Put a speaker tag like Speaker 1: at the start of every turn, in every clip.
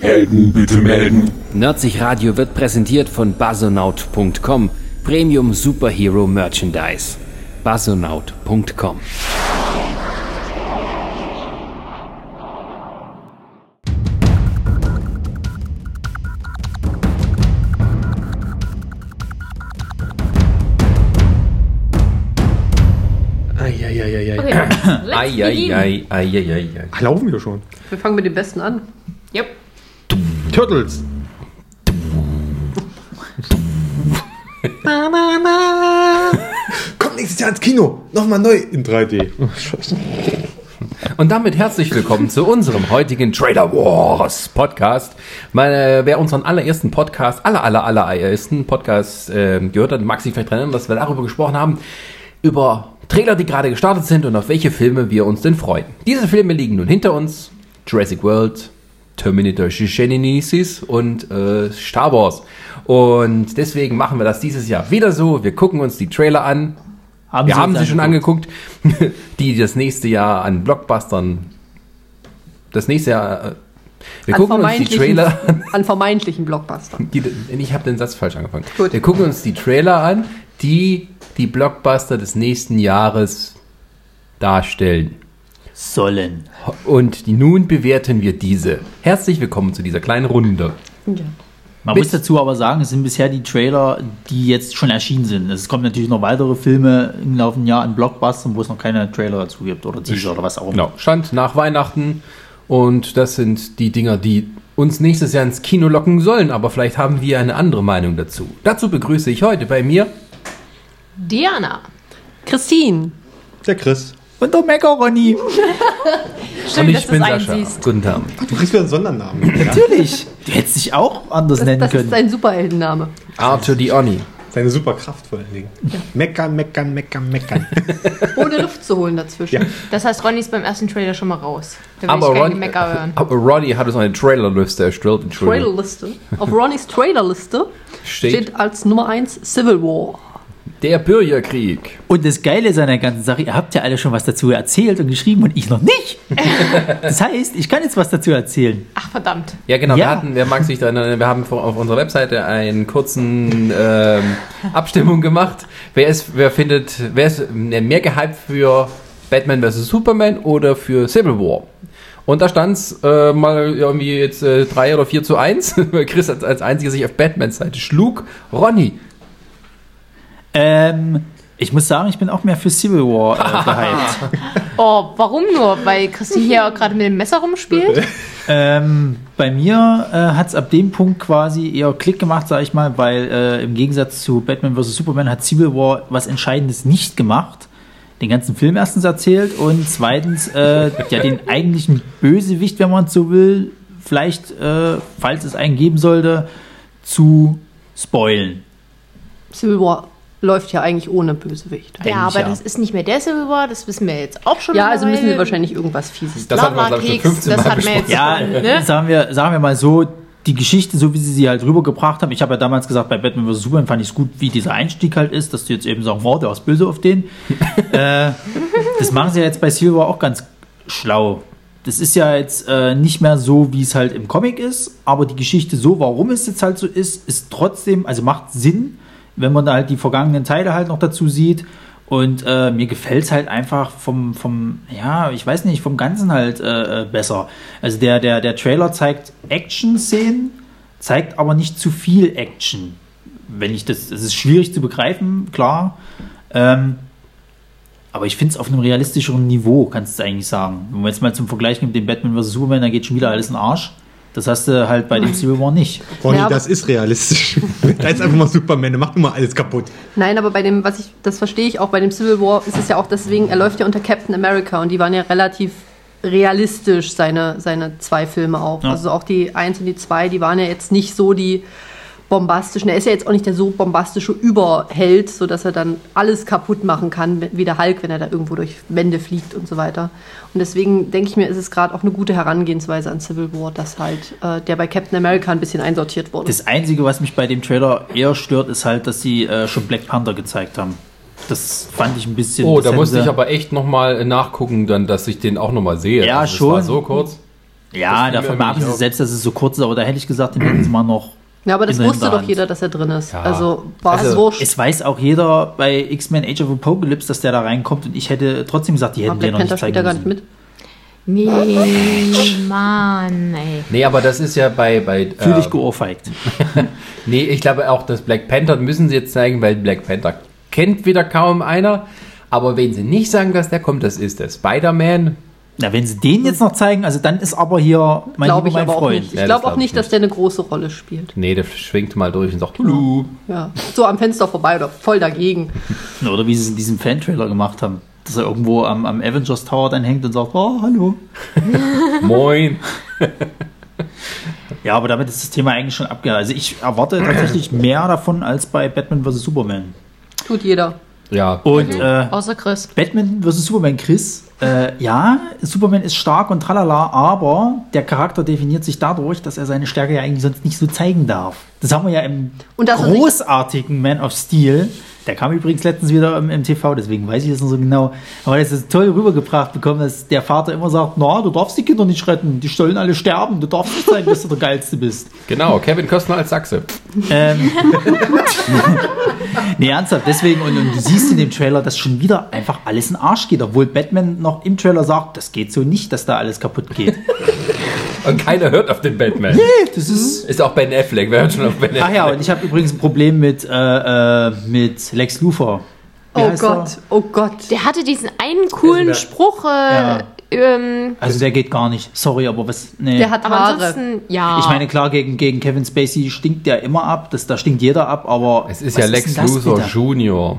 Speaker 1: Helden bitte melden.
Speaker 2: Nerdsich Radio wird präsentiert von basonaut.com, Premium Superhero Merchandise. basonaut.com
Speaker 3: Eieieiei.
Speaker 4: Okay. Let's begin.
Speaker 5: Eieiei, eieiei.
Speaker 3: Ach, laufen wir schon.
Speaker 4: Wir fangen mit dem Besten an. Yep.
Speaker 3: Turtles. Kommt nächstes Jahr ins Kino. Nochmal neu in 3D. Oh, scheiße.
Speaker 5: Und damit herzlich willkommen zu unserem heutigen Trailer Wars Podcast. Meine, wer unseren allerersten Podcast, aller, aller, aller allerersten Podcast äh, gehört hat, mag sich vielleicht erinnern, dass wir darüber gesprochen haben, über Trailer, die gerade gestartet sind und auf welche Filme wir uns denn freuen. Diese Filme liegen nun hinter uns. Jurassic World, Terminator Genesis und äh, Star Wars. Und deswegen machen wir das dieses Jahr wieder so. Wir gucken uns die Trailer an, wir haben sie schon angeguckt, die das nächste Jahr an Blockbustern. Das nächste Jahr. äh, Wir gucken uns die Trailer an.
Speaker 4: an vermeintlichen Blockbustern.
Speaker 5: Die, ich habe den Satz falsch angefangen.
Speaker 4: Gut.
Speaker 5: Wir gucken uns die Trailer an, die die Blockbuster des nächsten Jahres darstellen.
Speaker 6: Sollen.
Speaker 5: Und die- nun bewerten wir diese. Herzlich willkommen zu dieser kleinen Runde.
Speaker 6: Man
Speaker 5: Bis-
Speaker 6: muss dazu aber sagen, es sind bisher die Trailer, die jetzt schon erschienen sind. Es kommen natürlich noch weitere Filme im laufenden Jahr an Blockbustern, wo es noch keine Trailer dazu gibt oder Teaser oder was auch immer.
Speaker 5: Genau. Stand nach Weihnachten. Und das sind die Dinger, die uns nächstes Jahr ins Kino locken sollen. Aber vielleicht haben wir eine andere Meinung dazu. Dazu begrüße ich heute bei mir
Speaker 4: Diana. Christine.
Speaker 3: Der Chris.
Speaker 6: Und der Macaroni.
Speaker 4: Schön,
Speaker 5: und ich bin Sascha. Guten Tag.
Speaker 3: Du kriegst wieder einen Sondernamen.
Speaker 6: Natürlich. Du hättest dich auch anders
Speaker 4: Das,
Speaker 6: nennen
Speaker 4: das ist
Speaker 6: können.
Speaker 4: ein Superheldenname.
Speaker 5: Arthur Dioni.
Speaker 3: Seine Superkraft vor allen Dingen. Meckern, meckern, meckern, meckern.
Speaker 4: Ohne Luft zu holen dazwischen.
Speaker 3: Ja.
Speaker 7: Das heißt, Ronny ist beim ersten Trailer schon mal raus. Da will
Speaker 5: Aber,
Speaker 7: ich
Speaker 5: Ron,
Speaker 7: keinen Mecker hören.
Speaker 5: aber Ronny hat uns eine Trailerliste erstellt. Entschuldigung.
Speaker 4: Trailerliste. Auf Ronnys Trailerliste
Speaker 5: Steht,
Speaker 4: steht als Nummer 1 Civil War.
Speaker 5: der Bürgerkrieg.
Speaker 6: Und das Geile ist an der ganzen Sache, ihr habt ja alle schon was dazu erzählt und geschrieben und ich noch nicht. Das heißt, ich kann jetzt was dazu erzählen.
Speaker 7: Ach, verdammt.
Speaker 5: Ja, genau. Wir
Speaker 6: Ja.
Speaker 5: hatten, wer mag sich daran erinnern, wir haben vor- auf unserer Webseite einen kurzen ähm, Abstimmung gemacht. Wer ist, wer findet, wer ist ne, mehr gehypt für Batman vs. Superman oder für Civil War? Und da stand's äh, mal irgendwie jetzt äh, 3 oder 4 zu 1, weil Chris als, als einziger sich auf Batmans Seite schlug. Ronny,
Speaker 6: Ähm, ich muss sagen, ich bin auch mehr für Civil War äh, gehypt.
Speaker 7: Oh, warum nur? Weil Christine hier gerade mit dem Messer rumspielt?
Speaker 6: Ähm, bei mir äh, hat es ab dem Punkt quasi eher Klick gemacht, sage ich mal, weil äh, im Gegensatz zu Batman vs. Superman hat Civil War was Entscheidendes nicht gemacht. Den ganzen Film erstens erzählt und zweitens äh, ja, den eigentlichen Bösewicht, wenn man so will, vielleicht, äh, falls es einen geben sollte, zu spoilen.
Speaker 4: Civil War läuft ja eigentlich ohne Bösewicht.
Speaker 6: Eigentlich,
Speaker 7: Ja, aber
Speaker 6: ja.
Speaker 7: das ist nicht mehr der Civil War, das wissen wir jetzt auch schon.
Speaker 4: Ja, also müssen wir
Speaker 7: mittlerweile.
Speaker 4: wahrscheinlich irgendwas Fieses.
Speaker 5: das hatten wir, glaub ich, schon
Speaker 7: Lava-Keks,
Speaker 5: 15
Speaker 7: das
Speaker 5: Mal
Speaker 7: hatten wir
Speaker 5: besprochen.
Speaker 7: jetzt.
Speaker 6: Ja,
Speaker 7: ne?
Speaker 6: sagen, wir, sagen wir mal so, die Geschichte, so wie sie sie halt rübergebracht haben, ich habe ja damals gesagt, bei Batman vs. Superman fand ich es gut, wie dieser Einstieg halt ist, dass du jetzt eben sagst, wow, der ist böse auf den. äh, das machen sie ja jetzt bei Civil War auch ganz schlau. Das ist ja jetzt äh, nicht mehr so, wie es halt im Comic ist, aber die Geschichte so, warum es jetzt halt so ist, ist trotzdem, also macht Sinn, wenn man da halt die vergangenen Teile halt noch dazu sieht. Und äh, mir gefällt es halt einfach vom, vom, ja, ich weiß nicht, vom Ganzen halt äh, äh, besser. Also der, der, der Trailer zeigt Action-Szenen, zeigt aber nicht zu viel Action. Wenn ich das, es ist schwierig zu begreifen, klar. Ähm, aber ich finde es auf einem realistischeren Niveau, kannst du eigentlich sagen. Wenn man jetzt mal zum Vergleich nimmt, den Batman vs. Superman, da geht schon wieder alles in den Arsch. Das hast du halt bei dem Civil War nicht.
Speaker 3: Ronny,
Speaker 4: Ja, aber-
Speaker 3: das ist realistisch. da ist einfach mal Superman. Der macht nur mal alles kaputt.
Speaker 4: Nein, aber bei dem, was ich, das verstehe ich auch, bei dem Civil War ist es ja auch deswegen, er läuft ja unter Captain America und die waren ja relativ realistisch, seine, seine zwei Filme auch.
Speaker 6: Ja.
Speaker 4: Also auch die eins und die zwei, die waren ja jetzt nicht so die bombastischen. Er ist ja jetzt auch nicht der so bombastische Überheld, sodass er dann alles kaputt machen kann, wie der Hulk, wenn er da irgendwo durch Wände fliegt und so weiter. Und deswegen denke ich mir, ist es gerade auch eine gute Herangehensweise an Civil War, dass halt äh, der bei Captain America ein bisschen einsortiert wurde.
Speaker 6: Das Einzige, was mich bei dem Trailer eher stört, ist halt, dass sie äh, schon Black Panther gezeigt haben. Das fand ich ein bisschen.
Speaker 5: Oh,
Speaker 6: das
Speaker 5: da
Speaker 6: hätten
Speaker 5: musste
Speaker 6: sie-
Speaker 5: ich aber echt nochmal nachgucken, dann, dass ich den auch nochmal sehe.
Speaker 6: Ja,
Speaker 5: Also, das
Speaker 6: schon.
Speaker 5: war so kurz.
Speaker 6: Ja,
Speaker 5: Das
Speaker 6: davon
Speaker 5: fiel mir
Speaker 6: mal ab,
Speaker 5: irgendwie
Speaker 6: sie
Speaker 5: auf.
Speaker 6: selbst, dass es so kurz ist, aber da hätte ich gesagt, den hätten sie mal noch.
Speaker 4: Ja, aber das
Speaker 6: in der
Speaker 4: wusste doch
Speaker 6: Hinterhand.
Speaker 4: jeder, dass er drin ist.
Speaker 5: Ja.
Speaker 4: Also war
Speaker 5: Also,
Speaker 4: es wurscht.
Speaker 6: Es weiß auch jeder bei X-Men Age of Apocalypse, dass der da reinkommt und ich hätte trotzdem gesagt, die
Speaker 4: Aber
Speaker 6: hätten den
Speaker 4: Black
Speaker 6: noch nicht
Speaker 4: Panther spielt ja
Speaker 6: zeigen
Speaker 4: gar nicht
Speaker 6: müssen.
Speaker 4: mit.
Speaker 7: Nee, Mann, ey.
Speaker 5: Nee, aber das ist ja bei. bei
Speaker 6: Fühl
Speaker 5: äh,
Speaker 6: dich geohrfeigt.
Speaker 5: Nee, ich glaube auch, dass Black Panther müssen sie jetzt zeigen, weil Black Panther kennt wieder kaum einer. Aber wen sie nicht sagen, dass der kommt, das ist der Spider-Man.
Speaker 6: Na, wenn sie den jetzt noch zeigen, also dann ist aber hier mein,
Speaker 4: Glaube
Speaker 6: lieber,
Speaker 4: ich
Speaker 6: mein
Speaker 4: aber auch
Speaker 6: Freund.
Speaker 4: nicht.
Speaker 5: Ja,
Speaker 4: Ich
Speaker 5: das
Speaker 4: glaube
Speaker 5: glaub
Speaker 4: auch
Speaker 5: ich
Speaker 4: nicht, dass der eine große Rolle spielt.
Speaker 5: Nee, der schwingt mal durch und sagt Hallo.
Speaker 4: Ja. So am Fenster vorbei oder voll dagegen.
Speaker 6: Oder wie sie es in diesem Fan-Trailer gemacht haben, dass er irgendwo am, am Avengers Tower dann hängt und sagt, oh, hallo.
Speaker 5: Moin.
Speaker 6: Ja, aber damit ist das Thema eigentlich schon abgehakt. Also ich erwarte tatsächlich mehr davon als bei Batman vs. Superman.
Speaker 4: Tut jeder.
Speaker 5: Ja.
Speaker 4: Mhm.
Speaker 6: Und äh,
Speaker 7: Außer Chris.
Speaker 6: Batman vs. Superman, Chris. Äh, ja, Superman ist stark und tralala, aber der Charakter definiert sich dadurch, dass er seine Stärke ja eigentlich sonst nicht so zeigen darf. Das haben wir ja im
Speaker 4: Und dass er sich-
Speaker 6: großartigen Man of Steel. Der kam übrigens letztens wieder im, im TV, deswegen weiß ich das noch so genau. Aber das ist toll rübergebracht bekommen, dass der Vater immer sagt, na, du darfst die Kinder nicht retten, die sollen alle sterben, du darfst nicht zeigen, dass du der Geilste bist.
Speaker 5: Genau, Kevin Costner als Sachse.
Speaker 6: Ähm, nee, ernsthaft, deswegen, und, und du siehst in dem Trailer, dass schon wieder einfach alles in den Arsch geht, obwohl Batman noch im Trailer sagt, das geht so nicht, dass da alles kaputt geht.
Speaker 5: Und keiner hört auf den Batman.
Speaker 6: Das ist.
Speaker 5: Ist auch Ben Affleck, wer hört schon auf Ben Affleck?
Speaker 6: Ach ja, und ich habe übrigens ein Problem mit, äh, äh, mit Lex Luthor. Wie
Speaker 4: Oh
Speaker 6: heißt er?
Speaker 4: Gott, oh Gott.
Speaker 7: Der hatte diesen einen coolen
Speaker 3: Eisenberg.
Speaker 7: Spruch. Äh,
Speaker 6: Ja.
Speaker 7: ähm,
Speaker 6: Also der geht gar nicht. Sorry, aber was. Nee.
Speaker 4: Der hat
Speaker 7: aber
Speaker 4: Haare.
Speaker 7: ansonsten, ja.
Speaker 6: ich meine, klar, gegen, gegen Kevin Spacey stinkt der immer ab, das, da stinkt jeder ab, aber.
Speaker 5: Es ist
Speaker 6: was
Speaker 5: ja Lex
Speaker 6: denn das
Speaker 5: Luthor
Speaker 6: bitte?
Speaker 5: Junior.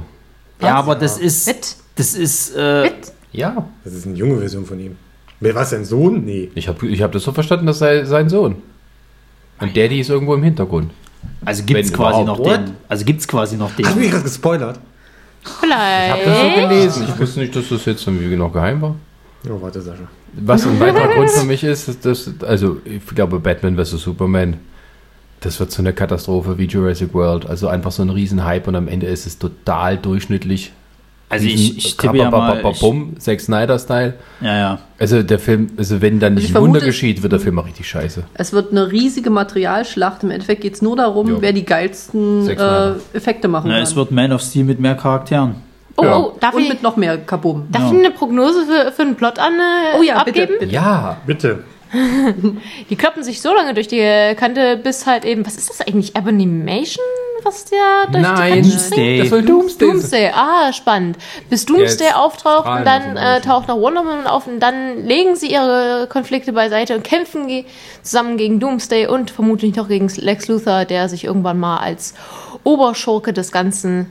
Speaker 6: Ja, aber das ist.
Speaker 7: Mit?
Speaker 6: Das ist. Äh,
Speaker 5: Ja,
Speaker 3: Das ist eine junge Version von ihm. Wer war sein Sohn? Nee.
Speaker 5: ich habe ich hab das so verstanden, das sei sein Sohn. Und Daddy ist irgendwo im Hintergrund.
Speaker 6: also gibt's
Speaker 5: Wenn
Speaker 6: quasi noch
Speaker 5: überhaupt.
Speaker 6: den. Also gibt's quasi noch den.
Speaker 3: Hast du mich gerade gespoilert?
Speaker 7: vielleicht.
Speaker 5: gelesen. Ich wusste nicht, dass das jetzt irgendwie noch geheim war.
Speaker 3: Oh, warte, Sascha.
Speaker 5: Was ein weiterer Grund für mich ist, ist, dass, also ich glaube, Batman vs. Superman, das wird so eine Katastrophe wie Jurassic World. Also einfach so ein Riesenhype und am Ende ist es total durchschnittlich.
Speaker 6: Also ich, ich tippe ja mal, ich,
Speaker 5: Bum, Zack Snyder-Style.
Speaker 6: ja, ja.
Speaker 5: Also der Film, also wenn dann
Speaker 4: Ich
Speaker 5: nicht ein Wunder
Speaker 4: vermute-
Speaker 5: geschieht, wird der Film auch richtig scheiße.
Speaker 4: Es wird eine riesige Materialschlacht. Im Endeffekt geht es nur darum,
Speaker 5: Ja.
Speaker 4: wer die geilsten
Speaker 5: Zack
Speaker 4: äh,
Speaker 5: Snyder.
Speaker 4: Effekte machen
Speaker 6: Na,
Speaker 4: kann.
Speaker 6: es wird Man of Steel mit mehr Charakteren.
Speaker 7: Oh,
Speaker 5: Ja.
Speaker 7: oh, darf,
Speaker 4: Und
Speaker 7: ich,
Speaker 4: mit noch mehr Kabum.
Speaker 7: darf ich eine Prognose für, für einen Plot an, äh,
Speaker 4: Oh ja, bitte,
Speaker 7: abgeben?
Speaker 4: bitte.
Speaker 5: Ja,
Speaker 3: Bitte.
Speaker 7: Die kloppen sich so lange durch die Kante, bis halt eben, was ist das eigentlich? Abomination? Was der durch
Speaker 5: Nein.
Speaker 7: die Kante springt?
Speaker 6: Doomsday.
Speaker 5: das soll Doomsday, sein.
Speaker 7: Doomsday, ah, spannend. Bis Doomsday
Speaker 5: Jetzt
Speaker 7: auftaucht und
Speaker 5: strahlen
Speaker 7: dann
Speaker 5: wir so ein
Speaker 7: äh,
Speaker 5: bisschen.
Speaker 7: taucht noch Wonder Woman auf und dann legen sie ihre Konflikte beiseite und kämpfen ge zusammen gegen Doomsday und vermutlich noch gegen Lex Luthor, der sich irgendwann mal als Oberschurke des Ganzen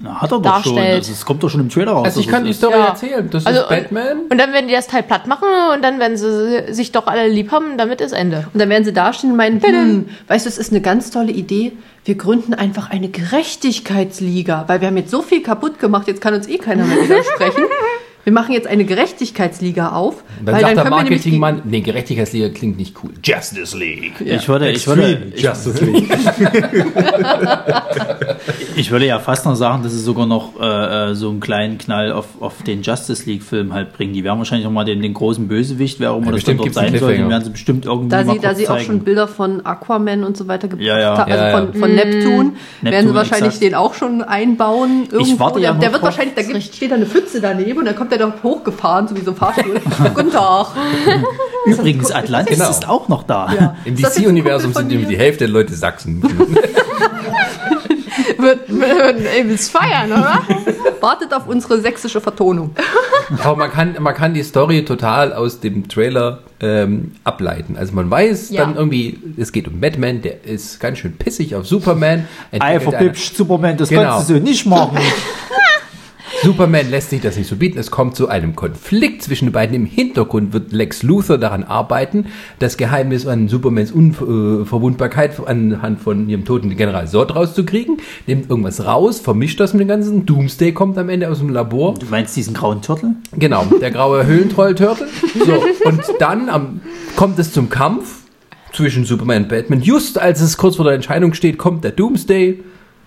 Speaker 6: Na, hat er doch
Speaker 7: Darstellt.
Speaker 6: schon. Also, es kommt doch schon im Trailer raus.
Speaker 5: Also ich
Speaker 6: dass
Speaker 5: kann
Speaker 6: es
Speaker 5: die
Speaker 6: ist.
Speaker 5: Story
Speaker 7: Ja.
Speaker 5: erzählen. Das
Speaker 7: Also,
Speaker 5: ist Batman.
Speaker 7: Und dann werden die das Teil platt machen und dann werden sie sich doch alle lieb haben und damit ist Ende.
Speaker 4: Und dann werden sie dastehen und meinen, hm, weißt du, es ist eine ganz tolle Idee. Wir gründen einfach eine Gerechtigkeitsliga, weil wir haben jetzt so viel kaputt gemacht, jetzt kann uns eh keiner mehr widersprechen. Wir machen jetzt eine Gerechtigkeitsliga auf,
Speaker 5: Und dann
Speaker 4: weil
Speaker 5: sagt
Speaker 4: dann
Speaker 5: der
Speaker 4: können wir nämlich die,
Speaker 5: Marketingmann, nee, Gerechtigkeitsliga klingt nicht cool. Justice League.
Speaker 6: Ich würde, ich, würde, ich,
Speaker 3: Justice League.
Speaker 6: ich würde ja fast noch sagen, dass sie sogar noch äh, äh, so einen kleinen Knall auf, auf den Justice League-Film halt bringen. Die werden wahrscheinlich noch mal den, den großen Bösewicht, wer auch immer
Speaker 5: Ja,
Speaker 6: das dann
Speaker 5: bestimmt
Speaker 6: dort
Speaker 5: gibt's einen
Speaker 6: sein soll, den
Speaker 5: Cliffhanger.
Speaker 6: werden sie bestimmt irgendwie
Speaker 4: da
Speaker 6: mal
Speaker 4: sie, da
Speaker 6: kurz
Speaker 4: sie auch
Speaker 6: zeigen.
Speaker 4: schon Bilder von Aquaman und so weiter gebracht
Speaker 6: Ja, ja.
Speaker 4: haben, also
Speaker 5: Ja, ja.
Speaker 4: von, von Neptun, werden
Speaker 6: Neptun,
Speaker 4: sie wahrscheinlich
Speaker 6: exakt.
Speaker 4: den auch schon einbauen. Irgendwo.
Speaker 6: warte
Speaker 4: der,
Speaker 6: ja noch
Speaker 4: der wird
Speaker 6: drauf.
Speaker 4: wahrscheinlich, da gibt, steht da eine Pfütze daneben und dann kommt er doch hochgefahren, so wie so ein Fahrstuhl. Guten Tag.
Speaker 6: Übrigens, Atlantis
Speaker 5: Genau.
Speaker 6: ist auch noch da.
Speaker 5: Im
Speaker 4: Ist das jetzt ein
Speaker 5: DC-Universum
Speaker 4: Kumpel
Speaker 5: sind
Speaker 4: von
Speaker 5: nämlich die
Speaker 4: dir?
Speaker 5: Hälfte der Leute Sachsen.
Speaker 7: Wird, wird übelst feiern, oder?
Speaker 4: Wartet auf unsere sächsische Vertonung.
Speaker 5: Aber man kann, man kann die Story total aus dem Trailer ähm, ableiten. Also man weiß
Speaker 7: Ja.
Speaker 5: dann irgendwie, es geht um Batman, der ist ganz schön pissig auf Superman.
Speaker 6: Ei,
Speaker 5: entwickelt
Speaker 6: verpipsch, Superman, das
Speaker 5: Genau.
Speaker 6: kannst du so nicht machen.
Speaker 5: eine- Superman lässt sich das nicht so bieten. Es kommt zu einem Konflikt zwischen den beiden. Im Hintergrund wird Lex Luthor daran arbeiten, das Geheimnis an Supermans Unverwundbarkeit anhand von ihrem toten General Zod rauszukriegen. Nimmt irgendwas raus, vermischt das mit dem ganzen. Doomsday kommt am Ende aus dem Labor.
Speaker 6: Du meinst diesen grauen Turtle?
Speaker 5: Genau, der graue Höhlentroll-Turtle. So, und dann am, kommt es zum Kampf zwischen Superman und Batman. Just als es kurz vor der Entscheidung steht, kommt der Doomsday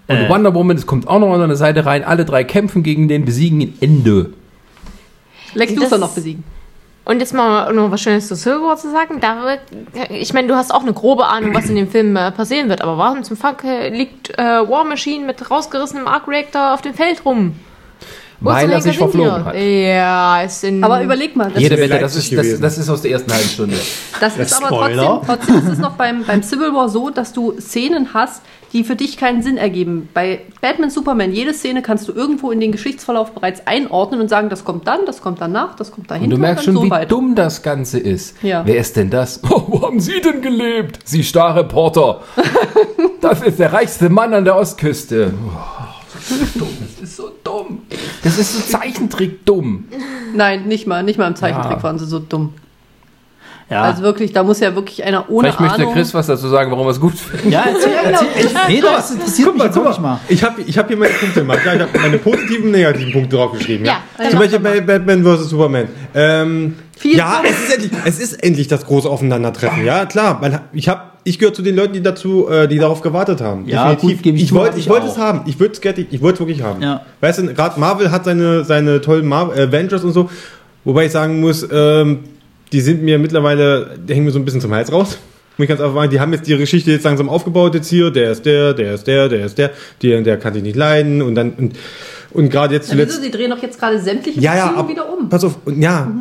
Speaker 5: und Wonder Woman, es kommt auch noch an seine Seite rein. Alle drei kämpfen gegen den, besiegen ihn. Ende.
Speaker 4: Lex
Speaker 7: Das-
Speaker 4: Luthor noch besiegen.
Speaker 7: Und jetzt mal noch was Schönes zu Silverwood zu sagen. Da wird, ich meine, du hast auch eine grobe Ahnung, was in dem Film äh, passieren wird. Aber warum zum Fuck äh, liegt äh, War Machine mit rausgerissenem Arc Reactor auf dem Feld rum? Wo
Speaker 5: Weil
Speaker 7: zum
Speaker 5: er sich
Speaker 7: Henker sind wir?
Speaker 5: verflogen hat.
Speaker 7: Ja, ist in.
Speaker 4: Aber überleg mal, das,
Speaker 5: Jede
Speaker 3: ist
Speaker 5: Wette, das
Speaker 3: Leipzig
Speaker 5: ist, das,
Speaker 3: gewesen.
Speaker 5: das ist aus der ersten halben Stunde.
Speaker 4: das ist aber
Speaker 6: Spoiler.
Speaker 4: trotzdem, trotzdem ist es noch beim, beim Civil War so, dass du Szenen hast, die für dich keinen Sinn ergeben. Bei Batman Superman, jede Szene kannst du irgendwo in den Geschichtsverlauf bereits einordnen und sagen, das kommt dann, das kommt danach, das kommt dahinter
Speaker 5: Und du merkst
Speaker 4: dann
Speaker 5: schon, wie
Speaker 4: weiter.
Speaker 5: dumm das Ganze ist.
Speaker 4: Ja.
Speaker 5: Wer ist denn das? Oh, wo haben Sie denn gelebt? Sie Starreporter. das ist der reichste Mann an der Ostküste. Oh, das ist so dumm. Das ist so dumm. Das ist so Zeichentrick dumm.
Speaker 4: Nein, nicht mal, nicht mal im Zeichentrick
Speaker 5: Ja.
Speaker 4: waren sie so dumm.
Speaker 6: Ja,
Speaker 4: Also wirklich, da muss ja wirklich einer ohne
Speaker 5: Vielleicht möchte
Speaker 4: Ahnung.
Speaker 5: Chris was dazu sagen, warum er es gut findet.
Speaker 6: ja erzähl,
Speaker 4: Genau.
Speaker 6: erzähl, ich, nee, das interessiert mich jetzt wirklich mal.
Speaker 3: Ich habe ich hab hier meine Punkte gemacht. Ja, ich habe meine positiven und negativen Punkte draufgeschrieben.
Speaker 7: Ja,
Speaker 3: Ja,
Speaker 7: dann
Speaker 3: Zum
Speaker 7: mach
Speaker 3: Beispiel bei Batman vs. Superman. Ähm,
Speaker 4: Viel
Speaker 3: ja,
Speaker 4: zu-
Speaker 3: es ist, endlich, es ist endlich das große Aufeinandertreffen. Ja, klar. Man, hat- ich hab, ich gehöre zu den Leuten, die dazu, äh, die darauf gewartet haben.
Speaker 6: Ja, gut, gebe ich
Speaker 3: ich
Speaker 6: zu,
Speaker 3: wollte
Speaker 6: hab ich
Speaker 3: ich wollt
Speaker 6: auch.
Speaker 3: es haben. Ich würde es ich wollt's wirklich haben.
Speaker 6: Ja.
Speaker 3: Weißt du, gerade Marvel hat seine, seine tollen Mar äh, Avengers und so. Wobei ich sagen muss, ähm, die sind mir mittlerweile, die hängen mir so ein bisschen zum Hals raus. Muss ich ganz einfach sagen, die haben jetzt ihre Geschichte jetzt langsam aufgebaut, jetzt hier, der ist der, der ist der, der ist der, der, der kann dich nicht leiden und dann, und, und gerade jetzt
Speaker 4: Ja, wieso,
Speaker 3: zuletzt.
Speaker 4: sie drehen doch jetzt gerade sämtliche
Speaker 3: Ja, ja,
Speaker 4: Beziehungen
Speaker 3: ab,
Speaker 4: wieder um.
Speaker 3: pass auf, und, ja,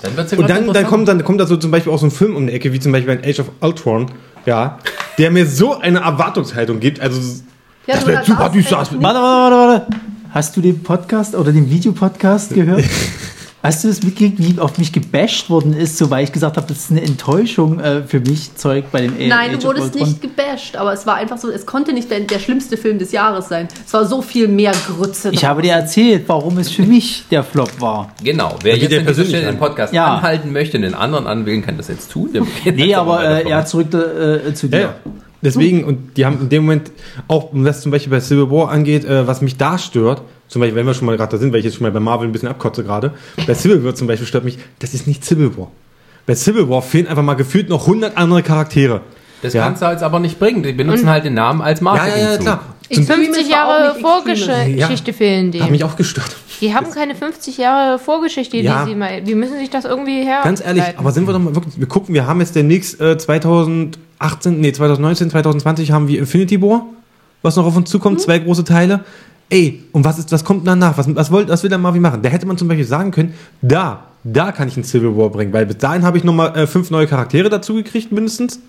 Speaker 5: Dann wird's ja
Speaker 3: und dann,
Speaker 5: grad
Speaker 3: dann
Speaker 5: interessant.
Speaker 3: kommt dann kommt da so zum Beispiel auch so ein Film um die Ecke, wie zum Beispiel ein Age of Ultron, ja, der mir so eine Erwartungshaltung gibt. Also
Speaker 4: Ja,
Speaker 3: das
Speaker 4: du,
Speaker 3: wär
Speaker 4: da
Speaker 3: super
Speaker 4: saß
Speaker 3: düster.
Speaker 4: einfach nicht-
Speaker 6: Warte, warte, warte, warte. Hast du den Podcast oder den Videopodcast gehört? Hast du das mitgekriegt, wie auf mich gebasht worden ist, so weil ich gesagt habe, das ist eine Enttäuschung äh, für mich, Zeug bei dem A-
Speaker 4: Nein,
Speaker 6: Age
Speaker 4: du
Speaker 6: of
Speaker 4: wurdest
Speaker 6: Ultron?
Speaker 4: nicht gebasht, aber es war einfach so, es konnte nicht der, der schlimmste Film des Jahres sein. Es war so viel mehr Grütze.
Speaker 6: Ich
Speaker 4: drauf.
Speaker 6: habe dir erzählt, warum es für mich der Flop war.
Speaker 5: Genau, wer
Speaker 3: geht
Speaker 5: jetzt
Speaker 3: der
Speaker 5: an dieser
Speaker 3: persönlich
Speaker 5: Stelle
Speaker 3: an.
Speaker 5: den Podcast
Speaker 6: Ja.
Speaker 5: anhalten möchte und den anderen anwählen, kann das jetzt tun.
Speaker 6: Nee, aber äh, ja, zurück äh, zu dir.
Speaker 3: Ja. Deswegen, und die haben in dem Moment, auch was zum Beispiel bei Civil War angeht, äh, was mich da stört, zum Beispiel, wenn wir schon mal gerade da sind, weil ich jetzt schon mal bei Marvel ein bisschen abkotze gerade, bei Civil War zum Beispiel stört mich, das ist nicht Civil War. Bei Civil War fehlen einfach mal gefühlt noch 100 andere Charaktere.
Speaker 5: Das
Speaker 3: Ja.
Speaker 5: kannst du jetzt aber nicht bringen. Die benutzen halt den Namen als Marketing
Speaker 3: Zum,
Speaker 7: 50
Speaker 4: Extreme ist
Speaker 7: Jahre
Speaker 4: aber auch nicht Extreme.
Speaker 7: Vorgeschichte fehlen
Speaker 3: hat
Speaker 7: denen.
Speaker 3: mich auch gestört.
Speaker 7: Die haben keine 50 Jahre Vorgeschichte,
Speaker 3: Ja.
Speaker 7: die sie mal. Die müssen sich das irgendwie her.
Speaker 3: Ganz ehrlich,
Speaker 7: leiten.
Speaker 3: aber sind wir doch mal wirklich, wir gucken, wir haben jetzt demnächst äh, 2018, nee, 2019, 2020 haben wir Infinity War, was noch auf uns zukommt, zwei große Teile. Ey, und was ist, was kommt danach? Was, was, wollt, was will der Marvin machen? Da hätte man zum Beispiel sagen können, da, da kann ich einen Civil War bringen, weil bis dahin habe ich nochmal äh, fünf neue Charaktere dazu gekriegt, mindestens.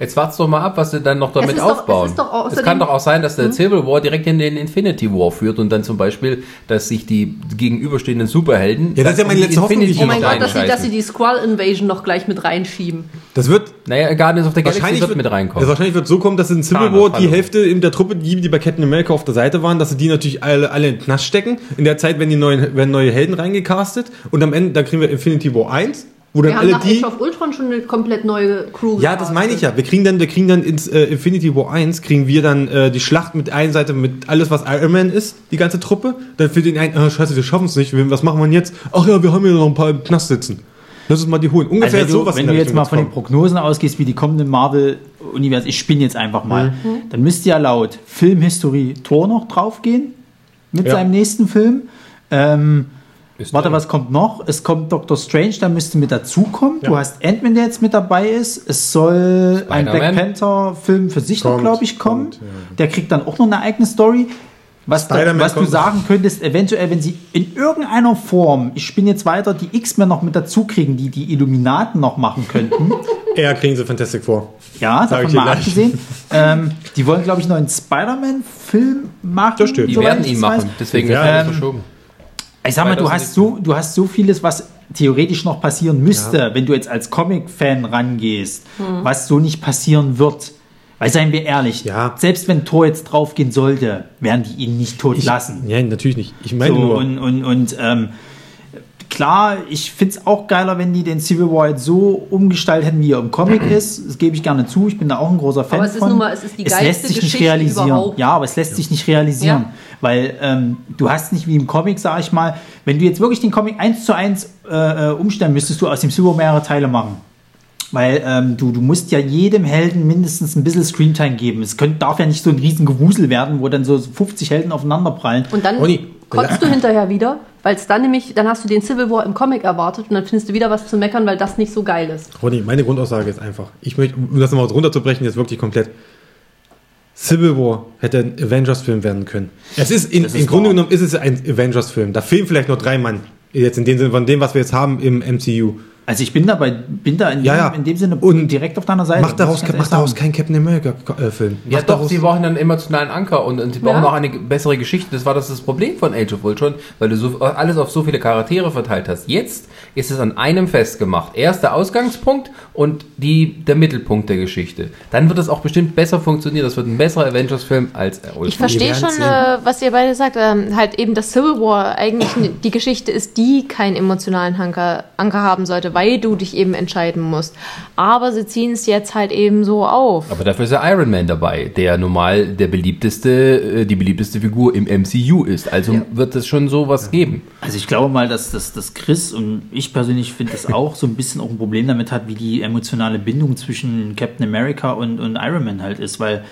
Speaker 5: Jetzt wart's doch mal ab, was sie dann noch damit
Speaker 4: ist doch- es
Speaker 5: aufbauen.
Speaker 4: ist doch au-
Speaker 5: es
Speaker 4: außerdem- Hm?
Speaker 5: kann doch auch sein, dass der Civil War direkt in den Infinity War führt und dann zum Beispiel, dass sich die gegenüberstehenden Superhelden.
Speaker 3: Ja, das ist ja meine
Speaker 5: in die
Speaker 3: letzte Hoffnung, die ich
Speaker 5: Infinity
Speaker 4: oh mein
Speaker 5: War
Speaker 4: Gott, dass sie, dass sie
Speaker 5: reinscheißen.
Speaker 4: die Squall Invasion noch gleich mit reinschieben.
Speaker 3: Das wird
Speaker 5: Naja, Guardians of the Galaxy
Speaker 3: wahrscheinlich
Speaker 5: wird mit
Speaker 3: Ja,
Speaker 5: reinkommen.
Speaker 3: wahrscheinlich wird so kommen, dass in Civil
Speaker 5: Thanos,
Speaker 3: War die
Speaker 5: hallo.
Speaker 3: Hälfte in der Truppe, die, die bei Captain America auf der Seite waren, dass sie die natürlich alle, alle in den Knast stecken. In der Zeit werden, die neuen, werden neue Helden reingecastet und am Ende, dann kriegen wir Infinity War 1, wo dann
Speaker 4: Wir haben
Speaker 3: alle
Speaker 4: nach
Speaker 3: die...
Speaker 4: Age of Ultron schon eine komplett neue Crew.
Speaker 3: Ja, das meine ich ja. Wir kriegen dann, wir kriegen dann ins äh, Infinity War 1, kriegen wir dann äh, die Schlacht mit einer Seite mit alles, was Iron Man ist, die ganze Truppe. Dann für den einen, ah, scheiße, wir schaffen es nicht, wir- was machen wir denn jetzt? Ach ja, wir haben hier noch ein paar im Knast sitzen. Lass uns mal die holen.
Speaker 6: Also
Speaker 3: Ungefähr
Speaker 6: wenn du,
Speaker 3: sowas in
Speaker 6: wenn du
Speaker 3: der
Speaker 6: jetzt
Speaker 3: Richtung
Speaker 6: mal von den
Speaker 3: kommen.
Speaker 6: Prognosen ausgehst, wie die kommenden Marvel-Universen, ich spinne jetzt einfach mal,
Speaker 3: Mhm.
Speaker 6: dann müsste ja laut Filmhistorie Thor noch draufgehen mit
Speaker 3: Ja.
Speaker 6: seinem nächsten Film. Ähm,
Speaker 5: Ist
Speaker 6: warte,
Speaker 5: drin.
Speaker 6: was kommt noch? Es kommt Doctor Strange, der müsste mit dazukommen. Du hast Ant-Man, der jetzt mit dabei ist. Es soll ein Black
Speaker 5: Spider-Man.
Speaker 6: Panther-Film für sich noch,
Speaker 3: Kommt,
Speaker 6: glaube ich, kommen.
Speaker 3: kommt, ja. genau.
Speaker 6: Der kriegt dann auch noch eine eigene Story. Was, da,
Speaker 3: Spider-Man
Speaker 6: was du
Speaker 3: kommt.
Speaker 6: sagen könntest, eventuell, wenn sie in irgendeiner Form, ich bin jetzt weiter, die X-Men noch mit dazu kriegen, die die Illuminaten noch machen könnten.
Speaker 3: Eher kriegen sie Fantastic Four.
Speaker 6: ja,
Speaker 3: Sag ich
Speaker 6: davon
Speaker 3: dir
Speaker 6: mal
Speaker 3: gleich.
Speaker 6: abgesehen. Ähm, die wollen, glaube ich, noch einen Spider-Man-Film machen.
Speaker 3: Das stimmt.
Speaker 5: Die
Speaker 6: soweit
Speaker 5: werden
Speaker 6: ich
Speaker 5: ihn
Speaker 6: das weiß.
Speaker 5: machen, deswegen
Speaker 3: Ja,
Speaker 5: ist alles
Speaker 6: ähm,
Speaker 5: verschoben.
Speaker 6: Ich sag mal, du hast, so, du hast so vieles, was theoretisch noch passieren müsste, wenn du jetzt als Comic-Fan rangehst,
Speaker 5: Hm.
Speaker 6: was so nicht passieren wird. Weil seien wir ehrlich,
Speaker 3: Ja.
Speaker 6: selbst wenn Thor jetzt draufgehen sollte, werden die ihn nicht tot lassen.
Speaker 3: Ja, natürlich nicht. Ich meine
Speaker 6: So,
Speaker 3: nur.
Speaker 6: und und, und ähm, klar, ich finde es auch geiler, wenn die den Civil War jetzt so umgestaltet hätten, wie er im Comic ist. Das gebe ich gerne zu. Ich bin da auch ein großer Fan
Speaker 4: Aber es ist
Speaker 6: von.
Speaker 4: nun mal- es ist die geilste
Speaker 6: lässt sich nicht
Speaker 4: Geschichte
Speaker 6: realisieren.
Speaker 4: überhaupt.
Speaker 6: Ja, aber es lässt sich nicht realisieren.
Speaker 4: Ja.
Speaker 6: Weil ähm, du hast nicht wie im Comic, sag ich mal, wenn du jetzt wirklich den Comic eins zu eins äh, äh, umstellen müsstest, du aus dem Civil War mehrere Teile machen. Weil ähm, du, du musst ja jedem Helden mindestens ein bisschen Screamtime geben. Es könnt, darf ja nicht so ein riesen Gewusel werden, wo dann so 50 Helden aufeinander prallen.
Speaker 4: Und dann
Speaker 3: Ronny,
Speaker 4: Kotzt du hinterher wieder, weil es dann nämlich, dann hast du den Civil War im Comic erwartet und dann findest du wieder was zu meckern, weil das nicht so geil ist.
Speaker 3: Ronny, meine Grundaussage ist einfach, ich möchte, um das nochmal runterzubrechen, jetzt wirklich komplett. Civil War hätte ein Avengers-Film werden können. Es ist, in,
Speaker 6: Das ist
Speaker 3: im Grunde
Speaker 6: wahr.
Speaker 3: genommen ist es ein Avengers-Film. Da fehlen vielleicht noch drei Mann. Jetzt in dem Sinne von dem, was wir jetzt haben im MCU.
Speaker 6: Also ich bin dabei, bin da in,
Speaker 3: Ja,
Speaker 6: dem,
Speaker 3: ja.
Speaker 6: in dem Sinne
Speaker 3: Und
Speaker 6: direkt auf deiner Seite.
Speaker 3: Mach daraus,
Speaker 6: muss ich ganz
Speaker 3: mach
Speaker 6: ehrlich
Speaker 3: daraus
Speaker 6: sagen.
Speaker 3: keinen Captain America-Film.
Speaker 5: Ja,
Speaker 3: mach
Speaker 5: doch,
Speaker 3: daraus,
Speaker 5: sie brauchen einen emotionalen Anker und, und sie brauchen
Speaker 4: Ja.
Speaker 5: auch eine ge- bessere Geschichte. Das war das, das Problem von Age of Ultron, weil du so, alles auf so viele Charaktere verteilt hast. Jetzt ist es an einem festgemacht. Er ist der Ausgangspunkt und die, der Mittelpunkt der Geschichte. Dann wird es auch bestimmt besser funktionieren. Das wird ein besserer Avengers-Film als äh, Ultron.
Speaker 7: Ich verstehe
Speaker 3: werden
Speaker 7: schon, äh, was ihr beide sagt. Ähm, halt eben, dass Civil War eigentlich ne- die Geschichte ist, die keinen emotionalen Anker, Anker haben sollte, weil du dich eben entscheiden musst. Aber sie ziehen es jetzt halt eben so auf.
Speaker 5: Aber dafür ist ja Iron Man dabei, der normal der beliebteste, äh, die beliebteste Figur im MCU ist. Also wird es schon sowas geben.
Speaker 6: Also ich glaube mal, dass, dass, dass Chris und ich persönlich finde das auch so ein bisschen auch ein Problem damit hat, wie die emotionale Bindung zwischen Captain America und, und Iron Man halt ist, weil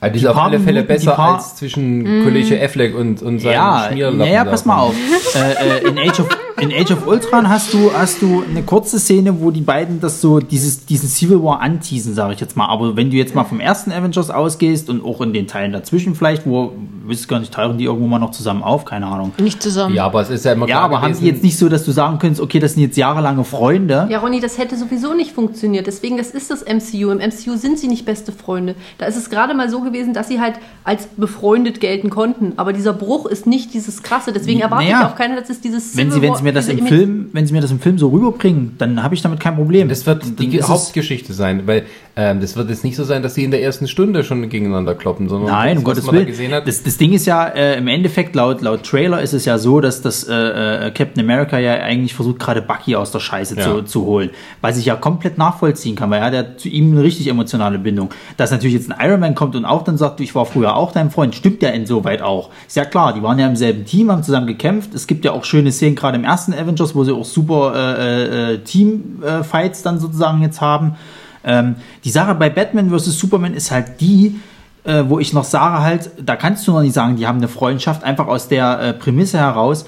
Speaker 5: Also die
Speaker 6: Die
Speaker 5: ist auf
Speaker 6: paar
Speaker 5: alle Fälle
Speaker 6: Minuten, die
Speaker 5: besser
Speaker 6: paar-
Speaker 5: als zwischen Kollege Affleck und, und seinem
Speaker 6: ja,
Speaker 5: Schmierlappen.
Speaker 6: naja,
Speaker 5: da.
Speaker 6: pass mal auf. äh, äh, in, Age of, in Age of Ultron hast du, hast du eine kurze Szene, wo die beiden das so, dieses, diesen Civil War anteasen, sage ich jetzt mal. Aber wenn du jetzt mal vom ersten Avengers ausgehst und auch in den Teilen dazwischen vielleicht, wo, wisst gar nicht, teilen die irgendwo mal noch zusammen auf, keine Ahnung.
Speaker 7: Nicht zusammen.
Speaker 5: Ja, aber es ist ja immer
Speaker 6: Mhm. Ja,
Speaker 5: klar
Speaker 6: aber haben die
Speaker 5: gewesen-
Speaker 6: jetzt nicht so, dass du sagen könntest, okay, das sind jetzt jahrelange Freunde.
Speaker 4: Ja, Ronny, das hätte sowieso nicht funktioniert. Deswegen, das ist das MCU. Im MCU sind sie nicht beste Freunde. Da ist es gerade mal so gewesen, dass sie halt als befreundet gelten konnten. Aber dieser Bruch ist nicht dieses krasse. Deswegen erwarte
Speaker 6: Naja.
Speaker 4: ich auch keiner, dass es dieses
Speaker 6: Wenn sie,
Speaker 4: Civil
Speaker 6: wenn
Speaker 4: War-
Speaker 6: sie mir das
Speaker 4: diese
Speaker 6: im
Speaker 4: Imi-
Speaker 6: Film, wenn sie mir das im Film so rüberbringen, dann habe ich damit kein Problem.
Speaker 5: Das wird die
Speaker 6: Dann ist es-
Speaker 5: Hauptgeschichte sein, weil ähm, das wird jetzt nicht so sein, dass sie in der ersten Stunde schon gegeneinander kloppen, sondern
Speaker 6: Nein,
Speaker 5: das,
Speaker 6: um Gottes
Speaker 5: man da
Speaker 6: Willen.
Speaker 5: gesehen hat.
Speaker 6: Das, das Ding ist ja äh, im Endeffekt, laut, laut Trailer ist es ja so, dass das äh, äh, Captain America ja eigentlich versucht, gerade Bucky aus der Scheiße
Speaker 5: Ja.
Speaker 6: zu, zu holen. Was ich ja komplett nachvollziehen kann, weil er hat ja zu ihm eine richtig emotionale Bindung. Dass natürlich jetzt ein Iron Man kommt und auch dann sagt, du, ich war früher auch dein Freund, stimmt ja insoweit auch. Ist ja klar, die waren ja im selben Team, haben zusammen gekämpft. Es gibt ja auch schöne Szenen, gerade im ersten Avengers, wo sie auch super äh, äh, Team-Fights dann sozusagen jetzt haben. Ähm, die Sache bei Batman vs. Superman ist halt die, äh, wo ich noch sage halt, da kannst du noch nicht sagen, die haben eine Freundschaft, einfach aus der äh, Prämisse heraus,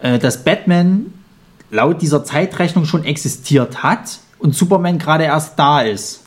Speaker 6: äh, dass Batman laut dieser Zeitrechnung schon existiert hat und Superman gerade erst da ist.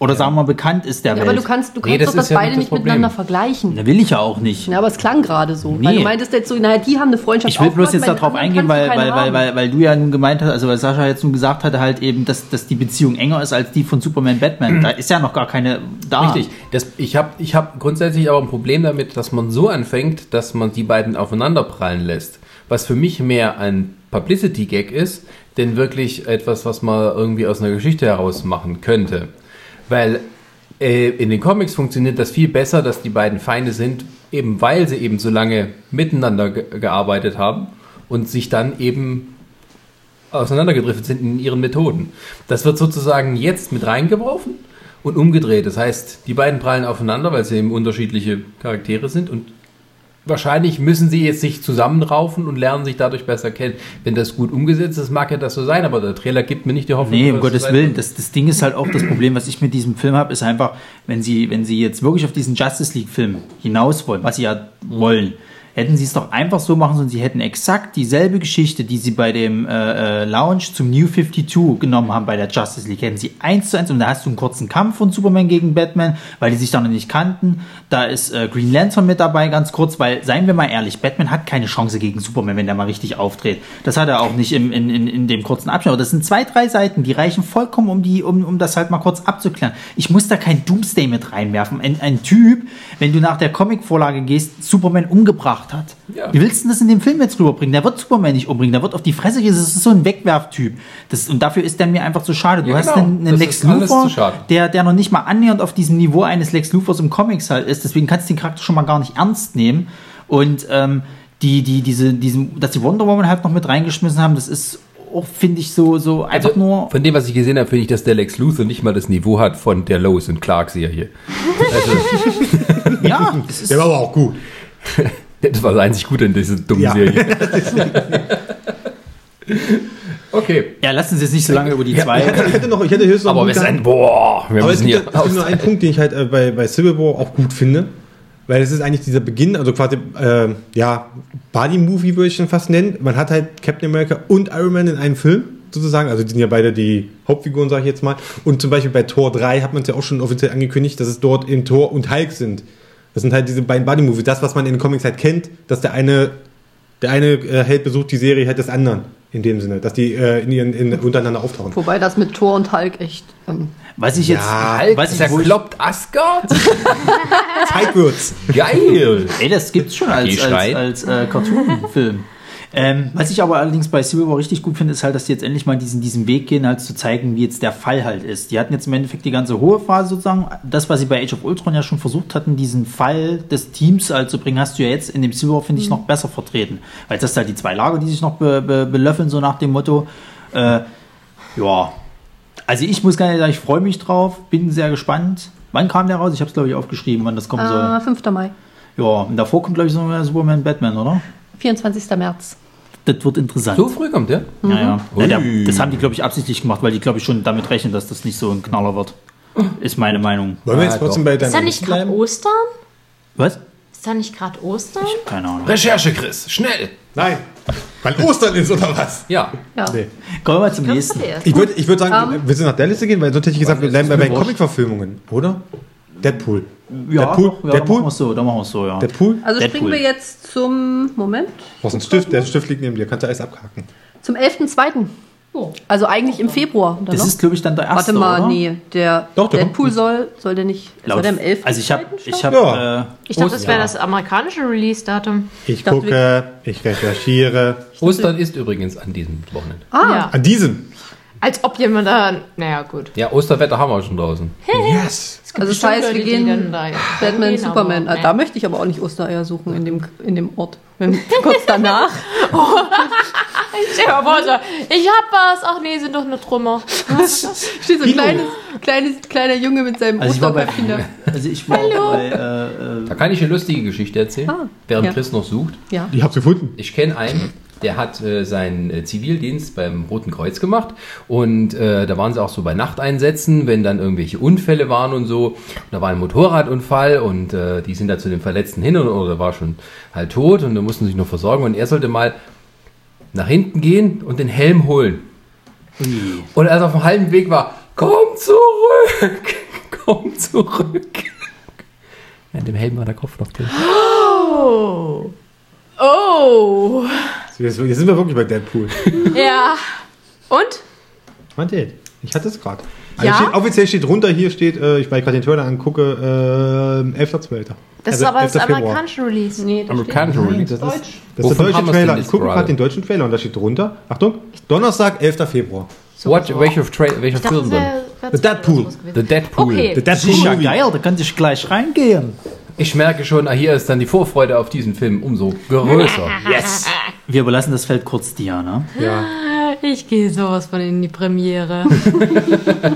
Speaker 6: Oder sagen wir mal, bekannt ist der
Speaker 4: Ja,
Speaker 6: Welt.
Speaker 4: aber du kannst, du
Speaker 5: Nee,
Speaker 4: kannst
Speaker 5: das
Speaker 4: doch das
Speaker 5: ist ja
Speaker 4: beide
Speaker 5: nicht das
Speaker 4: nicht miteinander
Speaker 5: Problem.
Speaker 4: vergleichen.
Speaker 6: da will ich ja auch nicht.
Speaker 4: Ja, aber es klang gerade so. Weil
Speaker 6: Ne. Nee.
Speaker 4: du meintest jetzt so, naja, die haben eine Freundschaft.
Speaker 6: Ich will bloß
Speaker 4: aufgebaut,
Speaker 6: jetzt
Speaker 4: bei den
Speaker 6: darauf
Speaker 4: anderen
Speaker 6: eingehen,
Speaker 4: kannst
Speaker 6: weil,
Speaker 4: du
Speaker 6: weil,
Speaker 4: keine
Speaker 6: weil,
Speaker 4: haben.
Speaker 6: weil, weil du ja nun gemeint hast, also weil Sascha jetzt nun gesagt hatte, halt eben, dass, dass die Beziehung enger ist als die von Superman Batman. Da ist ja noch gar keine da.
Speaker 5: Richtig. Das, ich habe ich hab grundsätzlich aber ein Problem damit, dass man so anfängt, dass man die beiden aufeinander prallen lässt. Was für mich mehr ein Publicity-Gag ist, denn wirklich etwas, was man irgendwie aus einer Geschichte heraus machen könnte. Weil äh, in den Comics funktioniert das viel besser, dass die beiden Feinde sind, eben weil sie eben so lange miteinander ge gearbeitet haben und sich dann eben auseinandergedriftet sind in ihren Methoden. Das wird sozusagen jetzt mit reingeworfen und umgedreht. Das heißt, die beiden prallen aufeinander, weil sie eben unterschiedliche Charaktere sind und wahrscheinlich müssen sie jetzt sich zusammenraufen und lernen sich dadurch besser kennen. Wenn das gut umgesetzt ist, mag ja das so sein, aber der Trailer gibt mir nicht die Hoffnung.
Speaker 6: Nee,
Speaker 5: dass
Speaker 6: um
Speaker 5: es
Speaker 6: Gottes
Speaker 5: sein
Speaker 6: Willen.
Speaker 5: wird.
Speaker 6: Das, das Ding ist halt auch das Problem, was ich mit diesem Film habe, ist einfach, wenn sie, wenn sie jetzt wirklich auf diesen Justice League-Film hinaus wollen, was sie ja wollen, hätten sie es doch einfach so machen sollen, sie hätten exakt dieselbe Geschichte, die sie bei dem äh, äh, Launch zum New 52 genommen haben bei der Justice League, hätten sie eins zu eins und da hast du einen kurzen Kampf von Superman gegen Batman, weil die sich da noch nicht kannten. Da ist äh, Green Lantern mit dabei, ganz kurz, weil, seien wir mal ehrlich, Batman hat keine Chance gegen Superman, wenn der mal richtig auftritt. Das hat er auch nicht im, in, in, in dem kurzen Abschnitt. Aber das sind zwei, drei Seiten, die reichen vollkommen, um, die, um, um das halt mal kurz abzuklären. Ich muss da kein Doomsday mit reinwerfen. Ein, ein Typ, wenn du nach der Comicvorlage gehst, Superman umgebracht hat.
Speaker 5: Ja.
Speaker 6: Wie willst du denn das in dem Film jetzt rüberbringen? Der wird Superman nicht umbringen, der wird auf die Fresse gehen. Das ist so ein Wegwerftyp. Das, und dafür ist der mir einfach zu schade. Du
Speaker 5: Ja,
Speaker 6: hast
Speaker 5: genau.
Speaker 6: einen, einen
Speaker 5: Das
Speaker 6: Lex
Speaker 5: ist alles
Speaker 6: Luthor,
Speaker 5: zu schade.
Speaker 6: der, der noch nicht mal annähernd auf diesem Niveau eines Lex Luthors im Comics halt ist. Deswegen kannst du den Charakter schon mal gar nicht ernst nehmen. Und ähm, die, die, diese, diesen, dass die Wonder Woman halt noch mit reingeschmissen haben, das ist auch, finde ich, so, so einfach nur.
Speaker 5: Also, Von dem, was ich gesehen habe, finde ich, dass der Lex Luthor nicht mal das Niveau hat von der Lois und Clark-Serie. Also,
Speaker 6: Ja, es ist,
Speaker 3: Der war aber auch gut.
Speaker 5: das war das einzig Gute in dieser dummen
Speaker 3: Ja.
Speaker 5: Serie. okay.
Speaker 6: ja, lass uns jetzt nicht so lange über die
Speaker 3: Ich
Speaker 6: zwei.
Speaker 3: hätte, ich hätte noch, ich hätte höchstens noch
Speaker 5: Aber
Speaker 3: einen
Speaker 5: wir
Speaker 3: Punkt
Speaker 5: sind, boah, wir
Speaker 3: Aber es
Speaker 5: müssen
Speaker 3: gibt,
Speaker 5: hier
Speaker 3: ja, es gibt nur einen Punkt, den ich halt äh, bei, bei Civil War auch gut finde. Weil es ist eigentlich dieser Beginn, also quasi, äh, ja, Body-Movie würde ich schon fast nennen. Man hat halt Captain America und Iron Man in einem Film, sozusagen. Also die sind ja beide die Hauptfiguren, sage ich jetzt mal. Und zum Beispiel bei Tor 3 hat man es ja auch schon offiziell angekündigt, dass es dort eben Tor und Hulk sind. Das sind halt diese beiden Body-Movies. Das, was man in den Comics halt kennt, dass der eine, der eine äh, Held besucht die Serie halt des anderen. In dem Sinne, dass die äh, in ihren, in, untereinander auftauchen.
Speaker 4: Wobei das mit Thor und Hulk echt. Ähm,
Speaker 6: Was ich jetzt.
Speaker 3: Ja,
Speaker 6: was ich,
Speaker 5: der
Speaker 6: wo ich,
Speaker 5: kloppt Asgard?
Speaker 3: Zeit wird's.
Speaker 5: Ah, Geil!
Speaker 6: ey, das gibt's schon
Speaker 5: Die
Speaker 6: als,
Speaker 5: schreit.
Speaker 6: als, als äh, Cartoon-Film. Ähm, was ich aber allerdings bei Civil War richtig gut finde, ist halt, dass die jetzt endlich mal diesen, diesen Weg gehen, halt zu zeigen, wie jetzt der Fall halt ist. Die hatten jetzt im Endeffekt die ganze hohe Phase sozusagen, das, was sie bei Age of Ultron ja schon versucht hatten, diesen Fall des Teams halt zu bringen, hast du ja jetzt in dem Civil War, finde ich, noch besser vertreten. Weil das sind halt die zwei Lager, die sich noch be, be, belöffeln, so nach dem Motto, äh, ja, also ich muss gar nicht sagen, ich freue mich drauf, bin sehr gespannt. Wann kam der raus? Ich habe es, glaube ich, aufgeschrieben, wann das kommen soll.
Speaker 4: äh, 5. Mai,
Speaker 6: Ja, und davor kommt, glaube ich, so ein Superman Batman, oder?
Speaker 4: 24. März.
Speaker 6: Das wird interessant. Mhm.
Speaker 5: So früh kommt der?
Speaker 6: Ja, ja.
Speaker 5: Ui.
Speaker 6: Ja, der, das haben die, glaube ich, absichtlich gemacht, weil die, glaube ich, schon damit rechnen, dass das nicht so ein Knaller wird. Ist meine Meinung.
Speaker 3: Wollen wir jetzt
Speaker 5: Ah,
Speaker 3: trotzdem bei
Speaker 7: Ist da nicht gerade Ostern?
Speaker 6: Was?
Speaker 7: Ist da nicht gerade Ostern?
Speaker 6: Keine Ahnung.
Speaker 5: Recherche, Chris, schnell!
Speaker 3: Nein. Weil Ostern ist oder was?
Speaker 5: Ja,
Speaker 4: Ja.
Speaker 3: Nee.
Speaker 6: Kommen wir zum
Speaker 7: Kannst
Speaker 6: nächsten.
Speaker 7: du dir-
Speaker 3: Ich würde ich würd sagen, willst du nach der Liste gehen? Weil sonst hätte ich gesagt, wir bleiben bei, bei Comic-Verfilmungen, oder? Deadpool. Deadpool.
Speaker 6: Ja, doch, ja dann machen
Speaker 3: Deadpool.
Speaker 6: wir so, dann machen wir so, ja.
Speaker 3: Deadpool.
Speaker 4: Also springen
Speaker 6: Deadpool.
Speaker 4: wir jetzt zum Moment,
Speaker 3: Du hast einen Stift, der Stift liegt neben dir, kannst du alles abhaken.
Speaker 4: zum 11.2.
Speaker 7: Oh.
Speaker 4: Also eigentlich im Februar. Oder
Speaker 6: Das
Speaker 4: noch?
Speaker 6: ist, glaube ich, dann der erste,
Speaker 4: Warte mal,
Speaker 6: oder?
Speaker 4: nee, der
Speaker 3: Doch, der
Speaker 4: Deadpool soll, soll der nicht, soll
Speaker 6: Laut,
Speaker 4: der im 11.
Speaker 6: also ich habe, ich habe,
Speaker 3: Ja.
Speaker 6: äh,
Speaker 7: Ich dachte, das wäre das amerikanische Release-Datum.
Speaker 3: Ich
Speaker 4: dachte,
Speaker 3: gucke, ich recherchiere.
Speaker 5: Ostern ist übrigens an diesem Wochenende.
Speaker 4: Ah.
Speaker 7: Ja.
Speaker 3: An diesem.
Speaker 7: Als ob jemand da. Naja, gut.
Speaker 5: Ja, Osterwetter haben wir schon draußen.
Speaker 3: Yes.
Speaker 7: Es
Speaker 4: Also
Speaker 7: gibt
Speaker 4: das
Speaker 7: bestimmt
Speaker 4: heißt, wir
Speaker 7: Leute, die
Speaker 4: gehen
Speaker 7: dann da
Speaker 4: Batman,
Speaker 7: hingehen, aber
Speaker 4: Superman. Ah,
Speaker 7: nee.
Speaker 4: Da möchte ich aber auch nicht Ostereier suchen in dem, in dem Ort. Wenn, kurz danach.
Speaker 7: Stell dir mal vor, so, ich hab was. Ach nee, sind doch nur Trümmer.
Speaker 4: Steht so ein kleines, kleines, kleiner Junge mit seinem
Speaker 6: also ich war bei,
Speaker 4: Osterköpfchen da.
Speaker 6: also ich war bei, äh, äh,
Speaker 5: Da kann ich eine lustige Geschichte erzählen,
Speaker 4: Ah,
Speaker 5: während
Speaker 4: ja.
Speaker 5: Chris noch sucht.
Speaker 4: Ja.
Speaker 3: Ich hab's gefunden.
Speaker 5: Ich kenne einen, der hat äh, seinen äh, Zivildienst beim Roten Kreuz gemacht und äh, da waren sie auch so bei Nachteinsätzen, wenn dann irgendwelche Unfälle waren und so. Da war ein Motorradunfall und äh, die sind da zu den Verletzten hin und, oder war schon halt tot und da mussten sich noch versorgen und er sollte mal nach hinten gehen und den Helm holen. Und als er auf dem halben Weg war, komm zurück, komm zurück. An dem Helm war der Kopf noch drin.
Speaker 7: Oh.
Speaker 3: Jetzt jetzt sind wir wirklich bei Deadpool.
Speaker 7: Ja. Und?
Speaker 3: Meinte ich hatte es gerade.
Speaker 7: Ja?
Speaker 3: Also steht, offiziell steht drunter, hier steht, äh, ich weil ich gerade den Turner angucke, äh, 11.12.
Speaker 7: Das ist
Speaker 3: Also
Speaker 7: aber das
Speaker 3: 11. Februar.
Speaker 7: amerikanische Release. Nee, das
Speaker 5: Amerikanische
Speaker 3: Nein,
Speaker 5: Release.
Speaker 3: Das ist, das
Speaker 5: Wovon
Speaker 3: ist der deutsche
Speaker 5: haben wir's
Speaker 3: Trailer.
Speaker 5: denn
Speaker 3: Ich gucke
Speaker 5: jetzt
Speaker 3: gerade den
Speaker 5: gerade?
Speaker 3: deutschen Trailer und da steht drunter. Achtung, Donnerstag, 11. Februar.
Speaker 5: What, welche Tra welche
Speaker 7: dachte, das
Speaker 5: Film denn?
Speaker 7: wäre ganz
Speaker 3: Deadpool.
Speaker 7: was gewesen.
Speaker 5: The Deadpool.
Speaker 7: Okay.
Speaker 3: The
Speaker 6: das ist ja
Speaker 3: Movie.
Speaker 6: geil, da kann ich gleich reingehen.
Speaker 5: Ich merke schon, ah, hier ist dann die Vorfreude auf diesen Film umso größer.
Speaker 6: Yes. Wir überlassen das Feld kurz Diana.
Speaker 3: Ja.
Speaker 7: Ich gehe sowas von in die Premiere.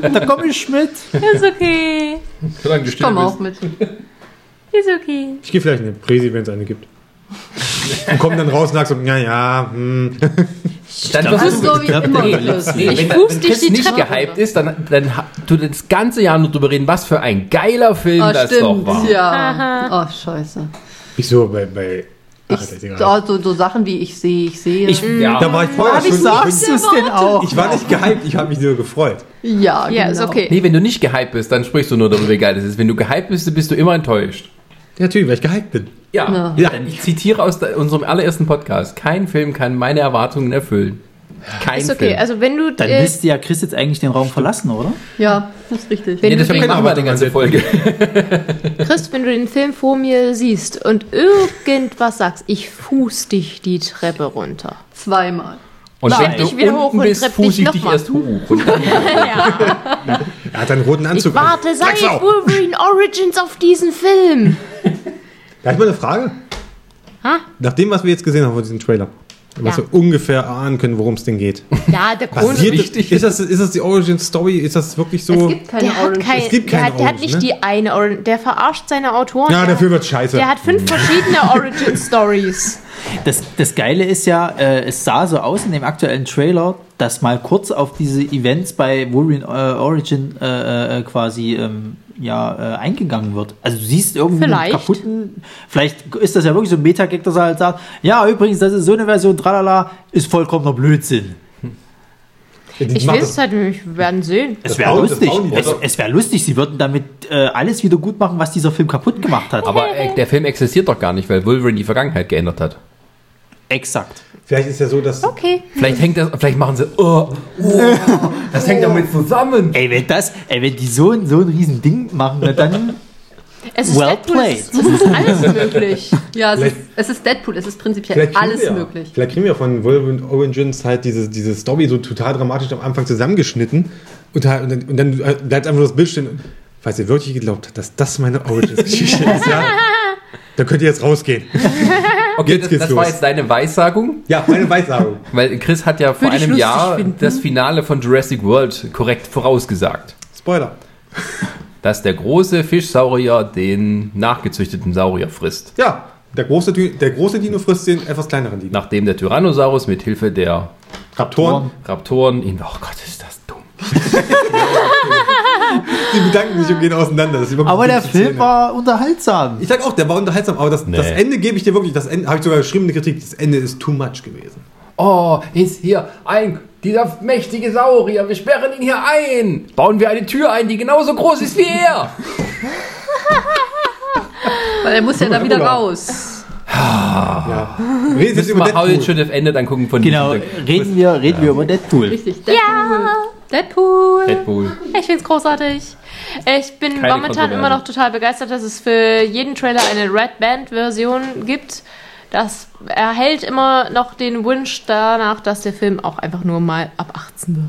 Speaker 6: Da komme ich mit.
Speaker 7: ist okay.
Speaker 5: Solange du still
Speaker 4: Komm auch
Speaker 5: bist.
Speaker 4: mit.
Speaker 7: Ist okay.
Speaker 3: Ich gehe vielleicht in den Presi, wenn es eine gibt. Und komm dann raus und sagst so, naja, hm.
Speaker 5: Dann
Speaker 4: Also
Speaker 5: versuchst du.
Speaker 4: so wie immer.
Speaker 5: Nee,
Speaker 7: Ich
Speaker 5: wenn, da-
Speaker 7: fuß
Speaker 5: wenn
Speaker 7: dich
Speaker 5: Chris
Speaker 7: die
Speaker 5: nicht
Speaker 7: Treppe
Speaker 5: gehypt
Speaker 7: runter.
Speaker 5: ist, dann, dann ha- tut er das ganze Jahr nur drüber reden, was für ein geiler Film
Speaker 4: Ah,
Speaker 5: das doch
Speaker 4: stimmt.
Speaker 5: war.
Speaker 4: Ja. Oh, scheiße.
Speaker 3: Wieso bei. bei Ach, das ist
Speaker 4: Ich, ah,
Speaker 3: egal.
Speaker 4: so, so Sachen wie ich sehe, ich sehe.
Speaker 6: Ich,
Speaker 5: Ja.
Speaker 3: da war ich vorher
Speaker 6: wie
Speaker 3: schon.
Speaker 6: sagst du es denn auch?
Speaker 3: Ich war nicht gehypt, ich habe mich nur gefreut.
Speaker 4: ja,
Speaker 7: Ja, ist
Speaker 4: genau.
Speaker 7: okay.
Speaker 5: Nee, wenn du nicht gehypt bist, dann sprichst du nur darüber, wie geil das ist. Wenn du gehypt bist, bist du immer enttäuscht.
Speaker 3: Ja, natürlich, weil ich gehypt bin.
Speaker 5: Ja.
Speaker 3: Ja.
Speaker 5: Ich zitiere aus der, unserem allerersten Podcast. Kein Film kann meine Erwartungen erfüllen. Kein
Speaker 7: Ist okay.
Speaker 5: Film.
Speaker 7: Also wenn du
Speaker 6: Dann
Speaker 7: äh,
Speaker 6: müsste ja Chris jetzt eigentlich den Raum verlassen, oder?
Speaker 4: Ja, das ist richtig.
Speaker 5: nee,
Speaker 7: du
Speaker 5: das
Speaker 7: den-
Speaker 5: machen wir die ganze Folge.
Speaker 7: Chris, wenn du den Film vor mir siehst und irgendwas sagst, ich fuß dich die Treppe runter.
Speaker 4: Zweimal.
Speaker 5: Und
Speaker 7: Nein.
Speaker 5: wenn du
Speaker 7: Ich wieder hoch
Speaker 5: unten
Speaker 7: und
Speaker 5: bist,
Speaker 7: trepp
Speaker 5: fuß
Speaker 7: dich
Speaker 5: ich
Speaker 7: noch
Speaker 5: dich
Speaker 7: mal.
Speaker 5: erst hoch. Und dann
Speaker 3: Er hat einen roten
Speaker 7: Ich
Speaker 3: Anzug. an.
Speaker 7: warte seit
Speaker 3: Drecksau!
Speaker 7: Wolverine Origins auf diesen Film.
Speaker 3: Darf ich mal eine Frage?
Speaker 7: Ha?
Speaker 3: Nach dem, was wir jetzt gesehen haben von diesem Trailer, was
Speaker 7: Ja.
Speaker 3: wir ungefähr ahnen können, worum es denn geht.
Speaker 7: Ja, der Grund.
Speaker 3: Passiert das-
Speaker 5: wichtig.
Speaker 3: Ist das, ist das die Origin Story? Ist das wirklich
Speaker 4: Es
Speaker 3: so?
Speaker 4: gibt keine
Speaker 7: Der hat,
Speaker 4: Orange.
Speaker 7: kein,
Speaker 3: Es gibt
Speaker 7: der
Speaker 3: keine
Speaker 7: hat, der hat
Speaker 3: Orange,
Speaker 7: nicht
Speaker 3: ne?
Speaker 7: die eine Orange. Der verarscht seine Autoren.
Speaker 3: ja,
Speaker 7: der,
Speaker 3: der Film wird scheiße.
Speaker 7: der hat fünf verschiedene Origin Stories.
Speaker 6: Das, das Geile ist ja, äh, es sah so aus in dem aktuellen Trailer, dass mal kurz auf diese Events bei Wolverine äh, Origin äh, äh, quasi ähm, ja, äh, eingegangen wird. Also du siehst irgendwie
Speaker 7: Vielleicht.
Speaker 6: kaputten. Vielleicht ist das ja wirklich so ein Meta-Gag, dass er halt sagt, ja, übrigens, das ist so eine Version, tralala, ist vollkommener Blödsinn.
Speaker 7: Ich weiß es halt nicht, wir werden sehen.
Speaker 6: Es
Speaker 3: Das
Speaker 6: wäre
Speaker 3: bauen- das
Speaker 6: lustig.
Speaker 3: bauen die,
Speaker 6: Es,
Speaker 3: oder?
Speaker 6: es wäre lustig, sie würden damit äh, alles wieder gut machen, was dieser Film kaputt gemacht hat.
Speaker 5: Aber äh, der Film existiert doch gar nicht, weil Wolverine die Vergangenheit geändert hat.
Speaker 6: exakt.
Speaker 3: Vielleicht ist ja so, dass.
Speaker 7: Okay.
Speaker 5: Vielleicht hängt das, vielleicht machen sie, oh, oh, das hängt damit zusammen.
Speaker 6: Ey, wenn das, ey, wenn die so, ein- so ein riesen Ding machen, na dann.
Speaker 7: Es ist
Speaker 6: Well
Speaker 7: Deadpool, es ist, es ist alles möglich.
Speaker 4: Ja, es ist,
Speaker 3: Vielleicht-
Speaker 4: es ist Deadpool, es ist prinzipiell
Speaker 3: Vielleicht kriegen
Speaker 4: alles
Speaker 3: wir, ja-
Speaker 4: möglich.
Speaker 3: Vielleicht kriegen wir von Wolverine Origins halt diese, diese Story so total dramatisch am Anfang zusammengeschnitten und, halt, und dann, und dann äh, bleibt einfach nur das Bild stehen. Falls ihr wirklich geglaubt habt, dass das meine Origins-Geschichte ist, ja, dann könnt ihr jetzt rausgehen.
Speaker 5: Okay,
Speaker 3: Jetzt
Speaker 5: das,
Speaker 3: geht's
Speaker 5: das
Speaker 3: los.
Speaker 5: war jetzt deine Weissagung.
Speaker 3: Ja, meine Weissagung.
Speaker 5: Weil Chris hat ja vor
Speaker 4: Würde ich
Speaker 5: einem
Speaker 4: lustig
Speaker 5: Jahr
Speaker 4: finden.
Speaker 5: das Finale von Jurassic World korrekt vorausgesagt,
Speaker 3: Spoiler.
Speaker 5: dass der große Fischsaurier den nachgezüchteten Saurier frisst,
Speaker 3: Ja, der große, Dü- der große Dino frisst den etwas kleineren Dino.
Speaker 5: nachdem der Tyrannosaurus mit Hilfe der
Speaker 3: Raptoren,
Speaker 5: Raptoren ihn Oh Gott, ist das dumm.
Speaker 3: die bedanken sich und gehen auseinander. Das ist überhaupt
Speaker 6: Aber
Speaker 3: eine
Speaker 6: der
Speaker 3: gute
Speaker 6: Film
Speaker 3: Szene.
Speaker 6: war unterhaltsam.
Speaker 3: Ich sag auch, der war unterhaltsam, aber das, das Ende gebe ich dir wirklich. Das Ende habe ich sogar geschrieben, eine Kritik. Das Ende ist too much gewesen.
Speaker 5: Oh, ist hier ein dieser mächtige Saurier, wir sperren ihn hier ein. Bauen wir eine Tür ein, die genauso groß ist wie er.
Speaker 4: Weil er muss ja da wieder raus.
Speaker 3: Ja. Reden Sie jetzt
Speaker 5: Müssen
Speaker 3: über
Speaker 5: wir How
Speaker 3: Deadpool.
Speaker 5: It Should Have Ended angucken von
Speaker 6: Genau,
Speaker 5: diesem Deck.
Speaker 6: reden wir, reden wir über Deadpool.
Speaker 4: Richtig, Deadpool. Deadpool.
Speaker 5: Deadpool.
Speaker 7: Ich find's großartig. Ich bin
Speaker 5: Keine
Speaker 7: momentan
Speaker 5: Kontroverse.
Speaker 7: immer noch total begeistert, dass es für jeden Trailer eine Red Band-Version gibt. Das erhält immer noch den Wunsch danach, dass der Film auch einfach nur mal ab 18 wird.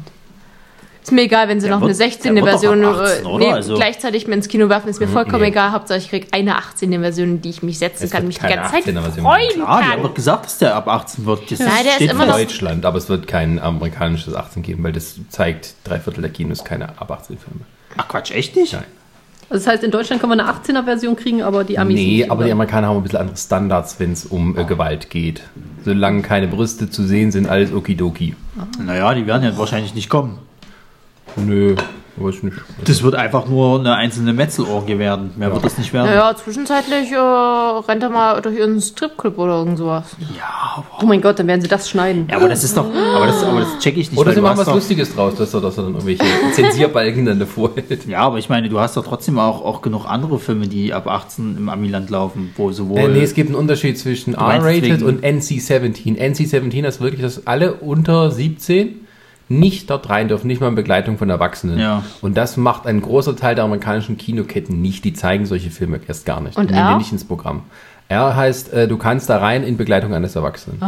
Speaker 7: Ist mir egal, wenn sie noch
Speaker 6: wird-
Speaker 7: eine 16.
Speaker 6: der wird doch ab
Speaker 7: Version
Speaker 6: 18,
Speaker 7: äh,
Speaker 6: oder?
Speaker 7: nee,
Speaker 6: Also- Mhm,
Speaker 7: gleichzeitig mit ins Kino werfen, ist mir vollkommen egal. Hauptsache ich krieg eine 18. Version, die ich mich setzen
Speaker 5: Es
Speaker 7: kann,
Speaker 5: wird
Speaker 7: mich die
Speaker 5: keine
Speaker 7: ganze Zeit
Speaker 5: 18er
Speaker 7: freuen
Speaker 5: Version.
Speaker 6: Ah, die haben
Speaker 7: kann.
Speaker 6: doch gesagt, dass der ab 18 wird. Das
Speaker 7: Nein, der ist
Speaker 6: steht
Speaker 7: immer noch-
Speaker 6: fest.
Speaker 5: Deutschland, aber es wird kein amerikanisches 18 geben, weil das zeigt drei Viertel der Kinos keine ab 18 Filme.
Speaker 6: Ach Quatsch, echt nicht?
Speaker 5: Nein.
Speaker 4: Also das heißt, in Deutschland können wir eine 18er-Version kriegen, aber die Amis
Speaker 5: Nee,
Speaker 4: nicht,
Speaker 5: aber die
Speaker 4: oder?
Speaker 5: Amerikaner haben ein bisschen andere Standards, wenn es um äh, Gewalt geht. Solange keine Brüste zu sehen sind, alles okidoki.
Speaker 6: Naja, die werden ja wahrscheinlich nicht kommen.
Speaker 5: Nö, weiß nicht.
Speaker 6: Das wird einfach nur eine einzelne Metzelorgie werden. Mehr wird das nicht werden.
Speaker 7: Naja, zwischenzeitlich äh, rennt er mal durch ihren Stripclub oder irgend sowas.
Speaker 4: Oh mein Gott, dann werden sie das schneiden.
Speaker 6: Ja, aber das ist doch. Aber das, aber das check ich nicht.
Speaker 5: Oder
Speaker 6: weil
Speaker 5: sie
Speaker 6: du
Speaker 5: machen
Speaker 6: hast
Speaker 5: was
Speaker 6: doch,
Speaker 5: Lustiges draus, dass er, dass er dann irgendwelche Zensierbalken dann davor hält.
Speaker 6: Ja, aber ich meine, du hast doch trotzdem auch, auch genug andere Filme, die ab 18 im Amiland laufen, wo sowohl.
Speaker 5: Äh, nee, es gibt einen Unterschied zwischen
Speaker 6: meinst
Speaker 5: R-Rated
Speaker 6: wegen-
Speaker 5: und NC-17. NC-17 ist wirklich, dass alle unter 17 nicht dort rein dürfen, nicht mal in Begleitung von Erwachsenen.
Speaker 6: Ja.
Speaker 5: Und das macht ein großer Teil der amerikanischen Kinoketten nicht. Die zeigen solche Filme erst gar nicht.
Speaker 7: Und
Speaker 5: Die nehmen
Speaker 7: R?
Speaker 5: die nicht ins Programm. R heißt, äh, du kannst da rein in Begleitung eines Erwachsenen.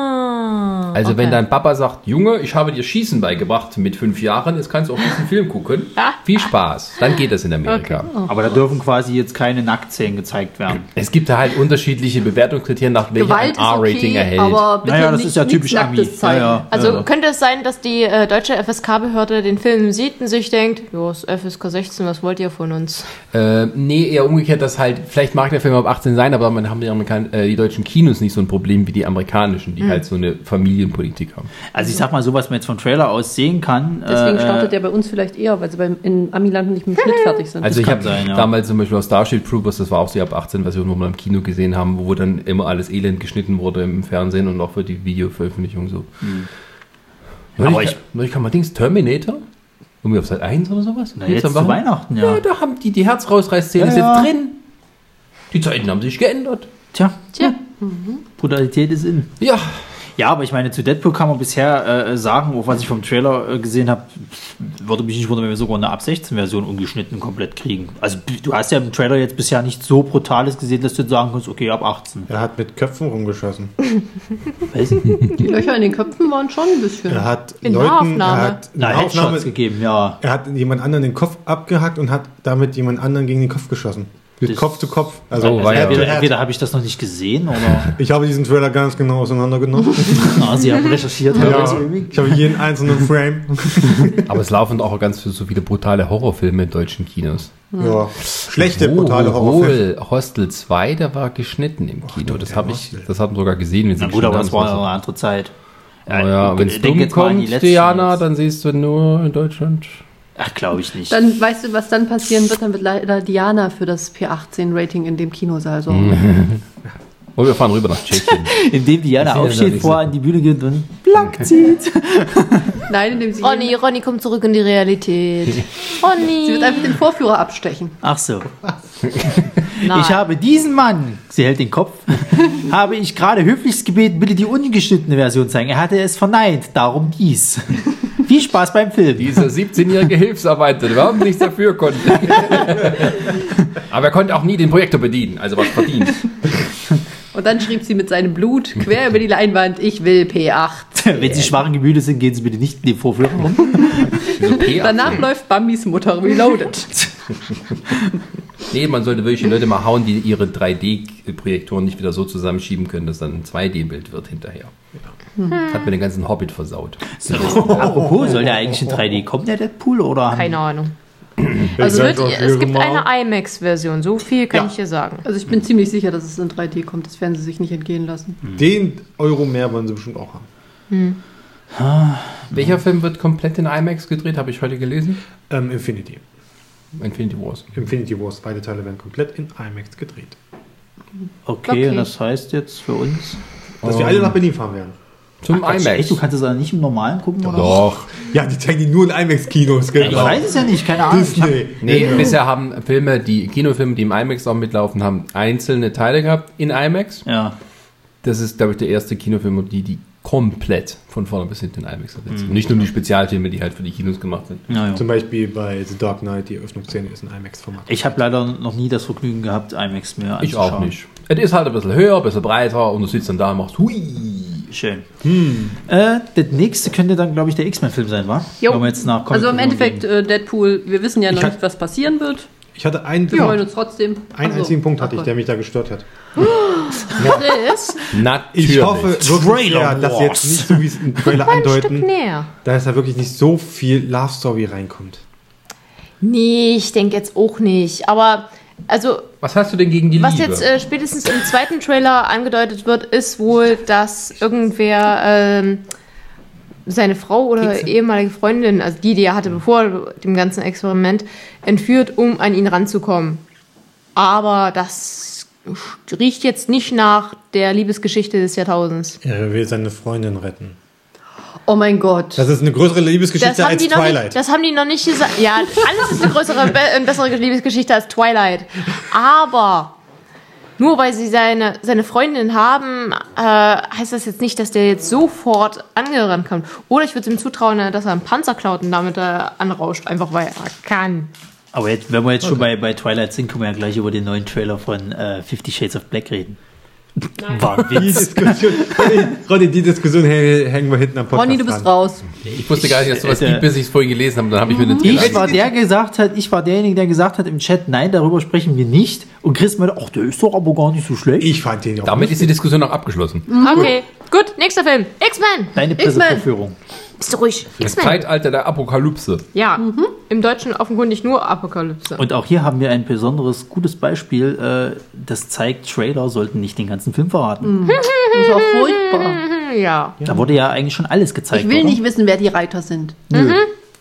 Speaker 7: Ah.
Speaker 5: Also wenn
Speaker 7: okay.
Speaker 5: dein Papa sagt, Junge, ich habe dir Schießen beigebracht mit fünf Jahren, jetzt kannst du auch diesen Film gucken. Viel Spaß. Dann geht das in Amerika.
Speaker 6: aber da dürfen quasi jetzt keine Nacktszenen gezeigt werden.
Speaker 5: Es gibt da halt unterschiedliche Bewertungskriterien, nach welcher
Speaker 4: Gewalt
Speaker 5: ein
Speaker 4: ist
Speaker 5: R-Rating
Speaker 4: okay,
Speaker 5: erhält.
Speaker 4: aber bitte
Speaker 6: Naja, das
Speaker 4: nicht,
Speaker 6: ist ja typisch
Speaker 4: nichts
Speaker 6: Ami.
Speaker 4: Nacktes zeigen.
Speaker 6: Ja, ja.
Speaker 7: Also
Speaker 6: ja.
Speaker 7: könnte es sein, dass die äh, deutsche FSK-Behörde den Film sieht und sich denkt, jo, ist FSK 16, was wollt ihr von uns?
Speaker 5: Äh, nee, eher umgekehrt, dass halt, vielleicht mag der Film ab 18 sein, aber man haben die, Amerikan äh, die deutschen Kinos nicht so ein Problem wie die amerikanischen,
Speaker 6: Hm.
Speaker 5: die halt so eine Familienpolitik haben.
Speaker 6: Also ich sag mal, so was man jetzt vom Trailer aus sehen kann.
Speaker 4: Deswegen
Speaker 6: äh,
Speaker 4: startet der bei uns vielleicht eher, weil sie beim, in Amiland nicht mit dem Schnitt fertig sind.
Speaker 5: Also ich
Speaker 6: kann
Speaker 5: habe
Speaker 6: sein, ja.
Speaker 5: damals zum Beispiel aus Starship Troopers, das war auch die ab 18 Version, wo wir im Kino gesehen haben, wo dann immer alles elend geschnitten wurde im Fernsehen und auch für die Videoveröffentlichung so. Neulich,
Speaker 6: Hm. Aber
Speaker 5: ich,
Speaker 6: ich-
Speaker 5: neulich kam mal Dings Terminator, irgendwie auf Seite 1 oder sowas.
Speaker 6: Na, jetzt
Speaker 5: am
Speaker 6: zu
Speaker 5: Wochenende.
Speaker 6: Weihnachten, ja.
Speaker 5: Ja, da haben die die Herzrausreißszene
Speaker 6: Ja,
Speaker 5: ist
Speaker 6: ja.
Speaker 5: jetzt drin. Die Zeiten haben sich geändert.
Speaker 6: Tja, Hm.
Speaker 7: Tja,
Speaker 6: Brutalität ist in.
Speaker 5: Ja,
Speaker 6: Ja, aber ich meine, zu Deadpool kann man bisher äh, sagen, auch was ich vom Trailer äh, gesehen habe, würde mich nicht wundern, wenn wir sogar eine ab 16 Version ungeschnitten komplett kriegen. Also du hast ja im Trailer jetzt bisher nicht so brutales gesehen, dass du sagen kannst, okay, ab 18.
Speaker 3: Er hat mit Köpfen rumgeschossen.
Speaker 6: Weiß ich nicht.
Speaker 4: die Löcher in den Köpfen waren schon ein bisschen.
Speaker 3: Er hat
Speaker 7: In
Speaker 3: Leuten,
Speaker 7: Nahaufnahme.
Speaker 3: er hat,
Speaker 6: Na,
Speaker 3: Nahaufnahme,
Speaker 6: Headshots gegeben, ja.
Speaker 3: er hat jemand anderen den Kopf abgehackt und hat damit jemand anderen gegen den Kopf geschossen.
Speaker 1: Mit
Speaker 6: Das-
Speaker 1: Kopf zu Kopf. Also
Speaker 5: Oh, weia.
Speaker 1: Head to
Speaker 6: Entweder,
Speaker 1: Head.
Speaker 6: entweder habe ich das noch nicht gesehen oder
Speaker 1: Ich habe diesen Trailer ganz genau auseinandergenommen.
Speaker 6: na, sie haben recherchiert.
Speaker 1: ja, ich habe jeden einzelnen Frame.
Speaker 5: Aber es laufen auch ganz so viele brutale Horrorfilme in deutschen Kinos.
Speaker 1: ja. Schlechte, brutale Horrorfilme.
Speaker 5: Obwohl Hostel 2, der war geschnitten im Kino. das habe ich, das haben sogar gesehen. Wir
Speaker 6: Na
Speaker 5: sind
Speaker 6: gut,
Speaker 5: schon
Speaker 6: aber das
Speaker 5: da,
Speaker 6: war ja
Speaker 5: das
Speaker 6: eine
Speaker 5: war
Speaker 6: andere Zeit.
Speaker 5: so- Aber Oh ja, wenn es
Speaker 6: ich denke
Speaker 5: dumm
Speaker 6: jetzt mal an die
Speaker 5: kommt,
Speaker 6: letzten
Speaker 5: Diana,
Speaker 6: jetzt.
Speaker 5: dann siehst du nur in Deutschland.
Speaker 6: Ach, glaube ich nicht.
Speaker 4: Dann weißt du, was dann passieren wird, dann wird leider Diana für das P18-Rating in dem Kinosaal so.
Speaker 5: Mhm. Und Oh, wir fahren rüber nach Tschechien.
Speaker 6: Indem Diana
Speaker 5: Das ist ja
Speaker 6: aufsteht,
Speaker 5: nicht
Speaker 6: vor
Speaker 5: so.
Speaker 6: an die Bühne geht und
Speaker 4: Nein, indem
Speaker 5: Oh,
Speaker 4: sie,
Speaker 7: Ronny,
Speaker 4: sie
Speaker 7: Ronny, komm zurück in die Realität.
Speaker 4: wird
Speaker 7: Ronny.
Speaker 4: einfach den Vorführer abstechen.
Speaker 6: ach so.
Speaker 7: Nein.
Speaker 6: Ich habe diesen Mann, sie hält den Kopf, habe ich gerade höflichst gebeten, bitte die ungeschnittene Version zeigen. Er hatte es verneint, darum dies. Viel Spaß beim Film.
Speaker 5: Dieser 17-jährige Hilfsarbeiter, der überhaupt nichts dafür konnte. aber er konnte auch nie den Projektor bedienen, also was verdient.
Speaker 4: Und dann schrieb sie mit seinem Blut quer über die Leinwand, ich will P8.
Speaker 6: Wenn Sie schwachen Gemüte sind, gehen Sie bitte nicht in den Vorführer rum.
Speaker 5: So P-
Speaker 4: Danach läuft Bambis Mutter Reloaded.
Speaker 5: Nee, man sollte wirklich die Leute mal hauen, die ihre 3D-Projektoren nicht wieder so zusammenschieben können, dass dann ein 2D-Bild wird hinterher. Hat mir den ganzen Hobbit versaut.
Speaker 6: Apropos, soll der eigentlich in 3D kommen, der Deadpool? Oder
Speaker 7: Keine Ahnung. Also wird, es gibt eine IMAX-Version, so viel kann ich dir sagen.
Speaker 4: Also ich bin ziemlich sicher, dass es in 3D kommt. Das werden sie sich nicht entgehen lassen.
Speaker 1: Den Euro mehr wollen sie bestimmt auch haben.
Speaker 5: Welcher Film wird komplett in IMAX gedreht, habe ich heute gelesen?
Speaker 1: Ähm, Infinity.
Speaker 5: Infinity Wars.
Speaker 1: Infinity Wars, beide Teile werden komplett in IMAX gedreht.
Speaker 6: Okay,
Speaker 7: Okay.
Speaker 6: und das heißt jetzt für uns.
Speaker 1: Dass wir alle nach Berlin fahren werden.
Speaker 5: Zum
Speaker 6: Quatsch,
Speaker 5: IMAX.
Speaker 6: Echt, du kannst es dann nicht im Normalen gucken, oder?
Speaker 5: Doch.
Speaker 1: Ja, die zeigen die nur in IMAX-Kinos, genau.
Speaker 6: Ich weiß es ja nicht, keine Ahnung. Ich hab-
Speaker 1: Disney.
Speaker 5: Nee,
Speaker 1: Genau.
Speaker 5: bisher haben Filme, die Kinofilme, die im IMAX auch mitlaufen, haben einzelne Teile gehabt in IMAX.
Speaker 6: Ja.
Speaker 5: Das ist, glaube ich, der erste Kinofilm, die die komplett von vorne bis hinten in IMAX ersetzen. Nicht nur die Spezialfilme, die halt für die Kinos gemacht sind.
Speaker 6: Naja.
Speaker 1: Zum Beispiel bei The Dark Knight, die Eröffnungsszene ist ein IMAX-Format.
Speaker 6: Ich habe leider noch nie das Vergnügen gehabt, IMAX mir anzuschauen.
Speaker 5: Ich auch nicht. Es ist halt ein bisschen höher, ein bisschen breiter und du sitzt dann da und machst hui.
Speaker 6: Schön. Äh, das nächste könnte dann, glaube ich, der X-Men-Film sein, wa?
Speaker 4: Jo.
Speaker 6: Wenn wir jetzt nach
Speaker 4: Also im
Speaker 6: Comic-Con
Speaker 4: Endeffekt,
Speaker 6: gehen.
Speaker 4: äh, Deadpool, wir wissen ja noch
Speaker 1: Ich hab-
Speaker 4: nicht, was passieren wird.
Speaker 1: Ich hatte einen,
Speaker 4: Wir freuen
Speaker 1: Punkt,
Speaker 4: uns trotzdem. Also- Oh
Speaker 1: einen
Speaker 7: Also,
Speaker 4: Ach so.
Speaker 1: einzigen Punkt
Speaker 4: Ach
Speaker 1: hatte ich,
Speaker 4: Gott.
Speaker 1: der mich da gestört hat.
Speaker 7: Chris,
Speaker 5: Natürlich.
Speaker 1: Ich hoffe wirklich sehr,
Speaker 6: Trailer
Speaker 1: dass
Speaker 6: Wars.
Speaker 1: jetzt nicht so wie es im Trailer
Speaker 7: ein Stück
Speaker 1: andeuten,
Speaker 7: näher.
Speaker 1: dass da wirklich nicht so viel Love Story reinkommt.
Speaker 7: Nee, ich denke jetzt auch nicht. Aber also
Speaker 5: Was hast du denn gegen die
Speaker 7: was
Speaker 5: Liebe?
Speaker 7: jetzt äh, spätestens im zweiten Trailer angedeutet wird, ist wohl, dass irgendwer ähm, seine Frau oder ehemalige Freundin, also die, die er hatte bevor dem ganzen Experiment, entführt, um an ihn ranzukommen. Aber das riecht jetzt nicht nach der Liebesgeschichte des Jahrtausends.
Speaker 1: Er will seine Freundin retten.
Speaker 4: Oh mein Gott.
Speaker 1: Das ist eine größere
Speaker 7: Das
Speaker 1: Liebesgeschichte
Speaker 7: haben,
Speaker 1: als
Speaker 7: die noch
Speaker 1: Twilight.
Speaker 7: nicht, das haben die noch nicht gesagt. Ja, alles ist eine größere, be äh, bessere Liebesgeschichte als Twilight. Aber nur weil sie seine, seine Freundin haben, äh, heißt das jetzt nicht, dass der jetzt sofort angerannt kommt. Oder ich würde ihm zutrauen, äh, dass er einen Panzer klaut und damit äh, anrauscht, einfach weil er kann.
Speaker 6: Aber jetzt, wenn wir jetzt schon bei, bei Twilight sind, können wir ja gleich über den neuen Trailer von äh, Fifty Shades of Black reden. War ein
Speaker 1: die
Speaker 6: Witz.
Speaker 1: Diskussion, Ronny, Ronny, die Diskussion hä- hängen wir hinten am Podcast
Speaker 4: Ronny, du bist
Speaker 1: dran.
Speaker 4: raus.
Speaker 5: ich wusste gar nicht, dass sowas
Speaker 6: Äh,
Speaker 5: gibt, bis ich es vorhin gelesen habe. Dann habe ich mir den Trailer
Speaker 6: Ich war der gesagt hat, ich war derjenige, der gesagt hat im Chat, nein, darüber sprechen wir nicht. Und Chris meinte, ach, der ist doch aber gar nicht so schlecht.
Speaker 1: Ich fand den auch
Speaker 5: Damit ist die Diskussion auch abgeschlossen.
Speaker 7: Okay, gut, nächster Film. X-Men!
Speaker 6: Deine
Speaker 4: X-Men.
Speaker 6: Presseverführung.
Speaker 7: Bist du ruhig? Mhm.
Speaker 5: Das
Speaker 7: X-Men!
Speaker 5: Zeitalter der Apokalypse.
Speaker 7: Ja, im Deutschen offenkundig nur Apokalypse.
Speaker 6: Und auch hier haben wir ein besonderes, gutes Beispiel, äh, das zeigt, Trailer sollten nicht den ganzen Film verraten.
Speaker 4: Das ist auch furchtbar.
Speaker 7: ja.
Speaker 6: Da wurde ja eigentlich schon alles gezeigt.
Speaker 4: Ich will
Speaker 6: oder?
Speaker 4: nicht wissen, wer die Reiter sind.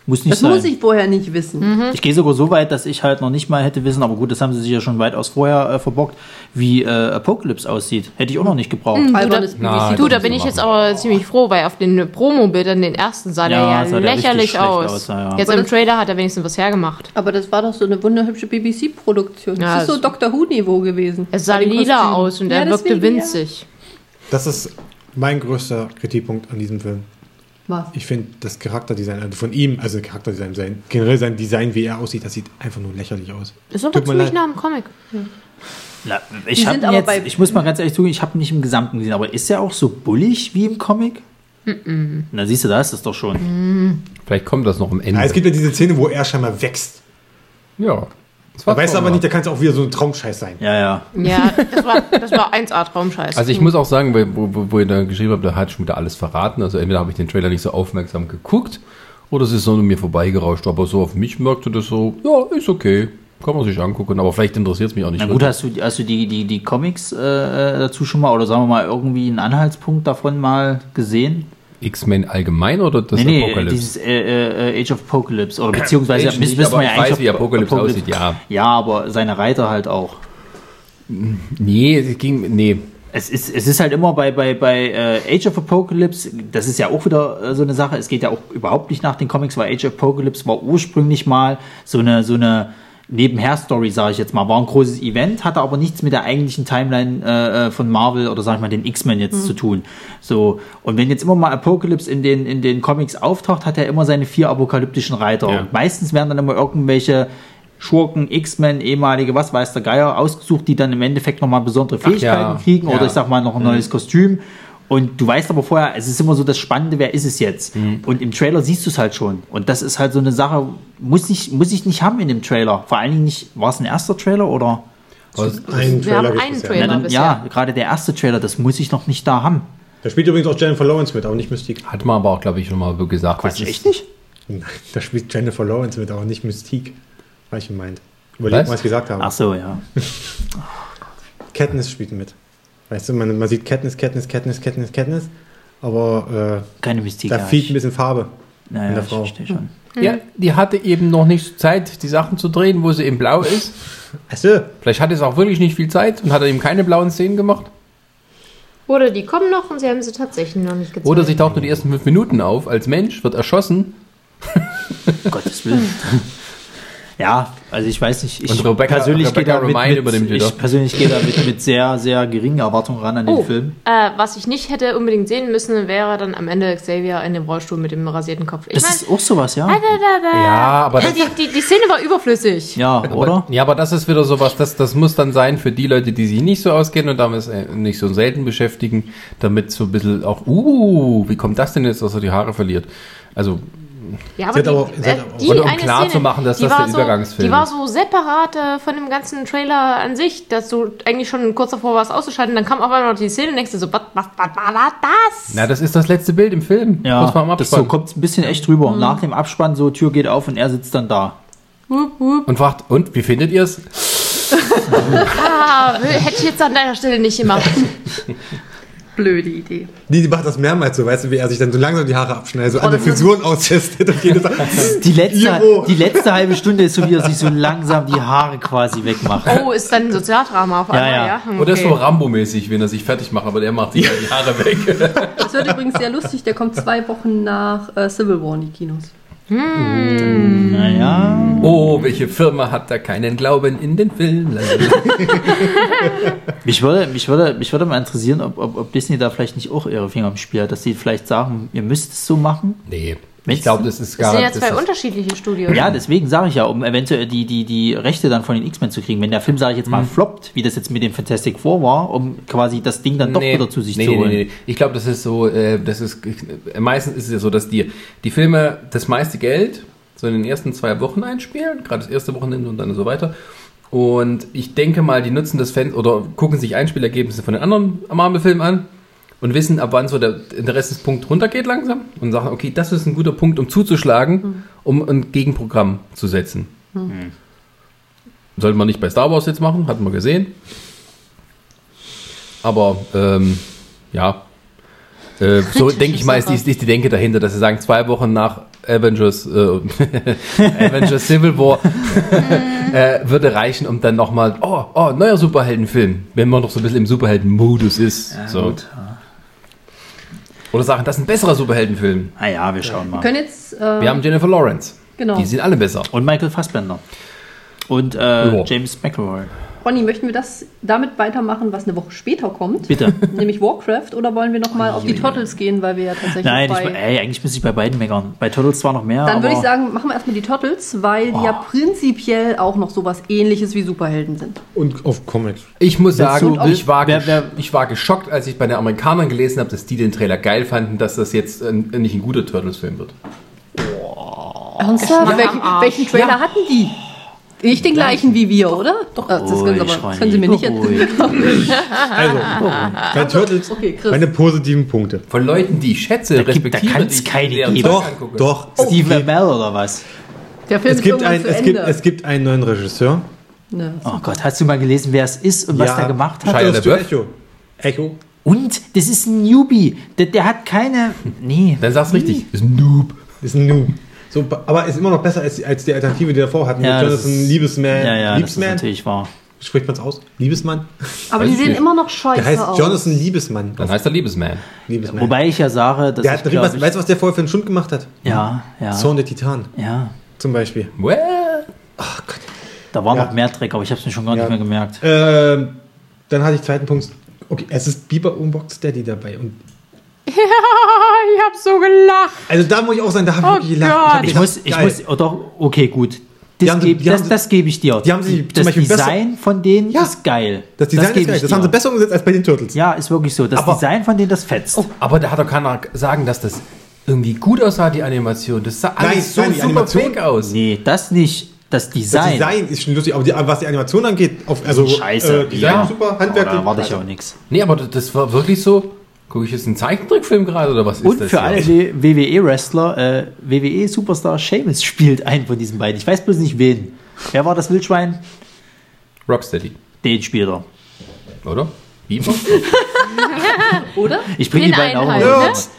Speaker 6: Muss nicht
Speaker 4: Das
Speaker 6: sein.
Speaker 4: muss ich vorher nicht wissen.
Speaker 7: Mhm.
Speaker 6: Ich gehe sogar so weit, dass ich halt noch nicht mal hätte wissen, aber gut, das haben sie sich ja schon weitaus vorher äh, verbockt, wie äh, Apocalypse aussieht. Hätte ich auch noch nicht gebraucht.
Speaker 4: Albern
Speaker 7: da-
Speaker 4: ist
Speaker 5: Na,
Speaker 7: Du,
Speaker 5: das
Speaker 7: da
Speaker 5: muss
Speaker 7: bin
Speaker 5: man
Speaker 7: ich
Speaker 5: machen.
Speaker 7: jetzt aber ziemlich froh, weil auf den Promo-Bildern, den ersten, sah
Speaker 6: Ja,
Speaker 7: der
Speaker 6: sah
Speaker 7: ja
Speaker 6: der richtig
Speaker 7: lächerlich
Speaker 6: schlecht
Speaker 7: aus.
Speaker 6: aus, ja, ja.
Speaker 7: Jetzt
Speaker 4: Aber
Speaker 7: im
Speaker 4: das-
Speaker 7: Trailer hat er wenigstens was hergemacht.
Speaker 4: Aber das war doch so eine wunderhübsche BBC-Produktion. Das
Speaker 7: Ja,
Speaker 4: ist so
Speaker 7: das-
Speaker 4: Doctor Who-Niveau gewesen.
Speaker 7: Es sah
Speaker 4: Bei den
Speaker 7: lila
Speaker 4: Kostümen.
Speaker 7: aus und
Speaker 4: Ja,
Speaker 7: er wirkte
Speaker 4: deswegen, ja.
Speaker 7: winzig.
Speaker 1: Das ist mein größter Kritikpunkt an diesem Film.
Speaker 4: Was?
Speaker 1: Ich finde das Charakterdesign also von ihm, also Charakterdesign, sein, generell sein Design, wie er aussieht, das sieht einfach nur lächerlich aus.
Speaker 7: Ist aber
Speaker 1: Tut mir
Speaker 7: ziemlich
Speaker 1: leid.
Speaker 7: nah am Comic.
Speaker 6: Na,
Speaker 4: Die
Speaker 6: ich, hab
Speaker 4: sind
Speaker 6: ihn
Speaker 4: aber bei-
Speaker 6: jetzt, ich muss mal ganz ehrlich zugeben, ich habe ihn nicht im Gesamten gesehen, aber ist er auch so bullig wie im Comic? Na, siehst du, da ist es doch schon.
Speaker 4: Mhm.
Speaker 5: Vielleicht kommt das noch am Ende.
Speaker 1: Ja, es gibt ja diese Szene, wo er scheinbar wächst.
Speaker 5: ja. war
Speaker 3: Weißt du aber
Speaker 5: Trauma.
Speaker 3: nicht, da kann es auch wieder so ein Traumscheiß sein.
Speaker 6: Ja, ja.
Speaker 7: Ja, das war, das war 1A-Traumscheiß.
Speaker 5: Also ich muss auch sagen, weil- wo, wo, wo ihr da geschrieben habt, da hat schon wieder alles verraten. Also entweder habe ich den Trailer nicht so aufmerksam geguckt oder es ist so an mir vorbeigerauscht. Aber so auf mich merkte das so, ja, ist okay. Kann man sich angucken, aber vielleicht interessiert es mich auch nicht.
Speaker 6: Na gut, hast du, hast du die, die, die Comics äh, dazu schon mal oder sagen wir mal irgendwie einen Anhaltspunkt davon mal gesehen?
Speaker 5: X-Men allgemein oder das
Speaker 6: Nee, nee,
Speaker 5: Apocalypse?
Speaker 6: dieses äh, äh, Age of Apocalypse oder beziehungsweise
Speaker 5: Age
Speaker 6: wissen
Speaker 5: nicht,
Speaker 6: wir
Speaker 5: aber
Speaker 6: ja
Speaker 5: ich weiß,
Speaker 6: eigentlich,
Speaker 5: wie
Speaker 6: ob-
Speaker 5: Apocalypse aussieht, ja.
Speaker 6: Ja, aber seine Reiter halt auch.
Speaker 5: nee, es ging, nee.
Speaker 6: Es ist, es ist halt immer bei, bei, bei äh, Age of Apocalypse, das ist ja auch wieder äh, so eine Sache, es geht ja auch überhaupt nicht nach den Comics, weil Age of Apocalypse war ursprünglich mal so eine, so eine Nebenher-Story, sage ich jetzt mal. War ein großes Event, hatte aber nichts mit der eigentlichen Timeline äh, äh, von Marvel oder sag ich mal den X-Men jetzt zu tun. So, und wenn jetzt immer mal Apocalypse in den, in den Comics auftaucht, hat er immer seine vier apokalyptischen Reiter.
Speaker 5: Ja.
Speaker 6: Und meistens werden dann immer irgendwelche Schurken, X-Men, ehemalige, was weiß der Geier, ausgesucht, die dann im Endeffekt nochmal besondere Fähigkeiten
Speaker 5: ja.
Speaker 6: kriegen oder
Speaker 5: Ja.
Speaker 6: ich sag mal noch ein neues Kostüm. Und du weißt aber vorher, es ist immer so das Spannende, wer ist es jetzt? Und im Trailer siehst du es halt schon. Und das ist halt so eine Sache, muss ich, muss ich nicht haben in dem Trailer. Vor allen Dingen nicht, war es ein erster Trailer oder?
Speaker 5: Was,
Speaker 3: Ein
Speaker 7: Wir haben
Speaker 3: gibt's
Speaker 7: einen
Speaker 6: Ja,
Speaker 7: Trailer.
Speaker 6: dann,
Speaker 7: Genau, bisher.
Speaker 6: ja, gerade der erste Trailer, das muss ich noch nicht da haben.
Speaker 3: Da spielt übrigens auch Jennifer Lawrence mit, aber nicht Mystique.
Speaker 5: hat man aber auch, glaube ich, schon mal gesagt. das ist-
Speaker 6: nicht?
Speaker 3: Nein, da spielt Jennifer Lawrence mit, aber nicht Mystique. War ich gemeint. Überlegt
Speaker 5: Was?
Speaker 3: mal, was ich gesagt habe.
Speaker 6: Ach so, ja.
Speaker 3: Katniss spielt mit. Weißt du, man, man sieht Katniss, Katniss, Katniss, Katniss, Katniss. Aber
Speaker 6: Keine
Speaker 3: äh,
Speaker 6: Mystik.
Speaker 3: da
Speaker 6: ja,
Speaker 3: fehlt
Speaker 6: ich-
Speaker 3: ein bisschen Farbe in
Speaker 6: Naja,
Speaker 3: der
Speaker 6: ich
Speaker 3: Frau.
Speaker 6: verstehe schon.
Speaker 5: Ja, die hatte eben noch nicht Zeit, die Sachen zu drehen, wo sie im Blau ist.
Speaker 3: Achso,
Speaker 5: Vielleicht hatte es auch wirklich nicht viel Zeit und hat eben keine blauen Szenen gemacht.
Speaker 7: Oder die kommen noch und sie haben sie tatsächlich noch nicht gezeigt.
Speaker 5: Oder sie taucht nur die ersten fünf Minuten auf als Mensch, wird erschossen
Speaker 6: Um Gottes Willen. Ja, also ich weiß nicht. Ich
Speaker 5: Und Rebecca-
Speaker 6: persönlich gehe
Speaker 5: Rebecca
Speaker 6: da mit,
Speaker 5: Romijn übernimmt
Speaker 6: mit,
Speaker 5: wieder.
Speaker 6: ich persönlich gehe da mit, mit sehr, sehr geringen Erwartungen ran an den
Speaker 7: oh,
Speaker 6: Film.
Speaker 7: Äh, was ich nicht hätte unbedingt sehen müssen, wäre dann am Ende Xavier in dem Rollstuhl mit dem rasierten Kopf. Ich
Speaker 6: Das
Speaker 7: mein, Äh,
Speaker 6: ist auch sowas, ja?
Speaker 7: da, da, da.
Speaker 5: Ja, aber das-
Speaker 7: Äh, die, die, die Szene war überflüssig.
Speaker 6: Ja, oder?
Speaker 5: Ja, aber das ist wieder sowas, das, das muss dann sein für die Leute, die sich nicht so auskennen und damit äh, nicht so selten beschäftigen, damit so ein bisschen auch, uh, wie kommt das denn jetzt, dass er die Haare verliert? Also,
Speaker 7: Ja,
Speaker 3: Sie
Speaker 7: aber
Speaker 3: hat
Speaker 7: die,
Speaker 3: aber- sie
Speaker 7: äh,
Speaker 3: hat aber-
Speaker 7: die
Speaker 5: Und um
Speaker 7: eine
Speaker 5: klar
Speaker 7: Szene,
Speaker 5: zu machen, dass
Speaker 7: die
Speaker 5: das der
Speaker 7: war so,
Speaker 5: Übergangsfilm
Speaker 7: Die war
Speaker 5: ist.
Speaker 7: so separat äh, von dem ganzen Trailer an sich, dass du eigentlich schon kurz davor warst auszuschalten, dann kam auf einmal noch die Szene und denkst dir so, was, was, was war das?
Speaker 5: na, das ist das letzte Bild im Film.
Speaker 6: Ja, Hm.
Speaker 5: Kurz mal am
Speaker 6: das so
Speaker 5: Abspann.
Speaker 6: kommt ein bisschen echt rüber. Und nach dem Abspann, so Tür geht auf und er sitzt dann da.
Speaker 7: Wup, wup.
Speaker 5: Und fragt, und, wie findet ihr es?
Speaker 7: Ah, hätte ich jetzt an deiner Stelle nicht gemacht.
Speaker 4: Blöde Idee.
Speaker 3: Die, die macht das mehrmals so, weißt du, wie er sich dann so langsam die Haare abschneidet, so andere
Speaker 4: das ist-
Speaker 3: Frisuren austestet und jedes Mal.
Speaker 6: Die letzte,
Speaker 3: Juhu.
Speaker 6: die letzte halbe Stunde ist so, wie er sich so langsam die Haare quasi wegmacht.
Speaker 7: Oh, ist dann ein Sozialdrama auf einmal,
Speaker 6: ja.
Speaker 7: ja?
Speaker 5: Oder ist so
Speaker 7: okay.
Speaker 5: Rambo-mäßig, wenn er sich fertig macht, aber der macht sich halt die Haare weg.
Speaker 4: Das wird übrigens sehr lustig. Der kommt zwei Wochen nach äh, Civil War in die Kinos.
Speaker 6: ne, Naja.
Speaker 5: Oh, welche Firma hat da keinen Glauben in den Film?
Speaker 6: Mich würde, mich würde, mich würde mal interessieren, ob, ob, ob Disney da vielleicht nicht auch ihre Finger im Spiel hat, dass sie vielleicht sagen, ihr müsst es so machen.
Speaker 5: Nee. Ich
Speaker 6: Meinst
Speaker 5: glaube,
Speaker 6: du?
Speaker 5: das ist
Speaker 7: Das sind ja
Speaker 5: garantiert.
Speaker 7: zwei
Speaker 5: das ist-
Speaker 7: unterschiedliche Studios.
Speaker 6: Ja, deswegen sage ich ja, um eventuell die, die, die Rechte dann von den X-Men zu kriegen. Wenn der Film, sage ich jetzt
Speaker 5: Hm.
Speaker 6: mal, floppt, wie das jetzt mit dem Fantastic Four war, um quasi das Ding dann doch
Speaker 5: Nee,
Speaker 6: wieder zu sich
Speaker 5: nee,
Speaker 6: zu
Speaker 5: nee,
Speaker 6: holen.
Speaker 5: nee, nee. Ich glaube, das ist so, äh, das ist, äh, meistens ist es ja so, dass die, die Filme das meiste Geld so in den ersten zwei Wochen einspielen, gerade das erste Wochenende und dann so weiter. Und ich denke mal, die nutzen das Fan oder gucken sich Einspielergebnisse von den anderen Marvel-Filmen an und wissen, ab wann so der Interessenspunkt runtergeht langsam und sagen, okay, das ist ein guter Punkt, um zuzuschlagen, um ein Gegenprogramm zu setzen. Mhm. Sollte man nicht bei Star Wars jetzt machen, hat man gesehen. Aber ähm, ja, äh, so denke ich mal, ist die, ist die Denke dahinter, dass sie sagen, zwei Wochen nach Avengers, äh, Avengers Civil War äh, würde reichen, um dann nochmal, oh, oh, neuer Superheldenfilm, wenn man noch so ein bisschen im Superhelden-Modus ist. so. Oder sagen, das ist ein besserer Superheldenfilm.
Speaker 6: Naja, Ah wir schauen
Speaker 4: Wir
Speaker 6: mal.
Speaker 4: können jetzt. Äh,
Speaker 5: Wir haben Jennifer Lawrence.
Speaker 4: Genau.
Speaker 5: Die sind alle besser.
Speaker 6: Und Michael Fassbender. Und
Speaker 5: Ja.
Speaker 6: äh, James McElroy.
Speaker 4: Ronny, möchten wir das damit weitermachen, was eine Woche später kommt?
Speaker 6: Bitte.
Speaker 4: Nämlich Warcraft? Oder wollen wir nochmal auf die Turtles gehen, weil wir ja tatsächlich
Speaker 6: Nein, ich,
Speaker 4: bei.
Speaker 6: ey, eigentlich müsste ich bei beiden meckern. Bei Turtles zwar noch mehr,
Speaker 4: dann
Speaker 6: aber Oh.
Speaker 4: würde ich sagen, machen wir erstmal die Turtles, weil die ja prinzipiell auch noch sowas ähnliches wie Superhelden sind.
Speaker 3: Und auf Comics.
Speaker 5: Ich muss sagen,
Speaker 6: du-
Speaker 5: ich, war
Speaker 6: wer-
Speaker 5: gesch-
Speaker 6: wer-
Speaker 5: ich war geschockt, als ich bei den Amerikanern gelesen habe, dass die den Trailer geil fanden, dass das jetzt äh, nicht ein guter Turtles-Film wird.
Speaker 4: Ja, welchen, welchen Trailer hatten die? Nicht den gleichen wie wir, oder? Doch, das, können sie
Speaker 6: Ruhig,
Speaker 4: aber, das können Sie mir
Speaker 6: Ronny,
Speaker 4: nicht erzählen.
Speaker 6: ruhig.
Speaker 3: Also, bei Turtles,
Speaker 4: Ah. Also, okay, Chris.
Speaker 3: meine positiven Punkte.
Speaker 5: Von Leuten, die ich schätze, da
Speaker 6: gibt- da kann's keine geben.
Speaker 3: Doch, doch. es
Speaker 6: Steve
Speaker 3: gibt-
Speaker 6: Amell oder was?
Speaker 4: Der Film
Speaker 3: Es gibt,
Speaker 4: ist
Speaker 3: ein,
Speaker 4: ein, zu
Speaker 3: es, gibt,
Speaker 4: Ende.
Speaker 3: es gibt einen neuen Regisseur.
Speaker 4: Ne.
Speaker 6: Oh Gott, hast du mal gelesen, wer es ist und was der gemacht hat?
Speaker 5: Scheiße. Shia
Speaker 3: Das ist für
Speaker 5: LaBeouf?
Speaker 3: Echo. Echo.
Speaker 6: Und das ist ein Newbie. Der, der hat keine.
Speaker 3: Hm.
Speaker 6: Nee.
Speaker 5: Dann sag's richtig. Ist ein Noob.
Speaker 3: Ist ein Noob. So, aber ist immer noch besser als, als die Alternative, die wir davor hatten.
Speaker 6: Ja,
Speaker 3: mit
Speaker 6: das
Speaker 3: Jonathan
Speaker 6: ist-
Speaker 3: Liebesman.
Speaker 6: ja, ja, das ist
Speaker 3: Liebesman.
Speaker 6: natürlich wahr.
Speaker 3: Spricht man es aus? Liebesmann?
Speaker 4: Aber
Speaker 5: weiß
Speaker 4: die
Speaker 5: ich
Speaker 4: sehen
Speaker 5: nicht.
Speaker 4: immer noch
Speaker 3: Der
Speaker 4: scheiße
Speaker 3: heißt
Speaker 4: aus.
Speaker 3: Jonathan Liebesmann.
Speaker 5: Dann heißt er Liebesman.
Speaker 3: Liebesmann.
Speaker 6: Wobei ich ja sage, dass
Speaker 3: der
Speaker 6: ich,
Speaker 3: hat
Speaker 6: glaub
Speaker 3: Riebers,
Speaker 6: ich,
Speaker 3: weißt du, was der vorher für einen Schund gemacht hat?
Speaker 6: ja, ja,
Speaker 3: Zorn der Titan
Speaker 6: ja.
Speaker 3: zum Beispiel.
Speaker 5: Well.
Speaker 6: Da war
Speaker 3: Ja.
Speaker 6: noch mehr Dreck, aber ich habe es mir schon gar
Speaker 3: Ja.
Speaker 6: nicht mehr gemerkt.
Speaker 3: Ähm, dann hatte ich zweiten Punkt. Okay, es ist Bieber Unbox Daddy dabei. Und,
Speaker 7: Ja, ich hab so gelacht.
Speaker 3: also da muss ich auch sagen, da habe ich
Speaker 7: Oh
Speaker 3: wirklich gelacht. hab
Speaker 7: Gott.
Speaker 6: Ich
Speaker 3: gedacht,
Speaker 6: muss, ich
Speaker 3: geil.
Speaker 6: muss, oh doch, okay, gut.
Speaker 3: Die
Speaker 6: Das,
Speaker 3: haben sie-
Speaker 6: geb,
Speaker 3: die haben
Speaker 6: das,
Speaker 3: sie-
Speaker 6: das gebe ich dir.
Speaker 3: die haben sie zum
Speaker 6: das
Speaker 3: Beispiel besser-
Speaker 6: Design von denen
Speaker 3: Ja.
Speaker 6: ist geil.
Speaker 3: das Design
Speaker 6: geb
Speaker 3: ist geil.
Speaker 6: ich
Speaker 3: Das
Speaker 6: dir.
Speaker 3: haben sie besser umgesetzt als bei den Turtles.
Speaker 6: Ja, ist wirklich so. Das
Speaker 5: Aber-
Speaker 6: Design von denen, das fetzt.
Speaker 3: Oh.
Speaker 5: Aber da hat doch keiner sagen, dass das irgendwie gut aussah, die Animation. Das sah
Speaker 3: Nein,
Speaker 5: alles
Speaker 3: nein, die
Speaker 5: so super
Speaker 3: Animation-
Speaker 5: fake aus.
Speaker 6: Nee, das nicht. Das
Speaker 3: Das
Speaker 6: Design. Oh,
Speaker 3: Design ist schon lustig, aber die, was die Animation angeht, auf, also
Speaker 6: Scheiße.
Speaker 3: äh, Design
Speaker 5: Ja.
Speaker 3: ist super,
Speaker 6: Oh,
Speaker 3: Handwerk.
Speaker 6: da warte ich auch nichts.
Speaker 5: Nee, aber das war wirklich so. Gucke ich jetzt einen Zeichentrickfilm gerade oder was ist
Speaker 6: Und
Speaker 5: das?
Speaker 6: für
Speaker 5: hier?
Speaker 6: alle WWE-Wrestler, äh, WWE-Superstar Sheamus spielt einen von diesen beiden. Ich weiß bloß nicht wen. Wer war das Wildschwein?
Speaker 5: Rocksteady,
Speaker 6: Den spielt er.
Speaker 5: oder? Bieber?
Speaker 4: Oder?
Speaker 6: Ich bringe die
Speaker 7: Den
Speaker 6: beiden auch
Speaker 7: einen
Speaker 6: mal.
Speaker 7: halt, ne?
Speaker 6: rüber.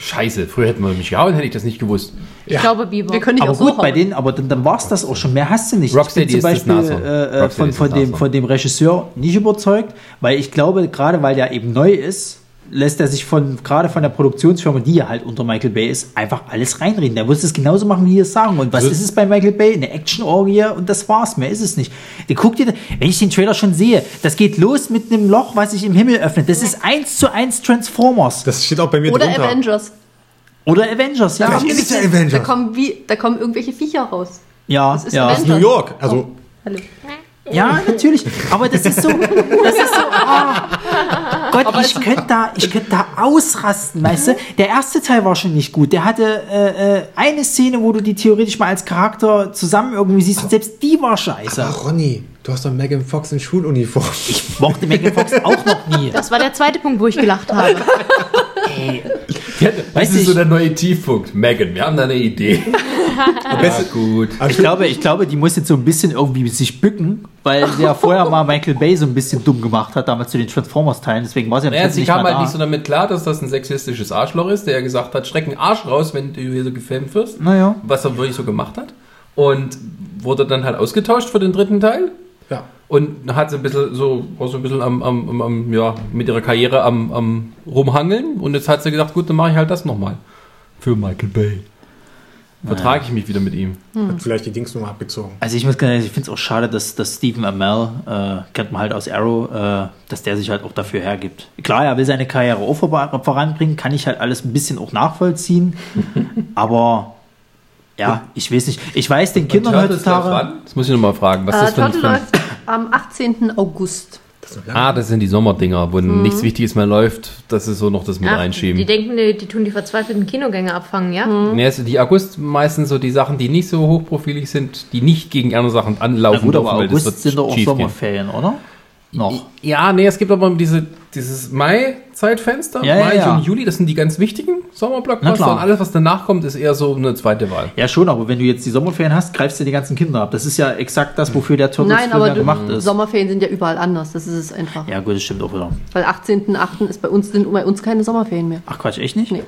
Speaker 5: Scheiße, früher hätten wir mich gehauen, hätte ich das nicht gewusst.
Speaker 7: Ich glaube Biber.
Speaker 4: Wir können dich
Speaker 6: Aber
Speaker 4: auch so
Speaker 6: gut, bei
Speaker 4: hauen.
Speaker 6: denen, aber dann, dann war es das auch schon. Mehr hast du nicht.
Speaker 5: Rocksteady
Speaker 6: ich bin zum
Speaker 5: ist das
Speaker 6: Beispiel
Speaker 5: Nashorn.
Speaker 6: äh, äh,
Speaker 5: Rocksteady
Speaker 6: von,
Speaker 5: ist
Speaker 6: von,
Speaker 5: das
Speaker 6: dem,
Speaker 5: Nashorn.
Speaker 6: von dem Regisseur nicht überzeugt, weil ich glaube, gerade weil der eben neu ist, lässt er sich von gerade von der Produktionsfirma, die ja halt unter Michael Bay ist, einfach alles reinreden. Der muss es genauso machen, wie wir es sagen. Und was
Speaker 5: Also
Speaker 6: ist es bei Michael Bay? Eine Action-Orgie und das war's. Mehr ist es nicht. Der guckt dir, wenn ich den Trailer schon sehe, das geht los mit einem Loch, was sich im Himmel öffnet. Das ist eins zu eins Transformers
Speaker 3: Das steht auch bei mir
Speaker 4: Oder
Speaker 3: drunter.
Speaker 4: Avengers.
Speaker 6: oder Avengers. Ja,
Speaker 3: Das ist der Avengers.
Speaker 4: Da kommen, wie, da kommen irgendwelche Viecher raus.
Speaker 6: ja,
Speaker 4: ist Oh,
Speaker 6: ja.
Speaker 3: New York, also
Speaker 4: Hallo. Äh,
Speaker 6: Ja, natürlich. Aber das ist so. Das ist so. ah. Gott, ich könnte da, ich könnte da ausrasten, weißt du? Der erste Teil war schon nicht gut. Der hatte äh, äh, eine Szene, wo du die theoretisch mal als Charakter zusammen irgendwie siehst und selbst die war
Speaker 3: Aber
Speaker 6: scheiße.
Speaker 3: Ronny, du hast doch Megan Fox in Schuluniform.
Speaker 6: Ich mochte Megan Fox auch noch nie.
Speaker 7: Das war der zweite Punkt, wo ich gelacht habe.
Speaker 5: Ja, das
Speaker 6: Weiß
Speaker 5: ist
Speaker 6: ich-
Speaker 5: so der neue Tiefpunkt. Megan, wir haben da eine Idee. ja, gut.
Speaker 3: Aber
Speaker 6: Ich glaube, ich glaube, die muss jetzt so ein bisschen irgendwie sich bücken, weil sie ja vorher mal Michael Bay so ein bisschen dumm gemacht hat, damals zu den Transformers-Teilen. Deswegen war sie am
Speaker 5: Ja,
Speaker 6: Schluss
Speaker 5: sie
Speaker 6: nicht
Speaker 5: kam
Speaker 6: mal
Speaker 5: halt
Speaker 6: da.
Speaker 5: nicht so damit klar, dass das ein sexistisches Arschloch ist, der gesagt hat, schrecken Arsch raus, wenn du hier so gefilmt wirst.
Speaker 6: Naja.
Speaker 5: Was er wirklich so gemacht hat. Und wurde dann halt ausgetauscht für den dritten Teil.
Speaker 3: ja.
Speaker 5: Und hat so ein bisschen so, war so ein bisschen am, am, am, am ja, mit ihrer Karriere am, am rumhangeln. Und jetzt hat sie gedacht, gut, dann mache ich halt das nochmal. Für Michael Bay. Vertrage ich mich wieder mit ihm.
Speaker 4: Hm.
Speaker 3: Hat vielleicht die Dings nochmal abgezogen.
Speaker 6: Also ich muss ganz ehrlich, ich finde es auch schade, dass, dass Stephen Amell, äh, kennt man halt aus Arrow, äh, dass der sich halt auch dafür hergibt. Klar, er will seine Karriere auch vor- voranbringen, kann ich halt alles ein bisschen auch nachvollziehen, aber ja, ich weiß nicht. Ich weiß den Kindern
Speaker 5: Turtles läuft
Speaker 6: heutzutage...
Speaker 5: wann? Das muss ich nochmal fragen. Was
Speaker 4: Äh,
Speaker 5: ist das
Speaker 4: Turtle
Speaker 5: für ein Film?
Speaker 4: läuft am 18. August.
Speaker 5: Ah, das sind die Sommerdinger, wo nichts Wichtiges mehr läuft. Das ist so noch das mit
Speaker 7: Ach, Die
Speaker 5: einschieben.
Speaker 7: denken, die, die tun die verzweifelten Kinogänger abfangen, ja?
Speaker 6: Mhm.
Speaker 5: Nee, also die August meistens so die Sachen, die nicht so hochprofilig sind, die nicht gegen andere Sachen
Speaker 6: Na
Speaker 5: anlaufen.
Speaker 6: gut, aber
Speaker 5: dürfen, weil das wird
Speaker 6: August sind doch auch
Speaker 5: schief gehen.
Speaker 6: Sommerferien, oder? Noch.
Speaker 5: Ja, nee, es gibt aber diese, dieses Mai-Zeitfenster,
Speaker 6: Ja, ja,
Speaker 5: Mai,
Speaker 6: ja.
Speaker 5: Juni, Juli, das sind die ganz wichtigen
Speaker 6: Na
Speaker 5: Sommerblockbuster
Speaker 6: klar.
Speaker 5: und alles, was danach kommt, ist eher so eine zweite Wahl.
Speaker 6: Ja schon, aber wenn du jetzt die Sommerferien hast, greifst du die ganzen Kinder ab. Das ist ja exakt das, wofür der
Speaker 4: Nein,
Speaker 6: Turtles-Film
Speaker 4: aber
Speaker 6: ja gemacht
Speaker 4: du,
Speaker 6: ist.
Speaker 4: Sommerferien sind ja überall anders. Das ist es einfach.
Speaker 6: ja gut, das stimmt auch wieder.
Speaker 4: Weil 18.8. ist bei uns, sind bei uns keine Sommerferien mehr.
Speaker 6: Ach Quatsch, echt nicht?
Speaker 4: Nee.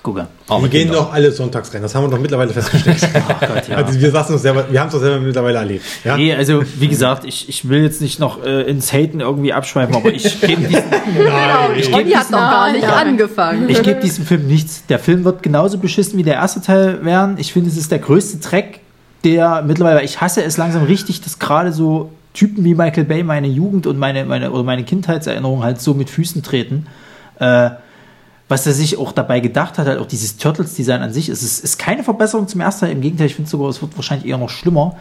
Speaker 6: Gucke.
Speaker 5: Aber
Speaker 3: wir gehen
Speaker 5: Kinder.
Speaker 3: doch alle sonntags rein. Das haben wir doch mittlerweile festgestellt.
Speaker 6: Gott, ja.
Speaker 3: also wir saßen uns selber, wir haben es doch selber mittlerweile erlebt. Ja?
Speaker 6: Nee, also wie gesagt, ich, ich will jetzt nicht noch äh, ins Haten irgendwie abschweifen, aber ich gebe diesen,
Speaker 4: Ich Ronny hat noch gar nicht angefangen.
Speaker 6: ich geb diesem Film nichts. Der Film wird genauso beschissen wie der erste Teil werden. Ich finde, es ist der größte Track, der mittlerweile, ich hasse es langsam richtig, dass gerade so Typen wie Michael Bay meine Jugend und meine, meine, oder meine Kindheitserinnerungen halt so mit Füßen treten. Äh, was er sich auch dabei gedacht hat, halt auch dieses Turtles-Design an sich, es ist, ist keine Verbesserung zum ersten Teil. Im Gegenteil, ich finde sogar, es wird wahrscheinlich eher noch schlimmer.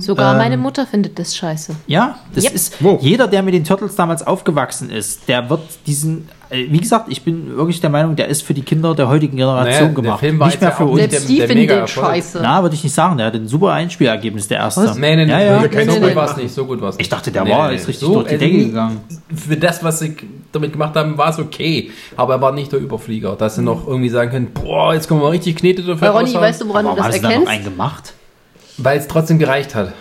Speaker 7: Sogar meine Mutter findet das scheiße.
Speaker 6: Ja, das
Speaker 7: Yep.
Speaker 6: ist
Speaker 3: Wo?
Speaker 6: jeder, der mit den Turtles damals aufgewachsen ist, der wird diesen äh, wie gesagt, ich bin wirklich der Meinung, der ist für die Kinder der heutigen Generation
Speaker 5: der
Speaker 6: gemacht.
Speaker 5: Film war
Speaker 6: nicht
Speaker 5: jetzt
Speaker 6: mehr
Speaker 5: ja
Speaker 6: für
Speaker 5: auch
Speaker 6: uns.
Speaker 5: nicht
Speaker 4: Selbst
Speaker 5: der-
Speaker 4: die
Speaker 5: der
Speaker 4: finden den
Speaker 5: Mega-Erfolg.
Speaker 4: scheiße.
Speaker 6: Na, würde ich nicht sagen. Der hatte ein super Einspielergebnis, der erste.
Speaker 4: Was?
Speaker 5: Nee, nee, nee,
Speaker 6: Ja, ja.
Speaker 5: kein so
Speaker 4: Nee, nee.
Speaker 5: gut war es nicht, so gut war es nicht.
Speaker 6: Ich dachte, der war jetzt richtig durch die
Speaker 5: also
Speaker 6: Decke
Speaker 5: nie-
Speaker 6: gegangen.
Speaker 5: Für das, was sie damit gemacht haben, war es okay. Aber er war nicht der Überflieger, dass sie
Speaker 6: Mhm.
Speaker 5: noch irgendwie sagen können, boah, jetzt können wir richtig Knete dafür
Speaker 4: Weil Ronny,
Speaker 5: raushauen,
Speaker 4: weißt du, woran
Speaker 6: Warum
Speaker 4: du
Speaker 6: haben
Speaker 4: das
Speaker 6: sie da noch
Speaker 4: erkennst?
Speaker 6: einen gemacht?
Speaker 5: Weil es trotzdem gereicht hat.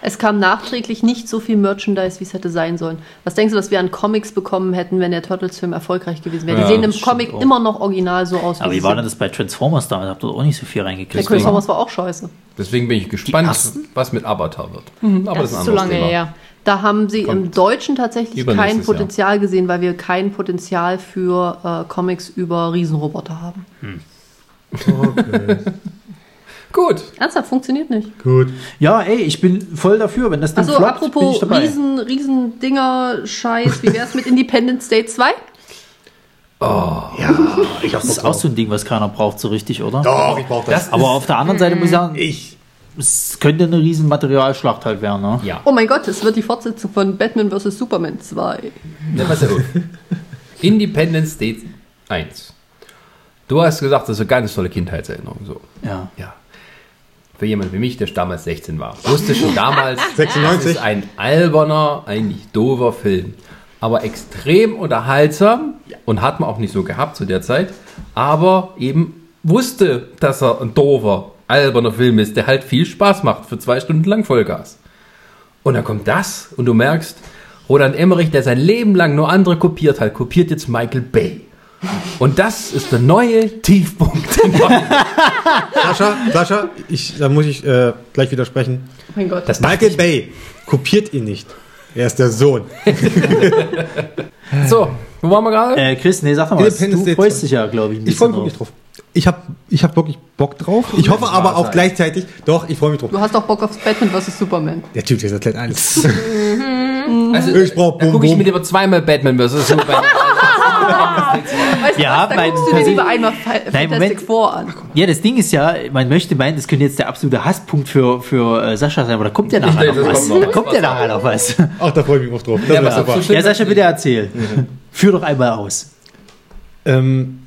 Speaker 4: Es kam nachträglich nicht so viel Merchandise, wie es hätte sein sollen. Was denkst du, was wir an Comics bekommen hätten, wenn der Turtles-Film erfolgreich gewesen wäre?
Speaker 5: Ja,
Speaker 4: die sehen im
Speaker 6: das stimmt
Speaker 4: Comic
Speaker 6: auch.
Speaker 4: immer noch original so aus,
Speaker 6: Aber
Speaker 4: sie
Speaker 6: wie war
Speaker 4: sind.
Speaker 6: denn das bei Transformers da? Da habt ihr doch auch nicht so viel
Speaker 4: Der
Speaker 6: reingekriegt. oder?
Speaker 4: Transformers war auch scheiße.
Speaker 5: Deswegen bin ich gespannt,
Speaker 6: ersten?
Speaker 5: was mit Avatar wird. Aber
Speaker 7: Das Mhm, ist so lange her.
Speaker 4: Da haben sie im Deutschen tatsächlich kein
Speaker 5: Übernächstes Jahr.
Speaker 4: Potenzial gesehen, weil wir kein Potenzial für äh, Comics über Riesenroboter haben.
Speaker 3: Okay.
Speaker 5: Gut.
Speaker 4: Ernsthaft, funktioniert nicht.
Speaker 3: Gut.
Speaker 6: Ja, ey, ich bin voll dafür. Wenn das Ding
Speaker 4: Achso,
Speaker 6: floppt, bin ich
Speaker 4: apropos
Speaker 6: dabei.
Speaker 4: Riesen, Riesendinger, Scheiß, wie wär's mit Independence Day 2?
Speaker 6: Ich glaub, das ist auch so ein Ding, was keiner braucht, so richtig, oder?
Speaker 3: Doch, ich brauche das.
Speaker 6: Aber auf der
Speaker 5: Mhm.
Speaker 6: anderen Seite muss ich sagen,
Speaker 3: Ich.
Speaker 6: es könnte eine riesen Materialschlacht halt werden, ne?
Speaker 5: Ja.
Speaker 4: Oh mein Gott, es wird die Fortsetzung von Batman vs. Superman 2.
Speaker 5: Ne, pass auf. Independence Day 1. Du hast gesagt, das ist eine ganz tolle Kindheitserinnerung. So.
Speaker 6: Ja.
Speaker 5: Ja. Für jemanden wie mich, der damals 16 war, wusste schon damals,
Speaker 3: 96.
Speaker 5: das ist ein alberner, eigentlich doofer Film. Aber extrem unterhaltsam und hat man auch nicht so gehabt zu der Zeit. Aber eben wusste, dass er ein doofer, alberner Film ist, der halt viel Spaß macht für zwei Stunden lang Vollgas. Und dann kommt das und du merkst, Roland Emmerich, der sein Leben lang nur andere kopiert hat, kopiert jetzt Michael Bay. Und das ist der neue Tiefpunkt.
Speaker 3: Sascha, Sascha, ich, da muss ich äh, gleich widersprechen.
Speaker 4: Oh mein Gott.
Speaker 5: Das
Speaker 3: Michael Bay kopiert ihn nicht. Er ist der Sohn.
Speaker 5: So, wo waren wir gerade?
Speaker 6: Äh, Chris, nee, sag doch mal,
Speaker 3: Independence
Speaker 6: du
Speaker 3: Day
Speaker 6: freust
Speaker 3: 2.
Speaker 6: dich ja, glaube ich, ein
Speaker 3: Ich freue mich wirklich drauf. Ich habe ich hab wirklich Bock drauf. Ich hoffe aber auch gleichzeitig, doch, ich freue mich drauf.
Speaker 4: Du hast doch Bock auf Batman vs. Superman.
Speaker 3: Der Typ, der ist erklärt alles.
Speaker 5: Also,
Speaker 3: Ich brauch
Speaker 5: da
Speaker 3: Boom
Speaker 5: gucke ich
Speaker 3: Boom.
Speaker 5: mir lieber zweimal Batman vs. Superman.
Speaker 4: Weißt
Speaker 6: Wir
Speaker 4: du was,
Speaker 6: haben
Speaker 4: da
Speaker 6: einen
Speaker 4: guckst du dir
Speaker 6: Persön-
Speaker 4: lieber einmal Fa-
Speaker 6: Nein,
Speaker 4: Fantastic
Speaker 6: Moment.
Speaker 4: Four an.
Speaker 6: Ja, das Ding ist ja, man möchte meinen, das könnte jetzt der absolute Hasspunkt für, für äh, Sascha sein, aber da kommt ja nachher
Speaker 5: denke,
Speaker 6: noch
Speaker 5: das
Speaker 6: was.
Speaker 5: kommt noch
Speaker 6: Da kommt
Speaker 5: was.
Speaker 6: ja nachher noch was.
Speaker 3: Ach, da freue ich mich auch drauf. Das
Speaker 5: Ja,
Speaker 3: wird
Speaker 5: aber
Speaker 3: super.
Speaker 5: so schlimm-
Speaker 6: Ja, Sascha, bitte erzähl. Führ doch einmal aus.
Speaker 3: Ähm,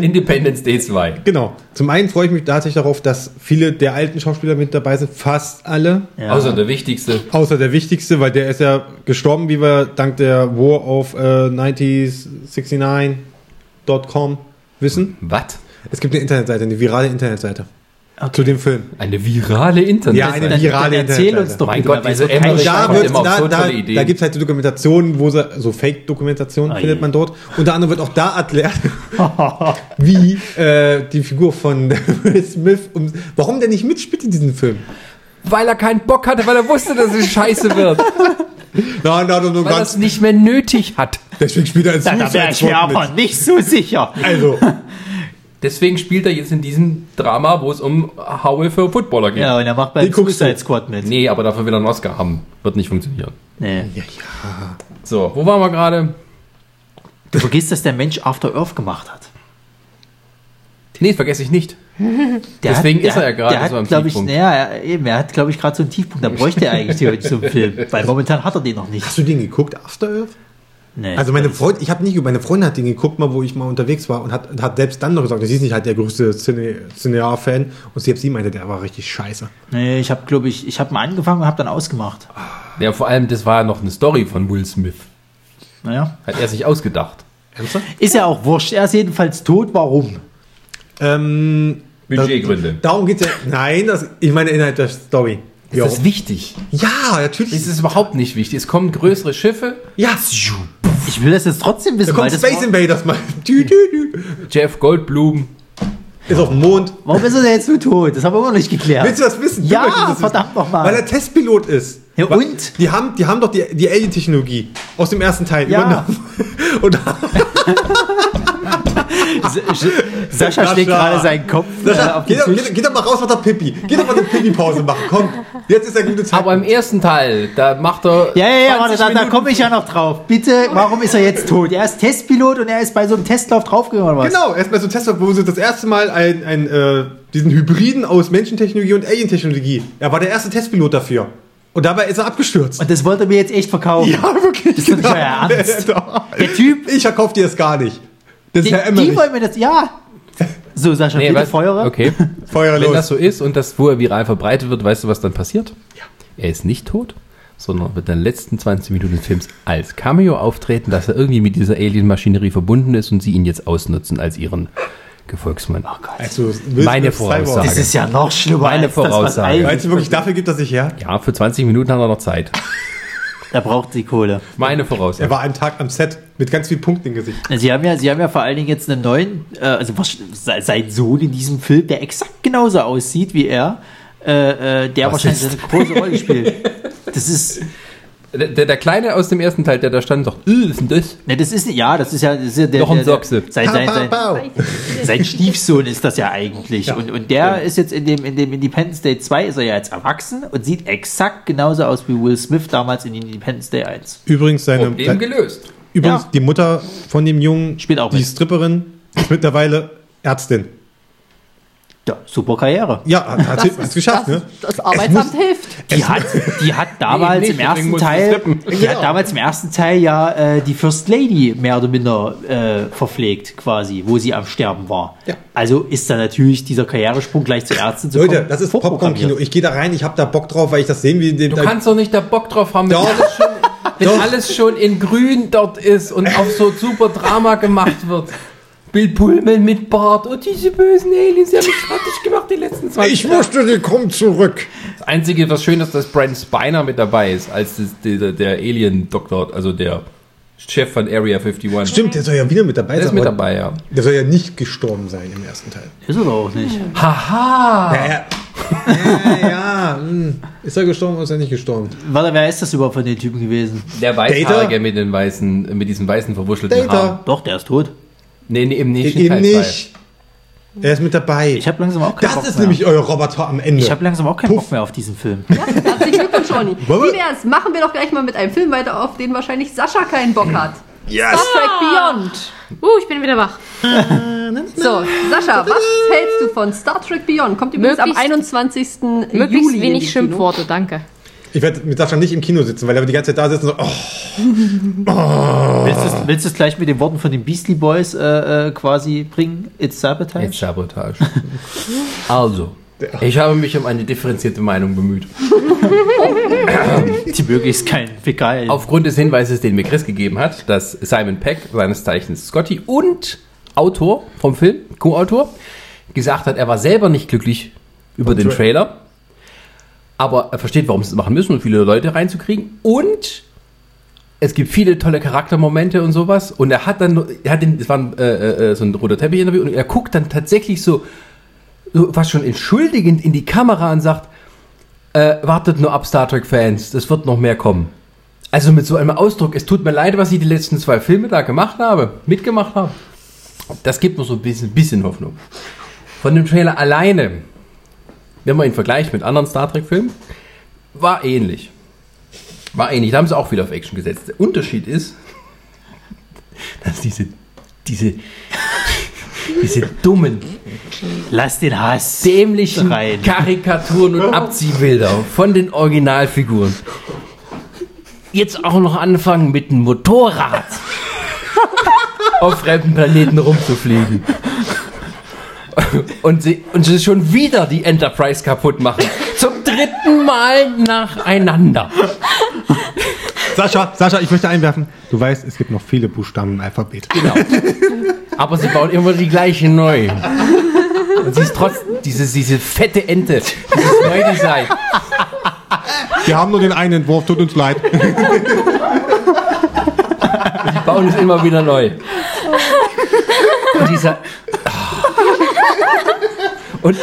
Speaker 5: Independence Day 2.
Speaker 3: genau. Zum einen freue ich mich tatsächlich darauf, dass viele der alten Schauspieler mit dabei sind. Fast alle.
Speaker 6: Ja.
Speaker 5: Außer Also der wichtigste.
Speaker 3: Außer der wichtigste, weil der ist ja gestorben, wie wir dank der War of äh, 9069.com wissen.
Speaker 5: Was?
Speaker 3: Es gibt eine Internetseite, eine virale Internetseite. Zu dem Film.
Speaker 5: Eine virale Internet.
Speaker 3: Ja, eine
Speaker 6: dann, dann
Speaker 3: virale
Speaker 6: erzähl uns
Speaker 3: Internetseite.
Speaker 6: doch
Speaker 5: Mein
Speaker 6: bitte,
Speaker 5: Gott,
Speaker 6: weil es
Speaker 5: diese
Speaker 6: wird keine
Speaker 5: Emmerich-
Speaker 3: da
Speaker 5: kommt
Speaker 3: wird
Speaker 5: immer auf
Speaker 3: da,
Speaker 5: so
Speaker 3: da,
Speaker 5: tolle Ideen.
Speaker 3: da gibt es halt so Dokumentationen, wo sie, so Fake-Dokumentationen
Speaker 6: Ah,
Speaker 3: findet
Speaker 6: je.
Speaker 3: man dort. Unter anderem wird auch da erklärt, wie äh, die Figur von Will Smith, um, warum der nicht mitspielt in diesem Film.
Speaker 5: Weil er keinen Bock hatte, weil er wusste, dass es scheiße wird. Weil
Speaker 3: Nein, nein, nein, nein,
Speaker 5: er es nicht mehr nötig hat.
Speaker 3: deswegen spielt er in
Speaker 6: Da, da wäre ich mir aber nicht so sicher.
Speaker 3: Also,
Speaker 5: Deswegen spielt er jetzt in diesem Drama, wo es um Howie für Footballer geht.
Speaker 6: Ja, und er macht bei
Speaker 3: Den guckst du.
Speaker 6: Suicide Squad mit.
Speaker 5: Nee, aber dafür will er einen Oscar haben. Wird nicht funktionieren.
Speaker 6: Nee.
Speaker 5: So, wo waren wir gerade?
Speaker 6: Du vergisst, dass der Mensch After Earth gemacht hat.
Speaker 5: Nee, vergesse ich nicht.
Speaker 6: Der
Speaker 5: Deswegen
Speaker 6: hat, der
Speaker 5: ist er ja
Speaker 6: hat-
Speaker 5: gerade
Speaker 6: der
Speaker 5: so
Speaker 6: hat,
Speaker 5: am
Speaker 6: glaub ich,
Speaker 5: Tiefpunkt.
Speaker 6: Ja, eben, er hat, glaube ich, gerade so einen Tiefpunkt. Da bräuchte er eigentlich theoretisch so einen Film. Weil momentan hat er den noch nicht.
Speaker 3: hast du den geguckt, After Earth?
Speaker 6: Nee.
Speaker 3: Also meine Freundin, ich habe nicht, meine Freundin hat den geguckt, mal wo ich mal unterwegs war und hat, und hat selbst dann noch gesagt, sie ist nicht halt der größte Cine- Cinear-Fan und selbst sie meinte, der war richtig scheiße.
Speaker 6: nee, ich habe, glaube ich, ich habe mal angefangen und habe dann ausgemacht.
Speaker 5: Ja, vor allem, das war ja noch eine Story von Will Smith.
Speaker 6: Naja.
Speaker 5: Hat er sich ausgedacht.
Speaker 3: Ernsthaft?
Speaker 6: Ist ja auch wurscht. Er ist jedenfalls tot. Warum?
Speaker 3: Ähm,
Speaker 5: Budgetgründe.
Speaker 3: Das, darum geht's ja. Nein, das, ich meine innerhalb der Story. Ja,
Speaker 5: Das ist wichtig.
Speaker 3: ja natürlich.
Speaker 5: Es ist überhaupt nicht wichtig. Es kommen größere Schiffe.
Speaker 3: ja,
Speaker 6: Ich will das jetzt trotzdem
Speaker 3: da
Speaker 6: wissen, weil
Speaker 3: kommt
Speaker 6: das
Speaker 3: Space
Speaker 6: war,
Speaker 3: Invaders mal. Dü, dü, dü.
Speaker 5: Jeff Goldblum.
Speaker 3: Ist auf dem Mond.
Speaker 6: Warum ist er denn jetzt so tot? Das haben wir immer noch nicht geklärt.
Speaker 3: Willst du das wissen? Du
Speaker 6: Ja,
Speaker 3: möchtest das wissen.
Speaker 6: verdammt noch mal.
Speaker 3: Weil er Testpilot ist.
Speaker 6: Ja,
Speaker 3: Weil-
Speaker 6: und?
Speaker 3: Die haben, die haben doch die, die Alien-Technologie aus dem ersten Teil
Speaker 6: Ja.
Speaker 3: übernommen. Und
Speaker 6: Sascha
Speaker 3: Sascha.
Speaker 6: schlägt gerade seinen Kopf äh, auf den
Speaker 3: Geh doch,
Speaker 6: Tisch.
Speaker 3: geh, doch- geh doch mal raus, mach doch Pipi. Geh doch mal eine Pipi-Pause machen. Komm, jetzt ist der gute Zeit.
Speaker 5: Aber im ersten Teil, da macht er.
Speaker 6: Ja, ja, ja,
Speaker 5: 20
Speaker 6: warte, da, da
Speaker 5: Minuten.
Speaker 6: komme ich ja noch drauf. Bitte, warum ist er jetzt tot? Er ist Testpilot und er ist bei so einem Testlauf draufgegangen oder was?
Speaker 3: Genau, erstmal so ein Test, wo sie das erste Mal ein, ein, äh, diesen Hybriden aus Menschentechnologie und Alien-Technologie. Er war der erste Testpilot dafür. Und dabei ist er abgestürzt.
Speaker 6: Und das wollte er mir jetzt echt verkaufen.
Speaker 3: wirklich.
Speaker 6: ist doch nicht euer Ernst. Der Typ,
Speaker 3: Ich verkaufe dir das gar nicht. Das ist
Speaker 6: die,
Speaker 3: Herr
Speaker 6: die
Speaker 3: Emmerich.
Speaker 6: wollen mir das, ja. So, Sascha,
Speaker 5: Nee,
Speaker 6: bitte
Speaker 5: weißt-
Speaker 6: Feuerer.
Speaker 5: Okay.
Speaker 3: Feuer
Speaker 5: Wenn
Speaker 3: los.
Speaker 5: das so ist und das vorher viral verbreitet wird, weißt du, was dann passiert? Er ist nicht tot, sondern wird in den letzten 20 Minuten des Films als Cameo auftreten, dass er irgendwie mit dieser Alien-Maschinerie verbunden ist und sie ihn jetzt ausnutzen als ihren Gefolgsmann. Oh Gott.
Speaker 3: Also, Will
Speaker 5: Meine
Speaker 3: Smith Cyborg.
Speaker 5: Voraussage.
Speaker 6: Das ist ja noch schlimmer
Speaker 5: Meine
Speaker 6: als das, was
Speaker 5: Voraussage.
Speaker 6: eigentlich-
Speaker 3: Meinst du wirklich, dafür gibt er sich her?
Speaker 5: Ja, für 20 Minuten hat er noch Zeit.
Speaker 6: Da braucht sie Kohle.
Speaker 5: Meine
Speaker 3: Er
Speaker 5: Voraussage.
Speaker 3: war einen Tag am Set mit ganz viel Punkten im Gesicht.
Speaker 6: Sie haben ja, sie haben ja vor allen Dingen jetzt einen neuen, äh, also was- se- sein Sohn in diesem Film, der exakt genauso aussieht wie er, äh, äh, der wahrscheinlich eine große Rolle spielt. Das ist,
Speaker 5: Der, der, der Kleine aus dem ersten Teil, der da stand, sagt, "Äh, ist denn das?
Speaker 6: ne, das ist, ja, das ist ja, das ist ja der,
Speaker 5: Noch ein
Speaker 6: der, der
Speaker 5: Sochse.
Speaker 6: sein, sein, sein, sein Stiefsohn ist das ja eigentlich. Und, und der
Speaker 3: Genau.
Speaker 6: ist jetzt in dem, in dem Independence Day 2 ist er ja jetzt erwachsen und sieht exakt genauso aus wie Will Smith damals in Independence Day 1.
Speaker 3: Übrigens, seine,
Speaker 5: Problem gelöst.
Speaker 3: übrigens
Speaker 6: Ja.
Speaker 3: die Mutter von dem Jungen,
Speaker 6: Spielt auch
Speaker 3: die
Speaker 6: mit.
Speaker 3: Stripperin, ist mittlerweile Ärztin.
Speaker 6: Ja, super Karriere.
Speaker 3: Ja, hat- hat es geschafft, ne?
Speaker 4: Das Arbeitsamt hilft.
Speaker 6: Die hat, die hat damals
Speaker 5: Nee,
Speaker 6: im
Speaker 5: nicht, deswegen
Speaker 6: ersten
Speaker 5: musst du
Speaker 6: Teil,
Speaker 5: strippen.
Speaker 6: die
Speaker 3: Genau.
Speaker 6: hat damals im ersten Teil ja äh, die First Lady mehr oder minder äh, verpflegt, quasi, wo sie am Sterben war.
Speaker 3: Ja.
Speaker 6: Also ist da natürlich dieser Karrieresprung gleich zur Ärztin zu
Speaker 3: Leute,
Speaker 6: kommen
Speaker 3: das ist
Speaker 6: vorprogrammiert.
Speaker 3: Popcorn-Kino. Ich gehe da rein, ich habe da Bock drauf, weil ich das sehen will.
Speaker 5: Du kannst doch nicht da Bock drauf haben, wenn,
Speaker 3: Doch.
Speaker 5: alles schon, wenn
Speaker 3: Doch.
Speaker 5: alles schon in grün dort ist und auf so super Drama gemacht wird. Bill Pullman mit Bart und diese bösen Aliens, die haben mich fertig gemacht die letzten 20
Speaker 3: ich wusste, die kommen zurück.
Speaker 5: Das Einzige, was schön ist, dass Brent Spiner mit dabei ist, als das, der, der Alien-Doktor, also der Chef von Area 51.
Speaker 3: Stimmt, der soll ja wieder mit dabei
Speaker 5: Der
Speaker 3: sein.
Speaker 5: ist mit
Speaker 3: aber
Speaker 5: dabei, ja.
Speaker 3: Der soll ja nicht gestorben sein im ersten Teil.
Speaker 6: Ist er doch auch nicht.
Speaker 5: Haha!
Speaker 3: Ja, ja. ja, ja. hm. Ist er gestorben oder ist er nicht gestorben?
Speaker 6: Warte, wer ist das überhaupt von den Typen gewesen?
Speaker 5: Der Weißhaarige mit, den weißen, mit diesem weißen verwuschelten
Speaker 3: Data.
Speaker 5: Haar.
Speaker 6: Doch, der ist tot.
Speaker 5: Nee, nee, im nächsten
Speaker 3: Eben
Speaker 5: Teil
Speaker 3: nicht. Er ist mit dabei.
Speaker 6: Ich habe langsam auch keinen
Speaker 3: das
Speaker 6: Bock
Speaker 3: ist
Speaker 6: mehr.
Speaker 3: nämlich euer Roboter am Ende.
Speaker 6: ich habe langsam auch keinen Bock mehr auf diesen Film.
Speaker 4: Herzlichen Glückwunsch, Ronny.
Speaker 3: Wollen wir-
Speaker 4: Wie wär's? Machen wir doch gleich mal mit einem Film weiter auf, den wahrscheinlich Sascha keinen Bock hat.
Speaker 3: yes.
Speaker 4: Star Trek Beyond.
Speaker 7: Uh, ich bin wieder wach.
Speaker 4: So, Sascha, was hältst du von Star Trek Beyond? Kommt übrigens am
Speaker 7: Möglichst-
Speaker 4: 21.
Speaker 7: Möglichst
Speaker 4: Juli. in die
Speaker 7: wenig
Speaker 4: Kino.
Speaker 7: Schimpfworte, danke.
Speaker 3: Ich werde mit Sascha nicht im Kino sitzen, weil er wird die ganze Zeit da sitzen und so, oh,
Speaker 6: Willst du es- Willst du es gleich mit den Worten von den Beastly Boys äh, äh, quasi bringen? It's Sabotage?
Speaker 5: Jetzt Sabotage. also, ich habe mich um eine differenzierte Meinung bemüht.
Speaker 6: Die möglichst keinen Fäkal.
Speaker 5: Aufgrund des Hinweises, den mir Chris gegeben hat, dass Simon Peck, seines Zeichens Scotty und Autor vom Film, Co-Autor, gesagt hat, er war selber nicht glücklich über den
Speaker 3: Tra-
Speaker 5: Trailer, aber er versteht, warum sie es machen müssen, um viele Leute reinzukriegen und es gibt viele tolle Charaktermomente und sowas und er hat dann, er hat den, es war ein, äh, äh, so ein roter Teppich-Interview und er guckt dann tatsächlich so, so fast schon entschuldigend in die Kamera und sagt, äh, wartet nur ab, Star Trek-Fans, das wird noch mehr kommen. Also mit so einem Ausdruck, es tut mir leid, was ich die letzten zwei Filme da gemacht habe, mitgemacht habe. Das gibt mir so ein bisschen, bisschen Hoffnung. Von dem Trailer alleine, wenn man ihn vergleicht mit anderen Star Trek-Filmen, war ähnlich. War ähnlich. Da haben sie auch wieder auf Action gesetzt. Der Unterschied ist, dass diese, diese, diese dummen,
Speaker 6: Lass den Hass.
Speaker 5: dämlichen
Speaker 6: Rein.
Speaker 5: Karikaturen und Abziehbilder von den Originalfiguren. Jetzt auch noch anfangen mit einem Motorrad auf fremden Planeten rumzufliegen. Und sie, und sie schon wieder die Enterprise kaputt machen. Zum dritten Mal nacheinander.
Speaker 3: Sascha, Sascha, ich möchte einwerfen. Du weißt, es gibt noch viele Buchstaben im Alphabet.
Speaker 5: Genau. Aber sie bauen immer die gleiche neu. Und sie ist trotzdem diese, diese fette Ente, dieses Neudesign.
Speaker 3: Wir haben nur den einen Entwurf, tut uns leid.
Speaker 5: bauen es immer wieder neu. Und dieser. Oh. Und